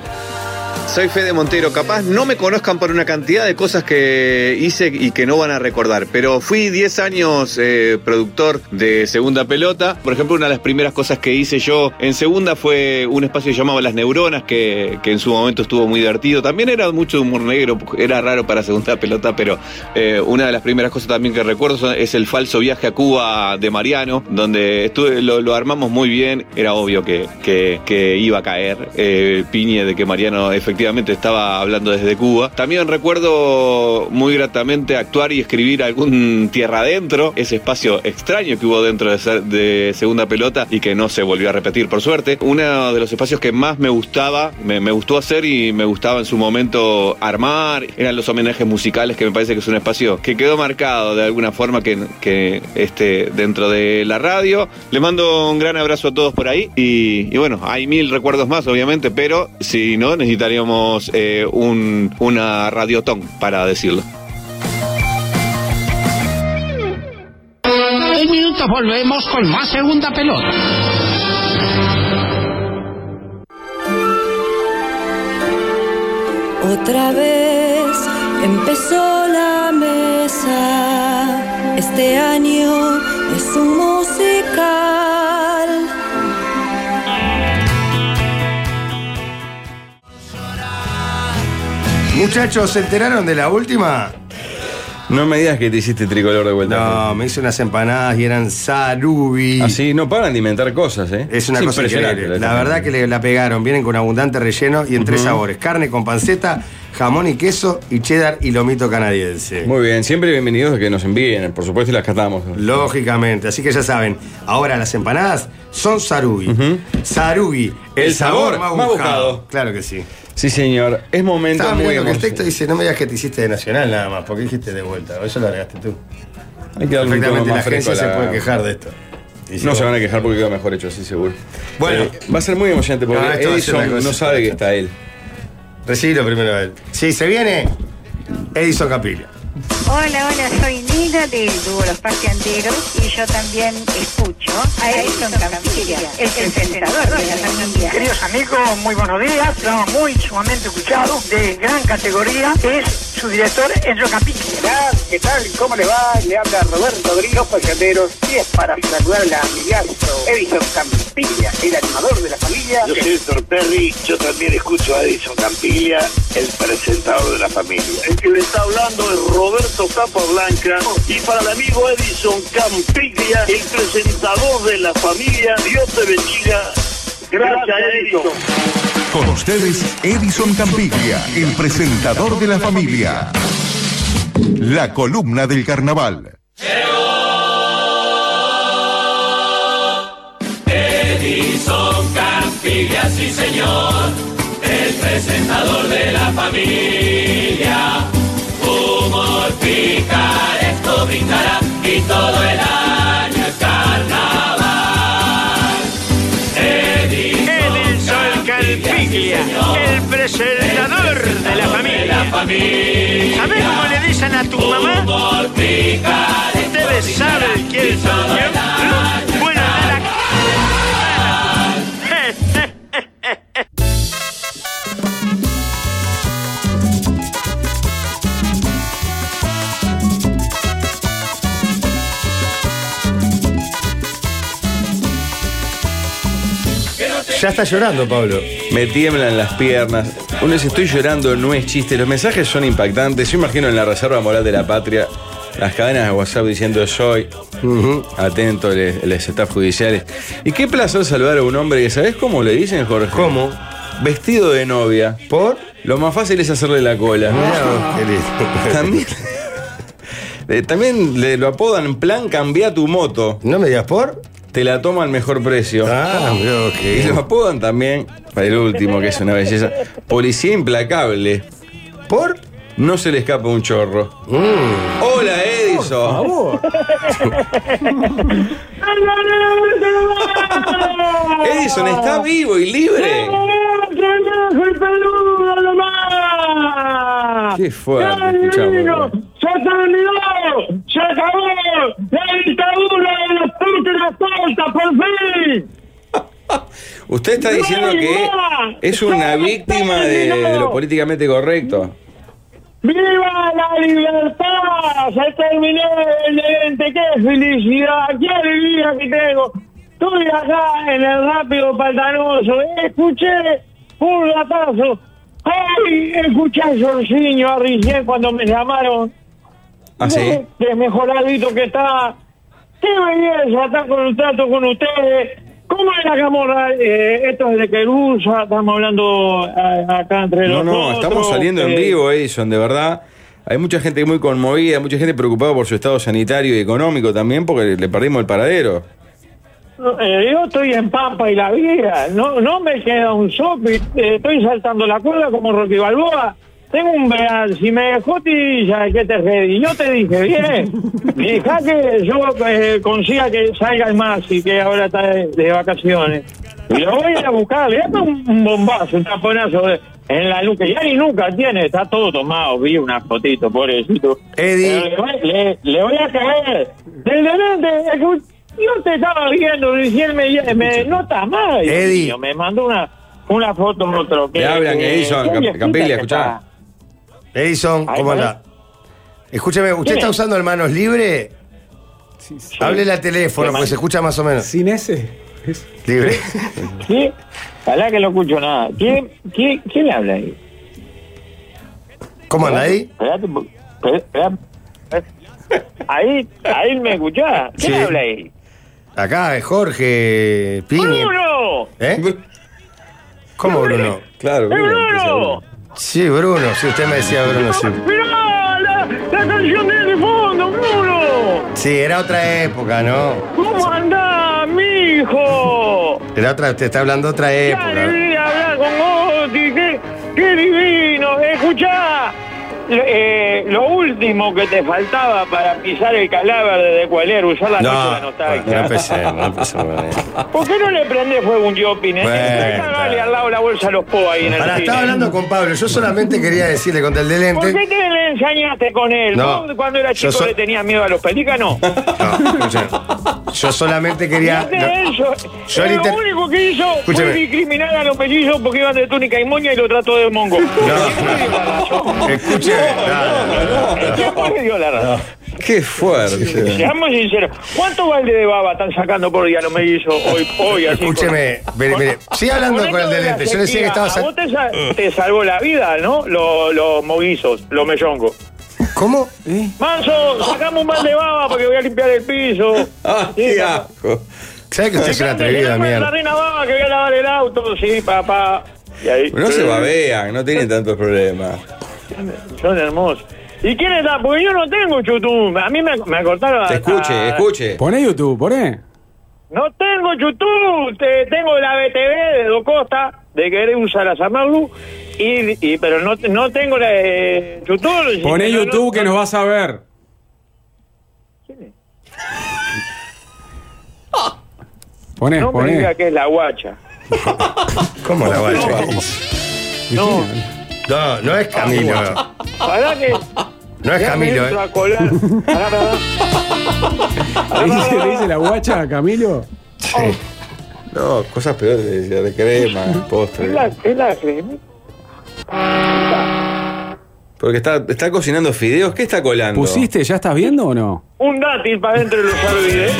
M: Soy Fede Montero, capaz no me conozcan por una cantidad de cosas que hice y que no van a recordar, pero fui 10 años eh, productor de Segunda Pelota. Por ejemplo, una de las primeras cosas que hice yo en Segunda fue un espacio que llamaba Las Neuronas, que, que en su momento estuvo muy divertido. También era mucho humor negro, era raro para Segunda Pelota, pero eh, una de las primeras cosas también que recuerdo son- es el falso viaje a Cuba de Mariano, donde estuve- lo, lo armamos muy bien. Era obvio que, que- que iba a caer eh, piñe de que Mariano efectivamente efectivamente estaba hablando desde Cuba. También recuerdo muy gratamente actuar y escribir algún Tierra Adentro, ese espacio extraño que hubo dentro de, ser- de Segunda Pelota y que no se volvió a repetir, por suerte. Uno de los espacios que más me gustaba, me, me gustó hacer y me gustaba en su momento armar, eran los homenajes musicales, que me parece que es un espacio que quedó marcado de alguna forma que, que esté dentro de la radio. Les mando un gran abrazo a todos por ahí y, y bueno, hay mil recuerdos más, obviamente, pero si no, necesitaríamos eh, un, una radiotón para decirlo.
G: (laughs) En minutos volvemos con más segunda pelota.
N: Otra vez empezó la mesa. Este año es un musical.
B: Muchachos, ¿se enteraron de la última?
A: No me digas que te hiciste tricolor de vuelta.
B: No, me hice unas empanadas y eran sarubi.
A: Así, no paran de inventar cosas, ¿eh?
B: Es una cosa increíble. La verdad que le- la pegaron. Vienen con abundante relleno y en tres
A: Ujú.
B: sabores. Carne con panceta, jamón y queso y cheddar y lomito canadiense.
A: Muy bien, siempre bienvenidos a que nos envíen, por supuesto, y las catamos.
B: Lógicamente, así que ya saben. Ahora las em- empanadas son sarubi. Sarubi, el,
A: El
B: sabor,
A: sabor
B: más,
A: más
B: buscado.
A: buscado.
B: Claro que sí.
A: Sí, señor. Es momento
B: Estaba
A: muy
B: mirando que el texto
A: emocionante.
B: dice, no me digas que te hiciste de nacional nada más, porque dijiste de vuelta. Eso lo agregaste tú.
A: Hay que darle un tono
B: Perfectamente la
A: más fresco
B: agencia
A: a
B: se
A: la-
B: puede quejar de esto.
A: No se van a quejar porque queda mejor hecho, así seguro.
B: Bueno.
A: Eh, va a ser muy emocionante porque
B: No, esto va a ser una
A: Edison
B: cosa.
A: no sabe que está él.
B: Recibilo primero a él. Sí, se viene Edison Capilla.
O: Hola, hola, soy Nina del dúo Los Paseanderos y yo también escucho a Edison Campilla, el presentador de la familia.
G: Queridos amigos, muy buenos días. Programa muy sumamente escuchado, de gran categoría. Es su director, Enzo Capilla.
P: ¿Qué tal? ¿Cómo le va? Le habla Roberto Grillo, Pachateros, y es para saludar a la amigazo Edison Campilla, el animador de la familia.
Q: Yo soy Héctor Perry, yo también escucho a Edison Campilla, el presentador de la familia. El que le está hablando es Roberto Capablanca y para el amigo Edison Campilla, el presentador de la familia, Dios te bendiga. Gracias, Edison.
R: Con ustedes, Edison Campiglia, el presentador de la familia. La columna del carnaval.
K: Edison Campiglia, sí señor, el presentador de la familia. Humor picaresco brindará y todo el año es carnaval. Edison Campiglia, el presentador de la familia.
G: ¿Sabes cómo le dicen a tu mamá? Ustedes saben quién son. ¿no? Bueno, nada.
B: Ya está llorando, Pablo.
A: Me tiemblan las piernas. Uno dice, estoy llorando, no es chiste. Los mensajes son impactantes. Yo imagino en la Reserva Moral de la Patria las cadenas de WhatsApp diciendo soy. Atento, les, les staff judiciales. Y qué placer saludar a un hombre que, ¿sabes cómo le dicen, Jorge? ¿Cómo? Vestido de novia. ¿Por? Lo más fácil es hacerle la cola. También, eh, también le lo apodan plan cambia tu moto.
B: No me digas por.
A: Te la toma al mejor precio.
B: Ah,
A: Y lo apodan también, para el último, que es una belleza, policía implacable. ¿Por? No se le escapa un chorro.
B: Mm.
A: ¡Hola, Edison! Edison está vivo y libre.
G: ¡Soy peludo, lo más!
A: ¡Qué fuerte!
G: ¡Divino!
A: Escuchamos.
G: ¡Se terminó! ¡Se acabó! ¡La dictadura de los últimos falta, por fin!
A: Usted está diciendo que es una víctima de, de lo políticamente correcto.
G: ¡Viva la libertad! ¡Se terminó el ente! ¡Qué felicidad! ¡Qué alegría que tengo! Estoy acá en el rápido pantanoso. Escuché un ratazo. ¡Ay! Escuché a Jorginho, a Rigier cuando me llamaron.
A: ¿Ah, sí?
G: ¡Qué mejoradito que está! ¡Qué belleza estar con un trato con ustedes! ¿Cómo es la camorra? Eh, esto es de Querusa, estamos hablando a- acá entre
A: No,
G: los
A: no, estamos saliendo en vivo, Edison, de verdad. Hay mucha gente muy conmovida, mucha gente preocupada por su estado sanitario y económico también, porque le perdimos el paradero.
G: Eh, yo estoy en Pampa y la vida, no, no me queda un sopi, eh, estoy saltando la cuerda como Rocky Balboa. Tengo un verano, si me ya ¿qué te pedí? Yo te dije, bien, deja que yo eh, consiga que salga el más y que ahora está de, de vacaciones. Y lo voy a ir a buscar, le dame un un bombazo, un taponazo de- en la nuca. Ya ni nunca tiene, está todo tomado, vi una fotito, pobrecito. Pero le, voy- le- le voy a caer. Del delante, es que yo te estaba viendo, y él me, me nota más.
A: Eddie.
G: Mío, me mandó una, una foto otro.
A: Le hablan, Edison, Cap- Campiglia, escuchá.
B: Edison,
G: Ahí
B: ¿cómo
G: va.
B: anda? Escúchame, ¿usted
G: Dime.
B: está usando el manos libre? Hable la
G: Sí,
B: teléfono, porque
G: man.
B: se escucha más o menos.
L: ¿Sin ese?
B: ¿Libre?
G: (laughs) ¿Sí? Ojalá que no escucho nada. ¿Quién, quién, quién le habla ahí?
B: ¿Cómo anda ahí?
G: Espérate, po- espera- espera- espera. Ahí, ahí me escuchás. ¿Quién
B: Sí.
G: habla ahí?
B: Acá, Jorge, Piñe.
G: ¡Bruno!
B: ¿Eh? ¿Cómo Bruno?
A: Claro,
G: ¡Bruno!
B: Sí, Bruno, si usted me decía Bruno, sí.
G: ¡Mirá la, la canción de de fondo, Bruno!
B: Sí, era otra época, ¿no?
G: ¿Cómo andás, mijo?
B: Era otra, te está hablando otra
G: ¡Qué
B: época.
G: alegría hablar con Goti! ¡Qué, qué divino! Escuchá, lo- eh, lo último que te faltaba para pisar el cadáver desde cuál era, usar la noche de la nostalgia.
B: no empecemos eh. con eso.
G: (laughs) ¿Por qué no le prendés fuego a un diopin? Eh?
B: Bueno,
G: Dale al lado la bolsa a los po ahí en el
B: Pará,
G: cine.
B: estaba hablando con Pablo. Yo solamente quería decirle contra el de
G: ¿Por
B: lente.
G: qué te le ensañaste con él?
B: No.
G: ¿Vos cuando era
B: Yo
G: chico
B: so-
G: le tenías miedo a los pelícanos?
B: Escucha, yo solamente quería.
G: Fíjate eso.
B: yo
G: Eh, lo
B: ahorita-
G: único que hizo
B: Escúchame.
G: fue discriminar a los mellizos porque iban de túnica y moña y lo trató de mongo.
B: Escúcheme.
G: ¿Quién le dio la razón?
A: (laughs) Qué fuerte.
G: Seamos sinceros. ¿Cuánto balde de baba están sacando por día los mellizos hoy? hoy así
B: Escúcheme,
G: con-
B: mire, mire, siga hablando con
G: esto
B: el
G: de la
B: delente. Yo decía que
G: sequía,
B: estaba
G: a vos te, sa- te salvó la vida, ¿no? Los, los moguizos, los mellongos.
B: ¿Cómo?
G: Manso, sacame un balde de baba porque voy a limpiar el piso. Sí,
B: ¿Sabe que usted Ah, es una
G: Sacame, sacame
B: atrevida,
G: la
B: mierda?
G: reina baba que voy a lavar el auto, sí, papá. Y ahí- eh,
A: No se babean, no tienen tantos problemas.
G: Son hermosos. ¿Y quién está? Porque yo no tengo YouTube. A mí me, me cortaron. hasta-
L: Poné YouTube, poné.
G: No tengo YouTube. Te- tengo la BTV de Do Costa, de querer usar a Samarlu. Y, y- pero no, no tengo la eh, YouTube.
L: Poné
G: Pero no-
L: YouTube que nos vas a ver. Poné,
G: No me
L: poné.
G: diga que es la guacha.
B: ¿Cómo la guacha?
G: No. Ah,
B: No, no es Camilo.
G: Pará que.
B: No es
G: ya me
B: Camilo,
G: entro
B: ¿eh?
G: a colar. Pará, pará.
L: ¿Le dice, le dice la guacha a Camilo?
A: No, cosas peores, decía, de crema,
G: Es
A: postre.
G: la, es la crema.
A: Porque está, está cocinando fideos, ¿qué está colando?
L: ¿Pusiste? ¿Ya estás viendo o no?
G: Un dátil para adentro de los árboles.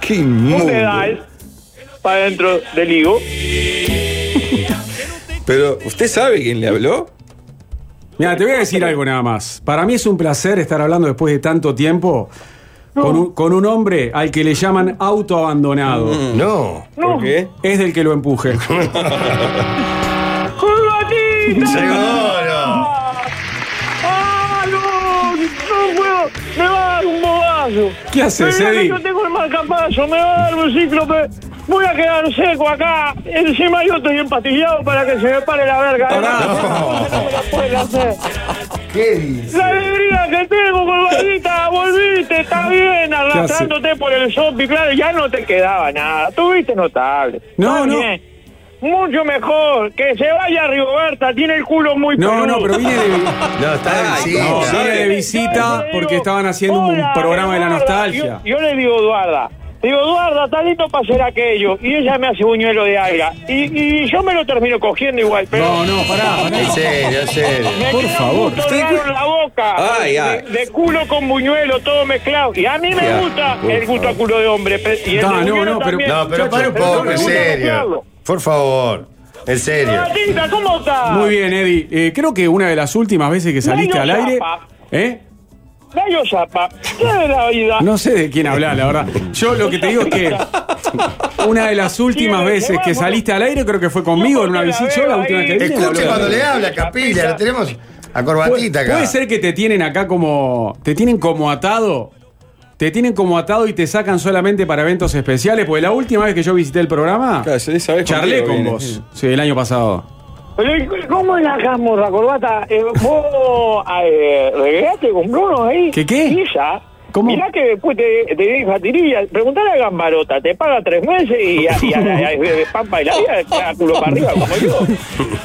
A: Qué
G: Un
A: inmundo.
G: dedal para adentro del higo.
A: Pero, ¿usted sabe quién le habló?
L: Mira, te voy a decir algo nada más. Para mí es un placer estar hablando después de tanto tiempo con un, con un hombre al que le llaman autoabandonado.
B: Mm. No.
G: ¿Por
A: qué?
L: Es del que
B: (laughs)
L: lo empuje.
G: ¡Jugatita!
L: Llegó,
G: ¡Ah, no! ¡No puedo! ¡Me va a dar un bobazo!
L: ¿Qué haces,
G: Pero mira que
L: Eddie?
G: Yo tengo el marcapaso, me va a dar un cíclope. Voy a quedar seco acá. Encima yo estoy empastillado para que se me pare la verga. No me la pueden hacer. La alegría que tengo, Corbatita, volviste, está bien, arrastrándote por el shopping, claro, ya no te quedaba nada, tuviste notable.
L: No,
G: Está
L: no.
G: bien. Mucho mejor, que se vaya Rigoberta, tiene el culo muy
L: No,
G: peludo.
L: no, pero vine de,
B: no, está
L: de visita. de visita porque estaban haciendo un
G: Hola,
L: programa de la
G: Eduarda.
L: nostalgia.
G: Yo, yo le digo, Eduarda, digo, Eduarda, está listo para hacer aquello, y ella me hace buñuelo de alga, y, y yo me lo termino cogiendo igual, pero...
L: No, no, pará, pará.
B: En serio, en serio.
G: Me
L: Por
G: queda
L: favor.
G: un gusto raro en la boca.
A: Ay, ay.
G: De, de culo con buñuelo, todo mezclado. Y a mí me
A: Ya,
G: gusta
A: por
G: el gusto a
A: favor.
G: culo de hombre. pe- Y el
L: No,
G: de
L: no,
G: buñuelo
L: no, pero-
G: también.
B: No, pero para un poco, en serio. Por favor, en serio.
G: Matita, ¿cómo estás?
L: Muy bien, Eddie. Eh, creo que una de las últimas veces que saliste
G: Menos
L: al aire.
G: chapa.
L: ¿Eh?
G: Gallo Zapa, ¿qué de la vida?
L: No sé de quién hablar, la verdad. Yo lo que te digo es que una de las últimas veces que saliste al aire creo que fue conmigo en una visita. Yo la última vez que vine,
B: Escuche
L: boludo.
B: cuando le habla, Capilla, lo tenemos a
L: Puede,
B: corbatita acá.
L: puede ser que te tienen acá como. Te tienen como atado. Te tienen como atado y te sacan solamente para eventos especiales. Porque la última vez que yo visité el programa. charlé
A: contigo
L: con
A: viene.
L: vos. Sí, el año pasado.
G: Pero ¿y ¿cómo sacamos la corbata? Eh, ¿Vos eh, regueaste con Bruno ahí?
L: ¿Qué qué?
G: Esa. Mirá que después te, te di fatiría. Preguntale a Gambarota, te paga tres meses y a, y a, la- a- de Pampa y la vida te da culo para arriba, como yo.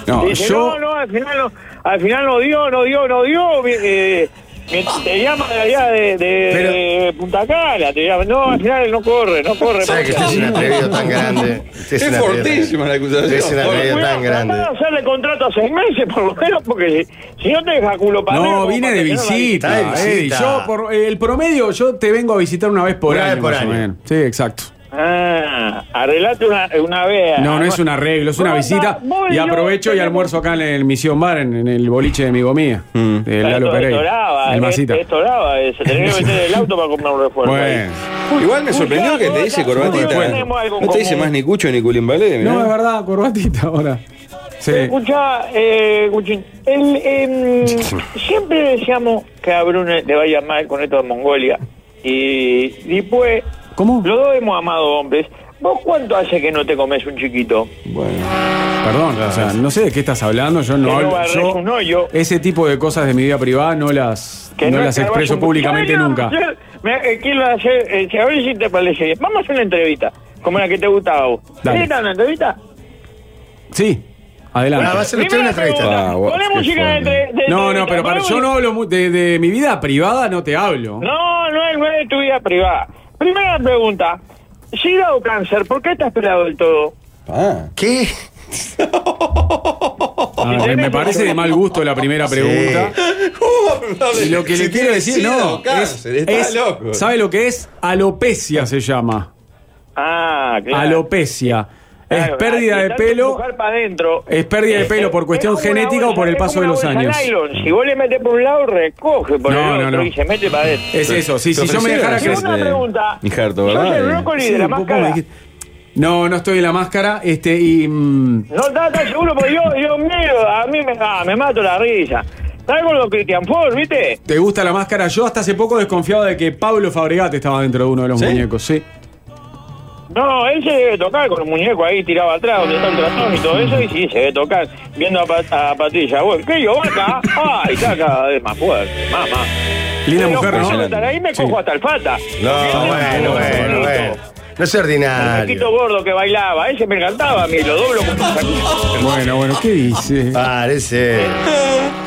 L: No,
G: Dice,
L: yo.
G: no, no, al final no, al final no dio, no dio, no dio. eh, me- te llaman de allá de, de- de Punta Cana, te llaman. No, al final no corre, no corre.
B: Sabe que
G: porque-
B: usted es un atrevido tan grande. Usted
A: Es
B: un atrevido. Este
A: fortísima la acusación.
B: Es un atrevido
A: Bueno,
B: tan grande.
G: Tratá de hacerle contrato a seis meses, por lo menos, porque si, si no te deja culo para arriba,
L: No,
G: como
L: vine
G: para
L: de
G: que no la-
L: visita.
B: Está de
L: Eddie.
B: visita.
L: Yo por, eh, el promedio, yo te vengo a visitar una vez por
B: Una
L: año.
B: vez por
L: más o
B: año.
L: menos. Sí, exacto.
G: Ah, arreglate una, una vez.
L: No, no es un arreglo, es una
G: Rosa,
L: visita.
G: vos
L: Y
G: yo
L: aprovecho y
G: tenemos-
L: almuerzo acá en el Misión Bar, en, en el boliche de mi gomía.
G: Mm.
L: De Lalo
G: Esto- Esto
L: Pereira.
G: lava,
L: El masita.
G: esto- esto lava, eh, se tenía que meter el auto
B: (laughs)
G: para comprar un refuerzo.
L: Bueno.
A: Igual me sorprendió que te dice corbatita. No te dice más ni Cucho ni Culín Balé. mirá.
L: No, es verdad, corbatita ahora. Sí.
G: Escucha, eh, Cuchín, el, em, siempre decíamos que a Bruno le vaya mal con esto de Mongolia. Y después,
L: ¿Cómo?
G: los dos hemos amado hombres. ¿Vos cuánto hace que no te comes un chiquito?
L: Perdón, o sea, no sé de qué estás hablando, yo
G: Que
L: no
G: no
L: hablo.
G: barres
L: yo-
G: un hoyo.
L: ese tipo de cosas de mi vida privada no las,
G: Que
L: no
G: no
L: las
G: escarbas
L: expreso
G: un-
L: públicamente
G: Yo
L: nunca.
G: quiero hacer- me- eh, quiero hacer, eh, si a ver si te parece bien. Vamos a hacer una entrevista, como la que te gustaba a vos.
L: Dale.
G: ¿Necesitas una entrevista?
L: Sí, adelante.
G: Ah, va a ser usted Primera una entrevista. pregunta,
L: Ah, guau,
G: ¿ponemos
L: qué
G: música
L: fome.
G: de entre- de
L: no, no,
G: entrevista?
L: pero para, yo
G: ¿Ponemos-
L: no hablo mu- de, de mi vida privada, no te hablo.
G: No, no es, no es de tu vida privada. Primera pregunta. ¿Sida o cáncer? ¿Por qué estás pelado del todo?
B: ¿Qué?
L: A ver, me parece de mal gusto la primera pregunta. Y lo que le quiero decir, no, es- es- ¿Sabe lo que es? Alopecia se llama.
G: Ah, claro.
L: Alopecia. Es
G: Claro, ah,
L: pérdida
G: al
L: de
G: tanto
L: pelo.
G: empujar pa' adentro. Eh,
L: Es pérdida de pelo por cuestión
G: Es como una
L: genética o por el
G: es
L: paso
G: como
L: de
G: una
L: los
G: bolsa
L: años.
G: nylon. Si vos le metes por un lado, recoge por
L: No,
G: el
L: no,
G: otro
L: no.
G: y se mete para adentro.
L: Es eso, sí,
A: Te
L: si yo me
A: ofrecieron
L: dejara
A: hacer
L: crecer.
A: de
G: pregunta.
A: Injerto,
G: ¿Sos el
A: ¿verdad?
G: brócoli de la
L: vos- vos
G: máscara?
L: me dijiste- No, no estoy en la máscara. Este, y. mm,
G: No, está, está seguro, porque yo, yo miro, a mí me, ah, me mato la risa. Está con los Christian Ford, ¿viste?
L: ¿Te gusta la máscara? Yo hasta hace poco desconfiaba de que Pablo Fabregate estaba dentro de uno de los muñecos, sí.
G: No, él se debe tocar con el muñeco ahí tirado atrás, donde está el tratón y todo eso, y sí, se debe tocar viendo a, Pat- a Patricia. Bueno, que yo acá, ay, está cada vez más fuerte, mamá.
L: Linda
G: Pero
L: mujer, ¿no?
G: yo estar ahí me cojo hasta el pata.
B: No, bueno, bueno, bueno. No es
G: El
B: ordinario.
G: chiquito gordo que bailaba, ese me encantaba a mí, lo doblo con un (laughs) saco.
L: Bueno, bueno, ¿qué dice?
B: Parece.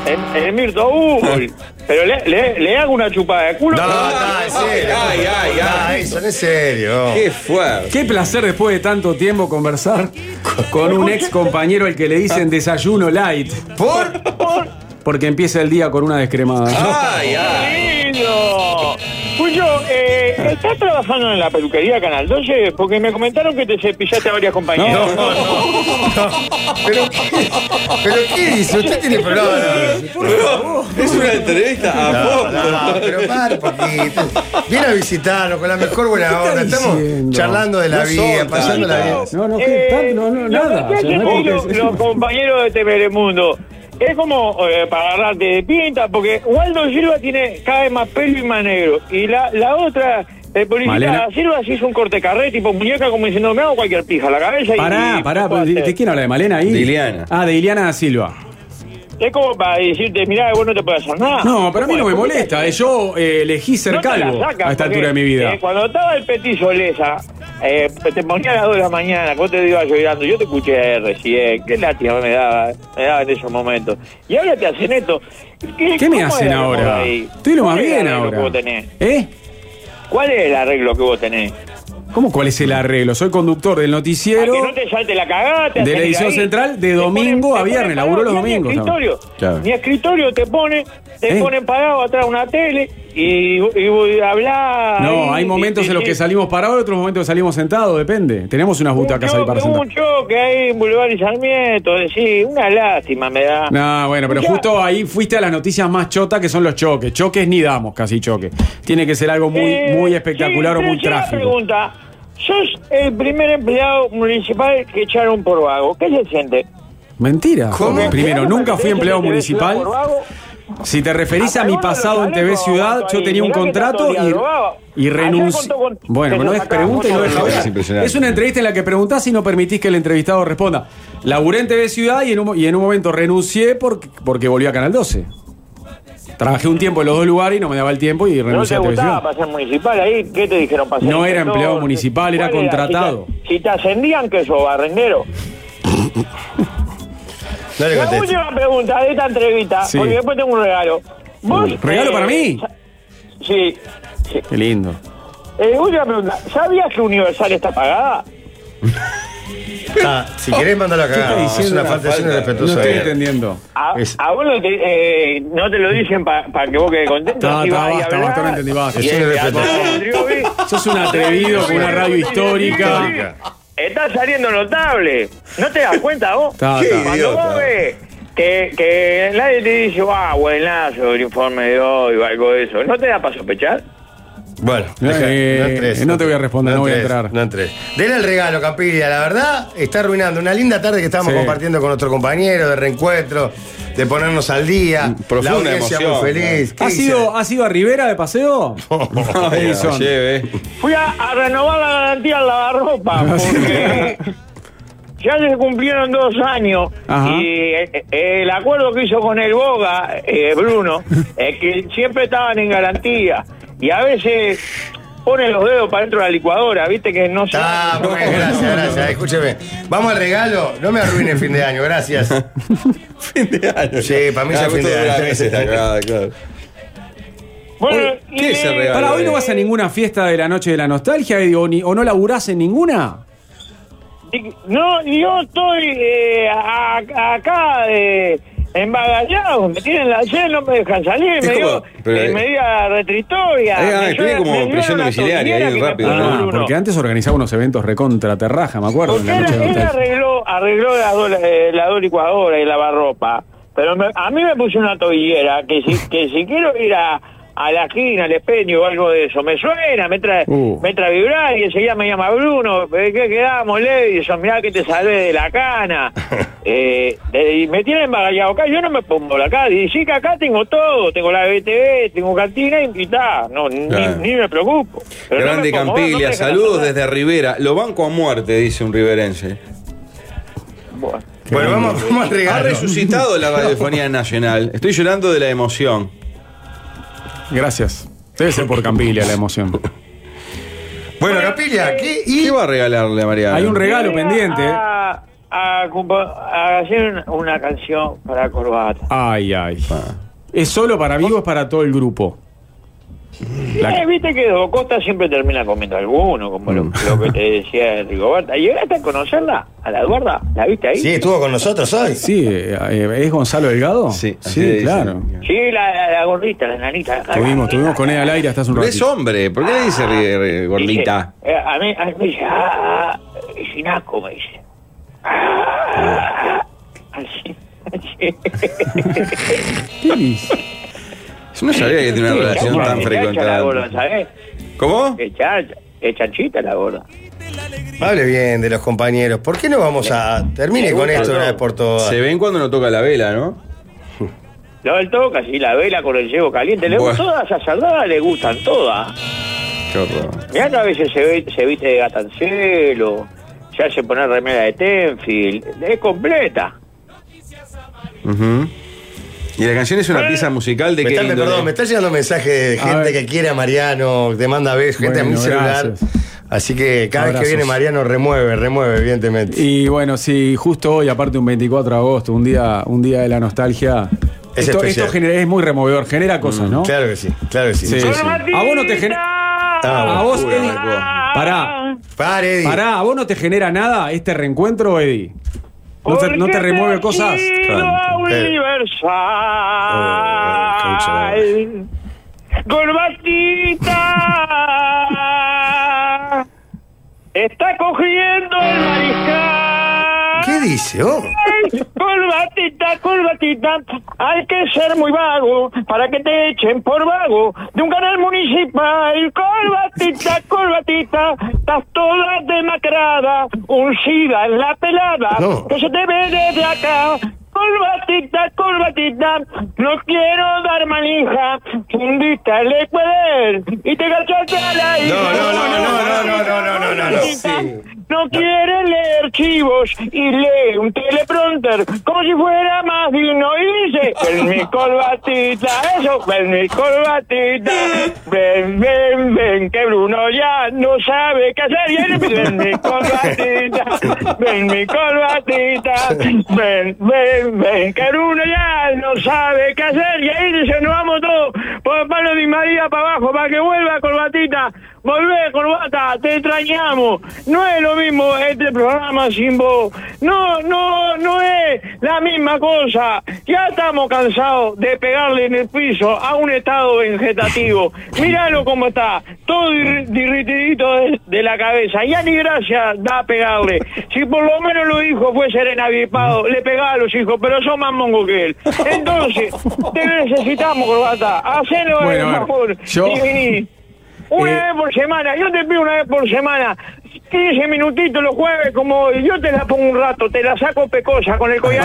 G: El, el Mirto Bull. Pero le, le- le hago una chupada de culo.
B: No, no, en serio.
A: Ay, ay, ay.
B: eso no es serio.
A: Qué fuerte.
L: Qué placer después de tanto tiempo conversar con un ex compañero al que le dicen desayuno light.
B: ¿Por?
L: Porque empieza el día con una
G: Ah,
L: descremada.
A: ¡Ay,
G: ay! ¡Lindo! Puyo, eh, ¿estás trabajando en la peluquería Canal 12? Porque me comentaron que te cepillaste a varias compañeras.
B: No, no, Pero, ¿qué- pero ¿qué dice? Usted tiene problema.
A: Es una entrevista a
B: No,
A: vos.
B: no, pero
A: (laughs)
B: para un poquito. Viene a visitarnos con la mejor buena
L: está
B: onda. Estamos
L: diciendo?
B: charlando de la
L: No
B: vida,
L: son
B: pasando la vida.
L: No, no, ¿qué? Tan- no, no, nada.
G: ¿Qué
L: O sea,
G: hacen
L: no hay que-
G: ellos, los compañeros de Telemundo? Es como eh, para agarrarte de pinta, porque Waldo Silva tiene cada vez más pelo y más negro. Y la, la otra, eh,
L: Malena.
G: Policita Silva, se hizo un corte carré, tipo muñeca, como diciendo, me hago cualquier pija a la cabeza. y-
L: Pará,
G: y,
L: pará,
G: puedo
L: pero ¿de,
G: hacer".
L: de quién habla? ¿De Malena ahí?
A: De Ileana.
L: Ah, de Iliana da Silva.
G: Es como para decirte, mirá, vos no te puedes hacer nada.
L: No, pero a mí no me
G: Porque-
L: molesta. eh, Yo eh, elegí ser
G: No te la
L: calvo
G: sacan,
L: a esta
G: porque,
L: altura de mi vida.
G: eh, cuando estaba el Petit Solesa, eh, te ponía a las 2 de la mañana, vos te ibas llorando, yo te escuché recién, qué lástima me daba, me daba en esos momentos. Y ahora te hacen esto. ¿Qué,
L: ¿Qué me
G: cómo
L: hacen
G: es el arreglo
L: ahora?
G: ahí?
L: Estoy lo más
G: ¿Cuál es el
L: bien
G: arreglo que
L: ahora.
G: vos tenés?
L: ¿Eh?
G: ¿Cuál es el arreglo que vos tenés?
L: ¿Cómo cuál es el arreglo? Soy conductor del noticiero.
G: A que no te salte la cagada. te
L: De la
G: hacen ir
L: edición
G: ahí.
L: central de
G: Te
L: domingo a
G: te
L: viernes,
G: ponen
L: laburo los
G: pagado, ni
L: domingos,
G: Escritorio,
L: claro.
G: Ni escritorio te pone, te
L: ¿Eh?
G: ponen pagado atrás de una tele y, y, y hablar.
L: No,
G: ahí,
L: hay momentos
G: y-
L: en los
G: y-
L: que salimos parados y otros momentos que salimos sentados, depende. Tenemos unas butacas ahí para
G: Hubo
L: sentar.
G: un choque ahí en Boulevard y Sarmiento, sí, una lástima me da.
L: No, bueno, pero
G: Escuchá,
L: justo ahí fuiste a las noticias más chotas que son los choques. Choques ni damos casi choque. Tiene que ser algo muy,
G: eh,
L: muy espectacular
G: sí,
L: o muy
G: tercera
L: trágico.
G: pregunta. Sos el primer empleado municipal que echaron por vago. ¿Qué se siente?
L: Mentira.
G: ¿Cómo?
L: Primero, nunca fui empleado
G: ¿Te ves
L: municipal.
G: por vago?
L: Si te referís a mi pasado en TV Ciudad, yo tenía un contrato y, y renuncié. Bueno, no es pregunta y no deja hablar.
A: Es impresionante.
L: Es una entrevista en la que preguntás y no permitís que el entrevistado responda. Laburé en TV Ciudad y en un, mo- y en un momento renuncié porque, porque volví a Canal 12. Trabajé un tiempo en los dos lugares y no me daba el tiempo y
G: ¿No
L: renuncié
G: te
L: a TV
G: gustaba
L: Ciudad.
G: pasar municipal ahí? ¿Qué te dijeron pasar?
L: No era
G: inspector?
L: empleado municipal, era
G: ¿Cuál
L: contratado.
G: Si te- Si te ascendían, que sos barrendero.
B: No le
G: La
B: contestes.
G: última pregunta de esta entrevista,
L: Sí.
G: porque después tengo un regalo. ¿Vos,
L: ¿Regalo
G: eh,
L: para mí?
G: Sí.
L: Qué lindo.
G: Eh, última pregunta. ¿Sabías que Universal está pagada?
B: Ah, si querés, mandalo a
L: ¿Qué está
B: cagar. Es
L: diciendo
B: una
L: la
B: falta, es
L: falta?
B: una respetuosa.
L: No estoy
B: idea.
L: entendiendo.
G: A,
B: Es-
G: a vos no Ah, te, eh, no te lo dicen para que vos quedes contento.
L: Ta,
G: así
L: ta,
G: vas ahí a
L: basta,
G: hablar.
L: basta, no entendí, basta.
G: Y
L: Es
G: el
L: irrespetuoso.
G: teatro
L: (laughs)
G: Andriovi-
L: Sos un atrevido con una radio histórica.
G: Está saliendo notable. ¿No te das cuenta vos?
L: Ta, ta.
G: Cuando
L: Idiota.
G: vos ves que, que nadie te dice, ah, buenazo, el informe de hoy o algo de eso, ¿no te da para sospechar?
B: Bueno,
L: Eh,
B: deja, no entres.
L: no te voy a responder, no voy a
B: entres,
L: entrar.
B: No entres. Dele el regalo, Capilla. La verdad, está arruinando una linda tarde que estábamos
L: Sí.
B: compartiendo con nuestro compañero de reencuentro, de ponernos al día.
A: profunda
B: la audiencia muy
A: emoción,
B: feliz. ¿Qué
L: ¿Has
B: hice?
L: ido, ¿Has ido a Rivera de
B: (laughs)
L: paseo? (laughs)
A: Edison.
L: Edison.
G: Fui a, a renovar la garantía al lavarropa
A: Ah, (laughs)
G: porque ya se cumplieron dos años
L: Ajá.
G: y eh, eh, el acuerdo que hizo con el Boga, eh,
A: (laughs)
G: Bruno, es que siempre estaban en garantía y a veces ponen los dedos para dentro de la licuadora, viste que no se...
B: Ah, muy bien, gracias, gracias. Escúcheme. Vamos al regalo. No me arruine el fin de año, gracias.
A: (laughs)
B: fin de año. Sí, para mí ya
A: Ah,
B: es fin
A: esto
B: de
A: dura
B: (laughs)
A: meses esta
B: año.
A: cagada, claro.
G: Bueno, y-
L: Para
B: eh?
L: hoy no vas a ninguna fiesta de la noche de la nostalgia, Eddie, o, ni- o no laburás en ninguna.
G: y- No, yo estoy eh, a- a- acá eh, embagallado, me tienen la sed, no me dejan salir,
A: Es
G: me dio
A: como- pero,
G: eh,
A: eh,
G: medida restrictoria.
A: eh, ah,
G: me
A: tiene
G: llevan-
A: como
G: me llevan
A: prisión
G: una
A: domiciliaria ahí,
G: tortillera que me
A: rápido,
G: puso
A: ¿no?
L: Ah,
G: Bruno.
L: porque antes organizaba unos eventos recontra terraja, me acuerdo, en
G: Porque
L: la
G: él,
L: noche de
G: él
L: hotel.
G: arregló, arregló las dos- eh, la dos licuadoras y lavarropa. Pero me- a mí me puse una tobillera que si, que si quiero ir a, a la esquina, al espeño o algo de eso, me suena, me trae,
L: Uh.
G: me trae vibrar y enseguida me llama Bruno. ¿eh, ¿Qué quedamos, Levi? Yo, mirá que te salvé de la cana. Eh, de- y me tienen embarallado acá, yo no me pongo la acá. Y sí que acá tengo todo, tengo la BTV, tengo cantina y, y ta, no, ni-
A: Claro.
G: ni, me preocupo. Pero no me
A: Grande
G: pongo, no me
A: Campiglia,
G: dejan
A: saludos
G: hacer
A: desde Rivera. Lo banco a muerte, dice un riverense.
G: nada.
B: Bueno, vamos, vamos al
A: Ha
B: regalo.
A: resucitado la radiofonía nacional. Estoy llorando de la emoción.
L: Gracias. Debe ser por Campiglia la emoción.
B: Bueno, Capilla, ¿qué? ¿Y
A: ¿Qué va a regalarle a Mariano?
L: Hay un regalo
G: Voy a-
L: pendiente. ¿eh?
G: A, a compo- a hacer una, una canción para Corbata.
L: Ay, ay. ¿Es solo para amigos, para todo el grupo? La- Mm.
G: Eh, Viste que Dos Costa siempre termina comiendo alguno, como lo, lo que te decía Rigoberta. ¿Llegaste a conocerla? ¿A la Eduarda? ¿La viste ahí?
B: Sí, estuvo con nosotros hoy.
L: Sí, eh, eh, ¿es Gonzalo Delgado? Sí,
A: así le
L: sí
A: dicen.
L: claro.
G: Sí, la, la, la gordita, la nanita.
L: Tuvimos, tuvimos con él al aire hasta hace un
A: Pero es
L: ratito.
A: hombre, ¿por qué le dice ri- ri- gordita?
G: Eh, a, mí, a mí me dice, ah, ah, es inaco, me dice. Ah, así, (laughs) así.
L: ¿Qué dice?
A: Yo no sabía que tiene una relación tan
G: Es chacha la gorda,
A: frecuentada.
G: ¿sabés?
A: ¿Cómo?
G: Es chacha, es chanchita la gorda.
B: Hable bien de los compañeros. ¿Por qué no vamos a. Termine
G: Me
B: con
G: gusta
B: esto
G: todo.
B: una vez por todas.
A: Se ven cuando no toca la vela, ¿no?
G: (laughs) Lo del toca, sí, la vela con el llevo caliente. Le
A: Bueno.
G: Todas las saldadas le gustan, todas.
A: Qué horror.
G: Mirá que a veces se, ve- se viste de gatancelo, se hace poner remera de Tenfield. Es completa.
A: Ujú. Y la canción es una pieza musical de eh.
B: Me
A: qué
B: está,
A: índole?
B: perdón, me está llegando mensaje de
L: A
B: gente
L: ver.
B: que quiere a Mariano, que manda besos, gente a mi
L: Bueno,
B: celular. Así que cada vez
L: Abrazos.
B: que viene Mariano remueve, remueve, evidentemente.
L: Y bueno, sí, justo hoy, aparte un 24 de agosto, un día, un día de la nostalgia.
B: Es
L: esto
B: especial.
L: esto genera- es muy removedor, genera cosas, ¿no?
B: Claro que sí, Ah, claro que sí.
L: Sí, sí. A vos no te genera.
G: ¡Martita!
L: A vos,
A: locura,
L: Eddie,
A: locura.
L: Pará.
B: Pará, Eddie.
L: Pará, ¿a vos no te genera nada este reencuentro, Eddie? ¿No te, no te remueve cosas?
B: Eh,
G: Universal. Corbatita. Está cogiendo el mariscal.
B: ¿Qué dice? Oh.
G: Ay, Corbatita, corbatita, hay que ser muy vago para que te echen por vago de un canal municipal. Corbatita, corbatita, estás toda demacrada, uncida en la pelada,
Q: No.
G: que se te ve desde acá. Corbatita, corbatita, no quiero dar manija, fundiste el Ecuador y te gachaste a la hija.
B: no, no, no, no, no, no, no, no, no, no.
G: No quiere leer chivos y lee un teleprompter como si fuera más vino y dice, ven mi corbatita, eso, ven mi corbatita, ven, ven, ven, que Bruno ya no sabe qué hacer, y él, ven mi corbatita, ven mi corbatita, ven, ven, ven, que Bruno ya no sabe qué hacer, y ahí dice, nos vamos todos, por Pablo Di María para abajo, para que vuelva corbatita. Volvé, corbata, te extrañamos. No es lo mismo este programa sin vos. No, no, no es la misma cosa. Ya estamos cansados de pegarle en el piso a un estado vegetativo. Míralo cómo está, todo dir- dirritidito de, de la cabeza. Ya ni gracia da pegarle. Si por lo menos los hijos fuesen enavipados, le pegaba a los hijos, pero son más mongo que él. Entonces, te necesitamos, corbata. Hacelo
L: Bueno, a
G: el
L: ver,
G: favor.
L: yo-
G: y vení. Una vez por semana, yo te pido una vez por semana. 15 minutitos los jueves, como hoy. yo te la pongo un rato, te la saco pecosa con el collar.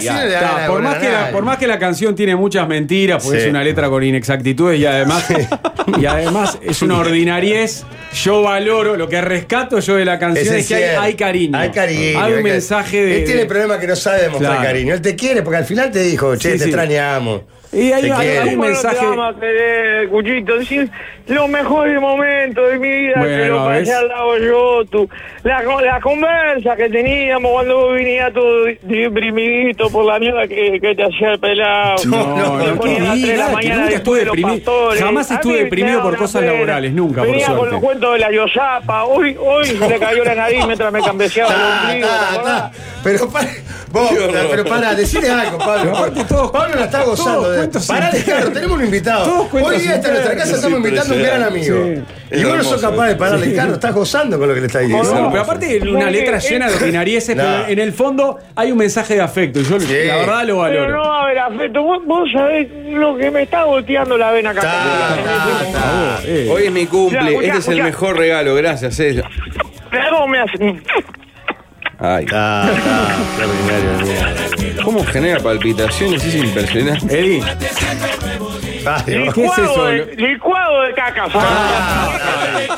L: Ya, está. por, más que la, por más que la canción tiene muchas mentiras, porque
B: Sí.
L: es una letra con inexactitudes y además, y además es una ordinariez, yo valoro, lo que rescato yo de la canción es, que hay, hay cariño.
B: Hay cariño.
L: Hay un
B: cari-
L: mensaje de...
B: Él tiene el problema que no sabe demostrar
L: Claro.
B: cariño. Él te quiere porque al final te dijo, che,
L: Sí,
B: te
L: sí.
B: extrañamos.
L: Y hay-
B: Te
L: hay-
B: quiere.
L: hay un
G: ¿Cómo no te vamos a querer, Cuchito? Decís, los mejores momentos de mi vida te
L: Bueno,
G: lo pasé
L: ¿ves?
G: al lado yo, tú. La, co- la conversa que teníamos cuando vos venías todo deprimidito por la mierda que, que te hacía el pelado.
L: No, no,
G: Te
L: no,
G: ponía a las
L: que
G: tres de la
L: nada, que
G: mañana
L: nunca
G: después
L: estuve
G: de los
L: deprimido.
G: pastores.
L: Jamás
G: A mí
L: estuve
G: me
L: deprimido
G: daba
L: por
G: una
L: cosas
G: pena.
L: laborales, nunca, por
G: Venía con
L: suerte.
G: los cuentos de la Yosapa. Hoy, hoy se le cayó la nariz mientras me
L: (laughs)
G: cambeseaba el ombligo. ¿te acordás?
B: Pero para, vos,
G: Qué horror.
B: pero para, decirle algo, Pablo.
L: Aparte
B: Pablo la está gozando.
L: todos
B: de-
L: cuentos
B: Pará de
L: internos.
B: Carlos, tenemos un
L: Todos
B: invitado.
L: cuentos
B: Hoy día está en nuestra casa,
L: internos.
B: estamos invitando a un gran amigo.
L: Sí.
B: Y vos
L: Es
B: no sos
L: hermoso,
B: capaz de pararle,
L: sí.
B: Carlos, estás gozando con lo que le estás diciendo.
L: No, pero aparte una letra llena de ordinarieces,
B: Nah.
L: pero en el fondo hay un mensaje de afecto. y Yo la verdad lo valoro.
G: Pero no va a haber afecto. Vos, vos sabés lo que me está volteando la vena acá.
L: Ah, eh.
A: Hoy es mi
G: Ya,
A: cumple,
G: escuchá,
A: este es el
G: escuchá.
A: mejor regalo, gracias. eh.
G: Mirá cómo me hace-
A: Ay. (laughs) ¿Cómo genera palpitaciones? Es impresionante.
L: Eddie.
G: Licuado, de, licuado de
L: Ah,
G: caca.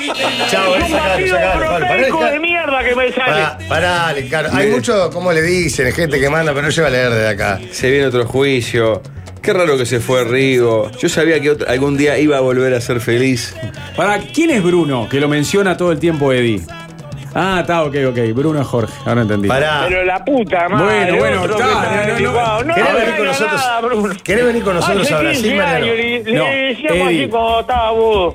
B: Chao,
G: es un
B: sacalo,
G: batido
B: sacalo, Pablo, pará,
G: proteico de
B: dejá-
G: mierda que me sale.
B: Pará, pará, Ale, Carlos. Hay
A: Bien.
B: mucho, como le dicen, gente que manda, pero no lleva a leer desde acá.
A: Se viene otro juicio. Qué raro que se fue Rigo. Yo sabía que otro- algún día iba a volver a ser feliz.
L: Para, ¿quién es Bruno? Que lo menciona todo el tiempo Eddie. Ah, está, ok, ok. Bruno es Jorge. Ahora entendí.
G: Pero la puta madre.
L: Bueno, bueno,
G: otro que
L: está,
G: está
L: no, no, no.
G: licuado. No,
L: ¿Querés
G: no
L: venir con
G: era
L: nosotros?
G: nada, Bruno.
B: ¿Querés venir con nosotros
G: Hace
B: a Brasil,
G: 15
B: Mariano?
G: años Le, le
B: No,
G: decíamos
B: Eddie.
G: así cuando estaba vos.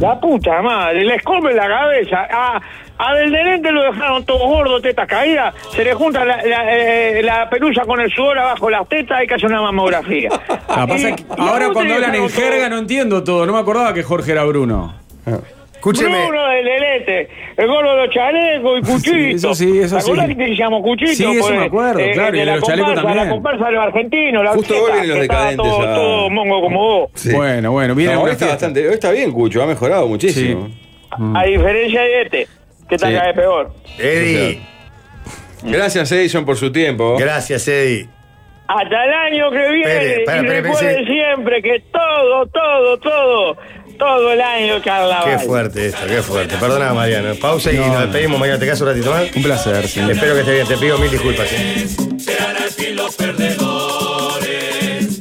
G: La puta madre, le escombe la cabeza. A, a del delente lo dejaron todo gordo, teta caída. Se le junta la, la, eh, la pelusa con el sudor abajo de las tetas. Hay que hacer una mamografía.
B: (laughs)
L: Ah, pasa que
G: Y- y a
L: ahora
G: vos
L: cuando
G: te
L: hablan en
G: dejaron todo
L: jerga no entiendo todo. No me acordaba que Jorge era Bruno.
G: Bruno del Elete, el gordo de los chalecos y Cuchito.
L: eso (laughs) sí, eso
G: ¿Te acordás
L: sí.
G: que te decíamos Cuchito?
L: Sí, eso
G: Pues,
L: me acuerdo, claro, y
G: de
L: de
G: la
L: los chalecos
G: comparsa,
L: también.
G: La comparsa de los argentinos, la
A: Justo hoy
G: orquesta,
A: vienen los
G: que estaba
A: decadentes.
G: Todo,
A: a-
G: todo mongo como vos.
A: Sí.
L: Bueno, bueno, viene
A: No, hoy
L: una
A: está
L: fiesta.
A: bastante. Hoy está bien, Cucho, ha mejorado muchísimo.
G: A diferencia de este, que está
A: Sí.
G: cada vez peor.
A: Eddie. Gracias, Edison, por su tiempo.
B: Gracias, Eddie.
G: Hasta el año que viene.
A: Espere, espere,
G: y
A: espere,
G: recuerden
A: espere,
G: siempre que todo, todo, todo, todo el año carnaval.
B: Qué fuerte esto, qué fuerte. Perdona, Mariano. Pausa y nos despedimos. Mariano, ¿te quedas un ratito más? Un
L: placer, sí.
B: Espero que estés bien. Te pido mil disculpas. ¿eh?
K: Serán así los perdedores.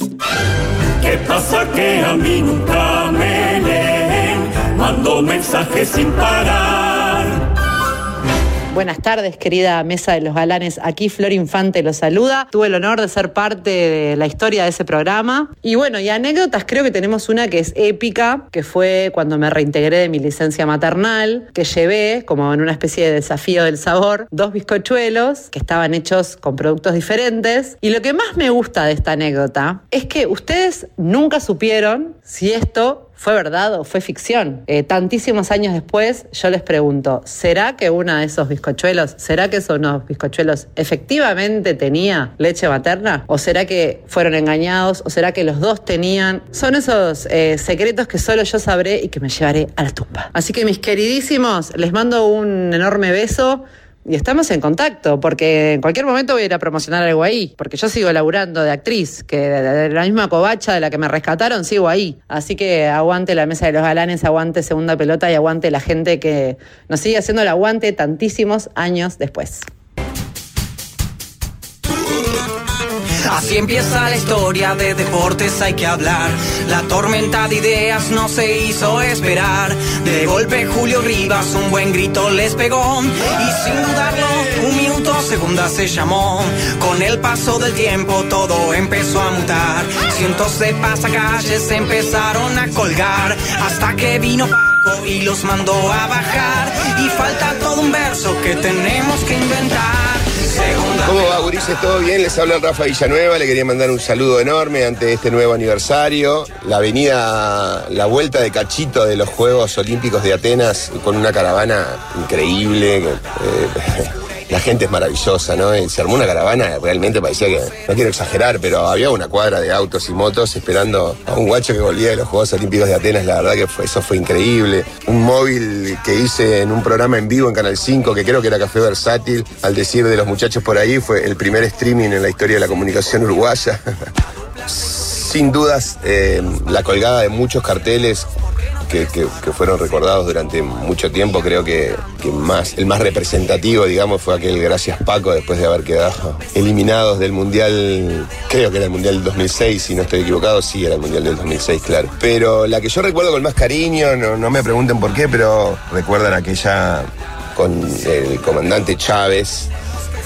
K: ¿Qué pasa que a mí nunca me leen? Mando mensajes sin parar.
S: Buenas tardes, querida mesa de los galanes. Aquí Flor Infante los saluda. Tuve el honor de ser parte de la historia de ese programa. Y bueno, y anécdotas, creo que tenemos una que es épica, que fue cuando me reintegré de mi licencia maternal, que llevé, como en una especie de desafío del sabor, dos bizcochuelos que estaban hechos con productos diferentes. Y lo que más me gusta de esta anécdota es que ustedes nunca supieron si esto ¿Fue verdad o fue ficción? Eh, tantísimos años después, yo les pregunto, ¿será que una de esos bizcochuelos, será que esos unos bizcochuelos efectivamente tenía leche materna? ¿O será que fueron engañados? ¿O será que los dos tenían? Son esos eh, secretos que solo yo sabré y que me llevaré a la tumba. Así que mis queridísimos, les mando un enorme beso. Y estamos en contacto, porque en cualquier momento voy a ir a promocionar algo ahí, porque yo sigo laburando de actriz, que de- de la misma covacha de la que me rescataron sigo ahí. Así que aguante la mesa de los galanes, aguante segunda pelota y aguante la gente que nos sigue haciendo el aguante tantísimos años después.
T: Así empieza la historia de deportes hay que hablar. La tormenta de ideas no se hizo esperar. De golpe Julio Rivas un buen grito les pegó y sin dudarlo un minuto segunda se llamó. Con el paso del tiempo todo empezó a mutar. Cientos de pasacalles se empezaron a colgar hasta que vino Paco y los mandó a bajar. Y falta todo un verso que tenemos que inventar. Segunda
U: ¿Cómo va, gurises? ¿Todo bien? Les habla Rafa Villanueva. Le quería mandar un saludo enorme ante este nuevo aniversario. La avenida, la vuelta de cachito de los Juegos Olímpicos de Atenas con una caravana increíble. eh, La gente es maravillosa, ¿no? Eh, Se armó una caravana, realmente parecía que, no quiero exagerar, pero había una cuadra de autos y motos esperando a un guacho que volvía de los Juegos Olímpicos de Atenas, la verdad que fue- eso fue increíble. Un móvil que hice en un programa en vivo en Canal 5, que creo que era Café Versátil, al decir de los muchachos por ahí, fue el primer streaming en la historia de la comunicación uruguaya. (laughs) Sin dudas, eh, la colgada de muchos carteles que, que- que fueron recordados durante mucho tiempo, creo que, que más, el más representativo, digamos, fue aquel Gracias Paco, después de haber quedado eliminados del Mundial, creo que era el Mundial del 2006, si no estoy equivocado, sí, era el Mundial del 2006, claro. Pero la que yo recuerdo con más cariño, no, no me pregunten por qué, pero recuerdan aquella con el comandante Chávez,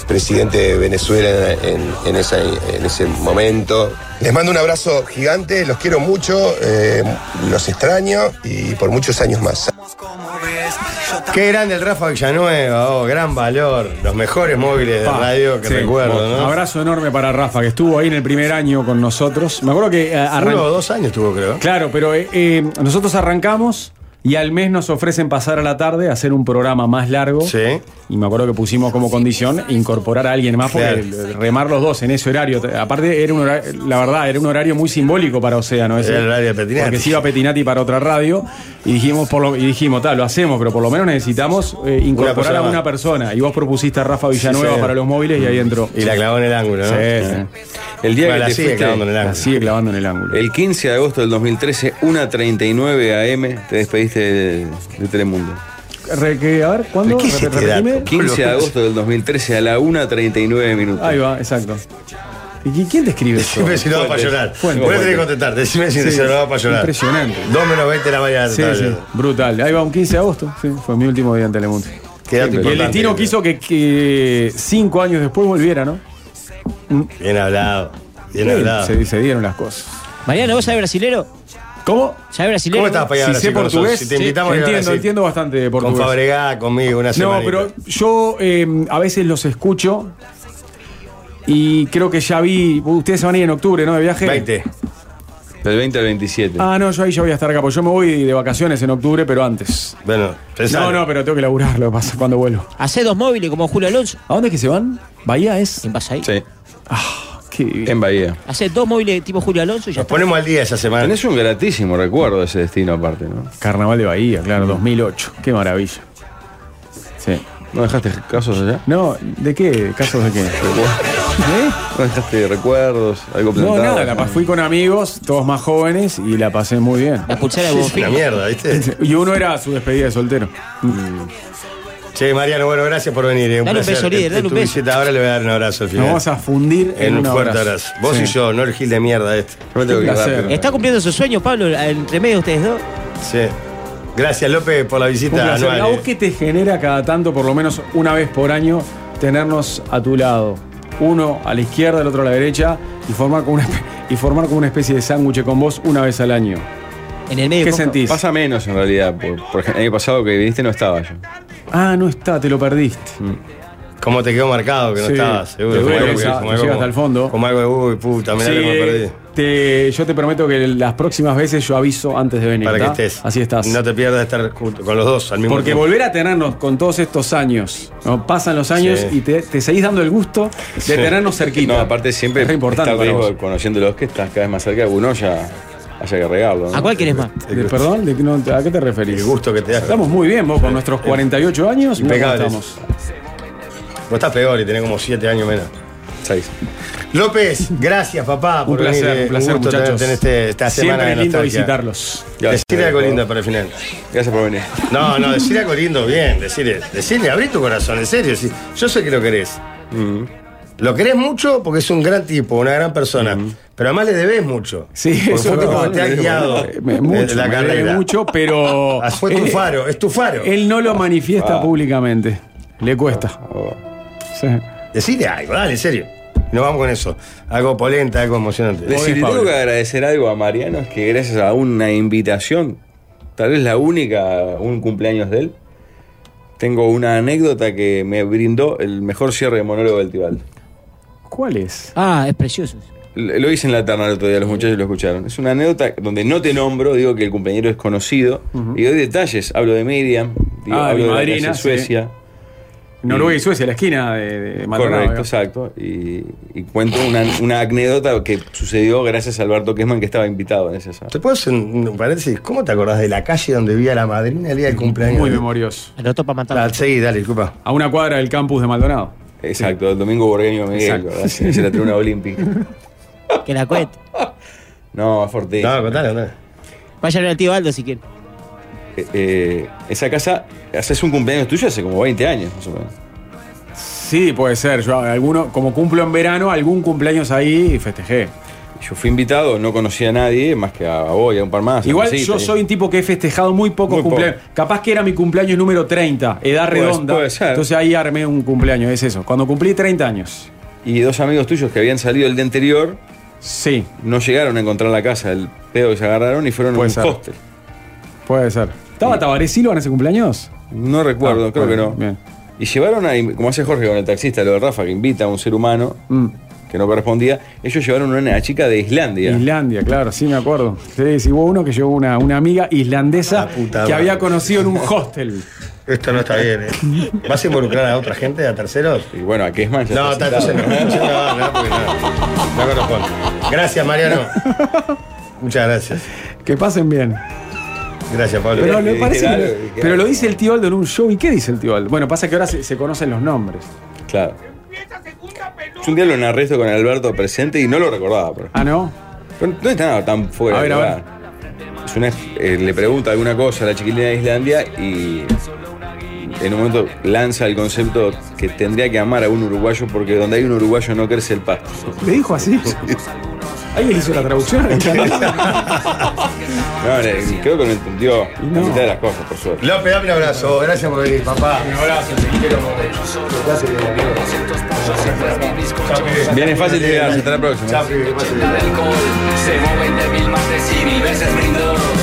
U: presidente de Venezuela en, en esa- en ese momento. Les mando un abrazo gigante, los quiero mucho, eh, los extraño y por muchos años más.
B: Qué grande el Rafa Villanueva, oh, gran valor. Los mejores móviles de
L: Pa,
B: radio que
L: sí.
B: recuerdo,
L: Bueno,
B: ¿no?
L: Abrazo enorme para Rafa, que estuvo ahí en el primer año con nosotros. Me acuerdo que eh, arran-
B: Uno o dos años tuvo, creo.
L: Claro, pero eh, eh, nosotros arrancamos y al mes nos ofrecen pasar a la tarde a hacer un programa más largo. Sí. Y me acuerdo que pusimos como condición incorporar a alguien más porque eh, remar los dos en ese horario. Te- Aparte, era un horario, la verdad, era un horario muy simbólico para Océano. ese.
B: Era el horario de Petinati.
L: Porque se iba a Petinati para otra radio y dijimos, por lo, y dijimos, tal, lo hacemos, pero por lo menos necesitamos eh, incorporar
B: persona
L: a
B: más.
L: una persona. Y vos propusiste a Rafa Villanueva
B: Sí, sí.
L: para los móviles y ahí entró.
B: Y la clavó en el ángulo, ¿no?
L: Sí, sí.
A: El día
L: Bueno,
A: que
L: la
A: te
L: sigue
A: fuiste-
L: clavando en el ángulo. La sigue clavando en el ángulo.
A: El 15 de agosto del 2013, 1.39 am, te despediste de, de Telemundo.
L: Re- que- a ver, ¿cuándo?
B: este
L: Repet- repetime.
A: 15 de agosto del 2013 a la 1.39 minutos.
L: Ahí va, exacto. ¿Y qui- quién te escribe eso?
A: Decime si no va pa' llorar. Vos tenés que contestar, decime si
L: te
A: no va pa' llorar.
L: Impresionante.
B: 2 menos 20 de la mañana.
L: Sí,
B: estaba
L: sí,
B: llorando.
L: Brutal. Ahí va un 15 de agosto. Sí, fue mi último día en Telemundo.
B: Qué dato
L: Y el
B: importante.
L: destino quiso que, que cinco años después volviera, ¿no?
B: Bien hablado. Bien
L: Sí,
B: hablado.
L: Se, se dieron las cosas.
E: Mariano, ¿vos sabés brasilero?
L: ¿Cómo?
E: ¿Sabés brasilero?
B: ¿Cómo estás para ir a
L: Si
B: Brasil
L: sé
B: con
L: portugués,
B: nosotros? Si te invitamos
L: sí,
B: a ir a
L: entiendo,
B: Brasil.
L: entiendo bastante de portugués.
B: Con Fabregá, conmigo, una
L: No,
B: semana.
L: pero yo eh, a veces los escucho y creo que ya vi. uh, Ustedes se van a ir en octubre, ¿no? De viaje.
A: 20. Del 20 al 27.
L: Ah, no, yo ahí ya voy a estar acá, porque yo me voy de vacaciones en octubre, pero antes.
B: Bueno,
L: No, no, pero tengo que laburar lo que pasa cuando vuelvo.
E: Hacé dos móviles como Julio Alonso.
L: ¿A dónde es que se van? ¿Bahía es? Ah,
E: ¿En Bahía?
A: Sí.
L: En
A: Bahía.
E: Hacé dos móviles tipo Julio Alonso y ya está.
B: al día esa semana.
A: Tenés un gratísimo recuerdo de ese destino aparte, ¿no?
L: Carnaval de Bahía, claro, 2008. Qué maravilla. Sí.
A: ¿No dejaste casos allá?
L: No, ¿de qué? ¿Casos de qué? ¿Eh?
A: ¿No dejaste recuerdos? ¿Algo
L: No,
A: plantado?
L: nada, la pa- fui con amigos, todos más jóvenes, y la pasé muy bien.
E: La pulsera
B: de Bonfim. Es una mierda, ¿viste?
L: (laughs) Y uno era su despedida de soltero.
B: Che, Mariano, bueno, gracias por venir. eh,
L: Dale un
B: placer.
L: beso, líder,
B: Tu-
L: dale un
B: tu
L: beso.
B: visita ahora le voy a dar un abrazo al final.
L: Nos vamos a fundir en,
B: En un
L: un
B: fuerte abrazo. Vos
L: Sí.
B: y yo, no el gil de mierda este.
A: Yo me tengo
L: que ir Placer.
E: Está cumpliendo su sueño, Pablo, entre medio de ustedes dos.
B: Sí. Gracias, López, por la
L: Un
B: visita
L: placer. ¿A
B: anual. ¿eh?
L: vos qué te genera cada tanto, por lo menos una vez por año, tenernos a tu lado? Uno a la izquierda, el otro a la derecha, y formar como una, espe- y formar como una especie de sándwich con vos una vez al año.
E: En el
L: medio, ¿Qué Coco. sentís?
A: Pasa menos en realidad. Por, por ejemplo, el año pasado que viniste no estaba yo.
L: Ah, no está, te lo perdiste.
B: ¿Cómo te quedó marcado Mm. Ah, que no
L: Sí.
B: estabas? Seguro.
L: Te
B: Como
L: duele
B: algo que-
L: esa-
B: como
L: te
B: algo como-
L: llega hasta el fondo.
B: Como algo de uy, puta, mirá
L: Sí,
B: lo que me perdí.
L: te- yo te prometo que las próximas veces yo aviso antes de venir.
B: Para que
L: ¿tá?
B: estés.
L: Así estás.
B: No te pierdas estar junto- con los dos al mismo
L: Porque
B: tiempo.
L: volver a tenernos con todos estos años, ¿no? pasan los años
B: Sí.
L: y te, te seguís dando el gusto de
A: Sí.
L: tenernos cerquita.
A: No, aparte siempre
L: es re importante
A: está
L: para
A: riesgo
L: vos.
A: de conociéndolos que estás cada vez más cerca de uno ya haya que regarlo. ¿no?
E: ¿A cuál querés más?
L: De- Eh, perdón, de- no, ¿a qué te referís? El gusto
B: que te Eh, da.
L: Estamos muy bien, vos, con nuestros 48 años. mira cómo
B: Impecables.
L: estamos.
B: Vos estás peor y tenés como 7 años menos.
A: 6.
B: López, gracias papá.
L: Un
B: por venir,
L: placer,
B: eh,
L: un placer,
B: gusto
L: muchachos.
B: tenerte en este- esta semana
L: Siempre
B: de
L: es lindo
B: nostalgia.
L: visitarlos.
B: Decirle algo lindo para el final.
A: Gracias por venir.
B: No, no, decirle algo lindo, bien, decirle, decirle, abrí tu corazón, en serio. sí. Yo sé que lo querés.
L: Mm.
B: Lo querés mucho porque es un gran tipo, una gran persona. Pero además le debes mucho.
L: Mm. Sí,
B: porque
L: eso
B: fue
L: es
B: como
L: verdad.
B: te ha guiado
L: Me- mucho,
B: en la
L: me debe
B: carrera.
L: mucho, pero.
B: Ah, (laughs) fue tu
L: él-
B: faro, es tu faro.
L: Él no lo manifiesta
B: Ah.
L: públicamente. Le cuesta. Sí.
B: Decirle algo, dale, en serio. Nos vamos con eso. Algo polenta, algo emocionante.
A: Decir, tengo que agradecer algo a Mariano, es que gracias a una invitación, tal vez la única, un cumpleaños de él, tengo una anécdota que me brindó el mejor cierre de monólogo del Tibal.
L: ¿Cuál es?
E: Ah, es precioso.
A: Lo lo hice en la tarde el otro día, los muchachos lo escucharon. Es una anécdota donde no te nombro, digo que el cumpleañero es conocido, y doy detalles, hablo de Miriam, digo,
L: Ah, de
A: hablo
L: mi
A: de la
L: madrina,
A: calle
L: sí.
A: Suecia.
L: Noruega y Suecia, la esquina de, de Maldonado,
A: Correcto, exacto. Y, y cuento una, una anécdota que sucedió gracias a Alberto Kesman que estaba invitado en ese asado.
B: ¿Te puedo hacer un un paréntesis? ¿Cómo te acordás de la calle donde vivía la madrina el día del cumpleaños?
L: Muy memorioso.
E: El otro para matar.
B: Ah, seguí, dale, disculpa.
L: A una cuadra del campus de Maldonado.
A: Exacto, el domingo borgueño Miguel,
L: Exacto.
A: ¿verdad? Sí, es la
L: (laughs)
A: tribuna olímpica.
E: Que la cuente.
A: No, es fuerte.
B: No, contale, contale.
E: Vayan al tío Aldo si quieren.
A: Eh, eh, esa casa, haces un cumpleaños tuyo hace como 20 años, más o menos.
L: Sí, puede ser. Yo eh, alguno, como cumplo en verano, algún cumpleaños ahí y festejé.
A: Yo fui invitado, no conocía a nadie más que a vos y a un par más. a
L: Igual
A: Rosita,
L: yo
A: y-
L: soy un tipo que he festejado muy pocos
A: Muy poco.
L: cumpleaños. Capaz que era mi cumpleaños número 30, edad
A: Puede-
L: redonda.
A: puede ser.
L: Entonces ahí armé un cumpleaños, es eso. Cuando cumplí 30 años.
A: Y dos amigos tuyos que habían salido el día anterior.
L: Sí.
A: No llegaron a encontrar la casa, el pedo que se agarraron y fueron a
L: Puede
A: un
L: ser.
A: hostel.
L: Puede ser. ¿Estaba Tabaré Silva en ese cumpleaños? Ah,
A: No recuerdo, creo que no. Y llevaron a, como hace Jorge con el taxista, lo de Rafa, que invita a un ser humano
L: Mm.
A: que no correspondía, ellos llevaron a una chica de Islandia.
L: Islandia, claro, sí me acuerdo. Sí, sí, hubo uno que llevó una, una amiga islandesa que
B: madre.
L: había conocido en un hostel.
B: Esto no está bien, ¿eh? ¿Vas a involucrar a otra gente, a terceros?
A: Y bueno, a Kesman ya
B: No,
A: está
B: está, entonces no.
A: sentado,
B: No, no, porque no. No corresponde. Gracias, Mariano. (laughs) Muchas gracias.
L: Que pasen bien.
B: Gracias, Pablo.
L: Pero, me parece que lo, pero lo dice el tío Aldo en un show. ¿Y qué dice el tío Aldo? Bueno, pasa que ahora se, se conocen los nombres.
A: Claro. Yo un día lo narré esto con Alberto presente y no lo recordaba. Pero,
L: Ah, ¿no?
A: pero no está nada tan fuera.
L: A ver,
A: de
L: a ver.
A: lugar. Es una- eh, le pregunta alguna cosa a la chiquilina de Islandia y en un momento lanza el concepto que tendría que amar a un uruguayo porque donde hay un uruguayo no crece el pasto.
L: ¿Le dijo así? ¿Alguien hizo la traducción?
A: No, eh, creo que lo entendió la mitad de las cosas, por suerte.
B: López, dame un abrazo. Gracias por venir, papá. Un abrazo, te quiero.
A: Viene fácil de llegar, hasta la próxima.
B: Chao, pibe, que pases bien.
D: Se mueven de mil más de cien mil veces brindó.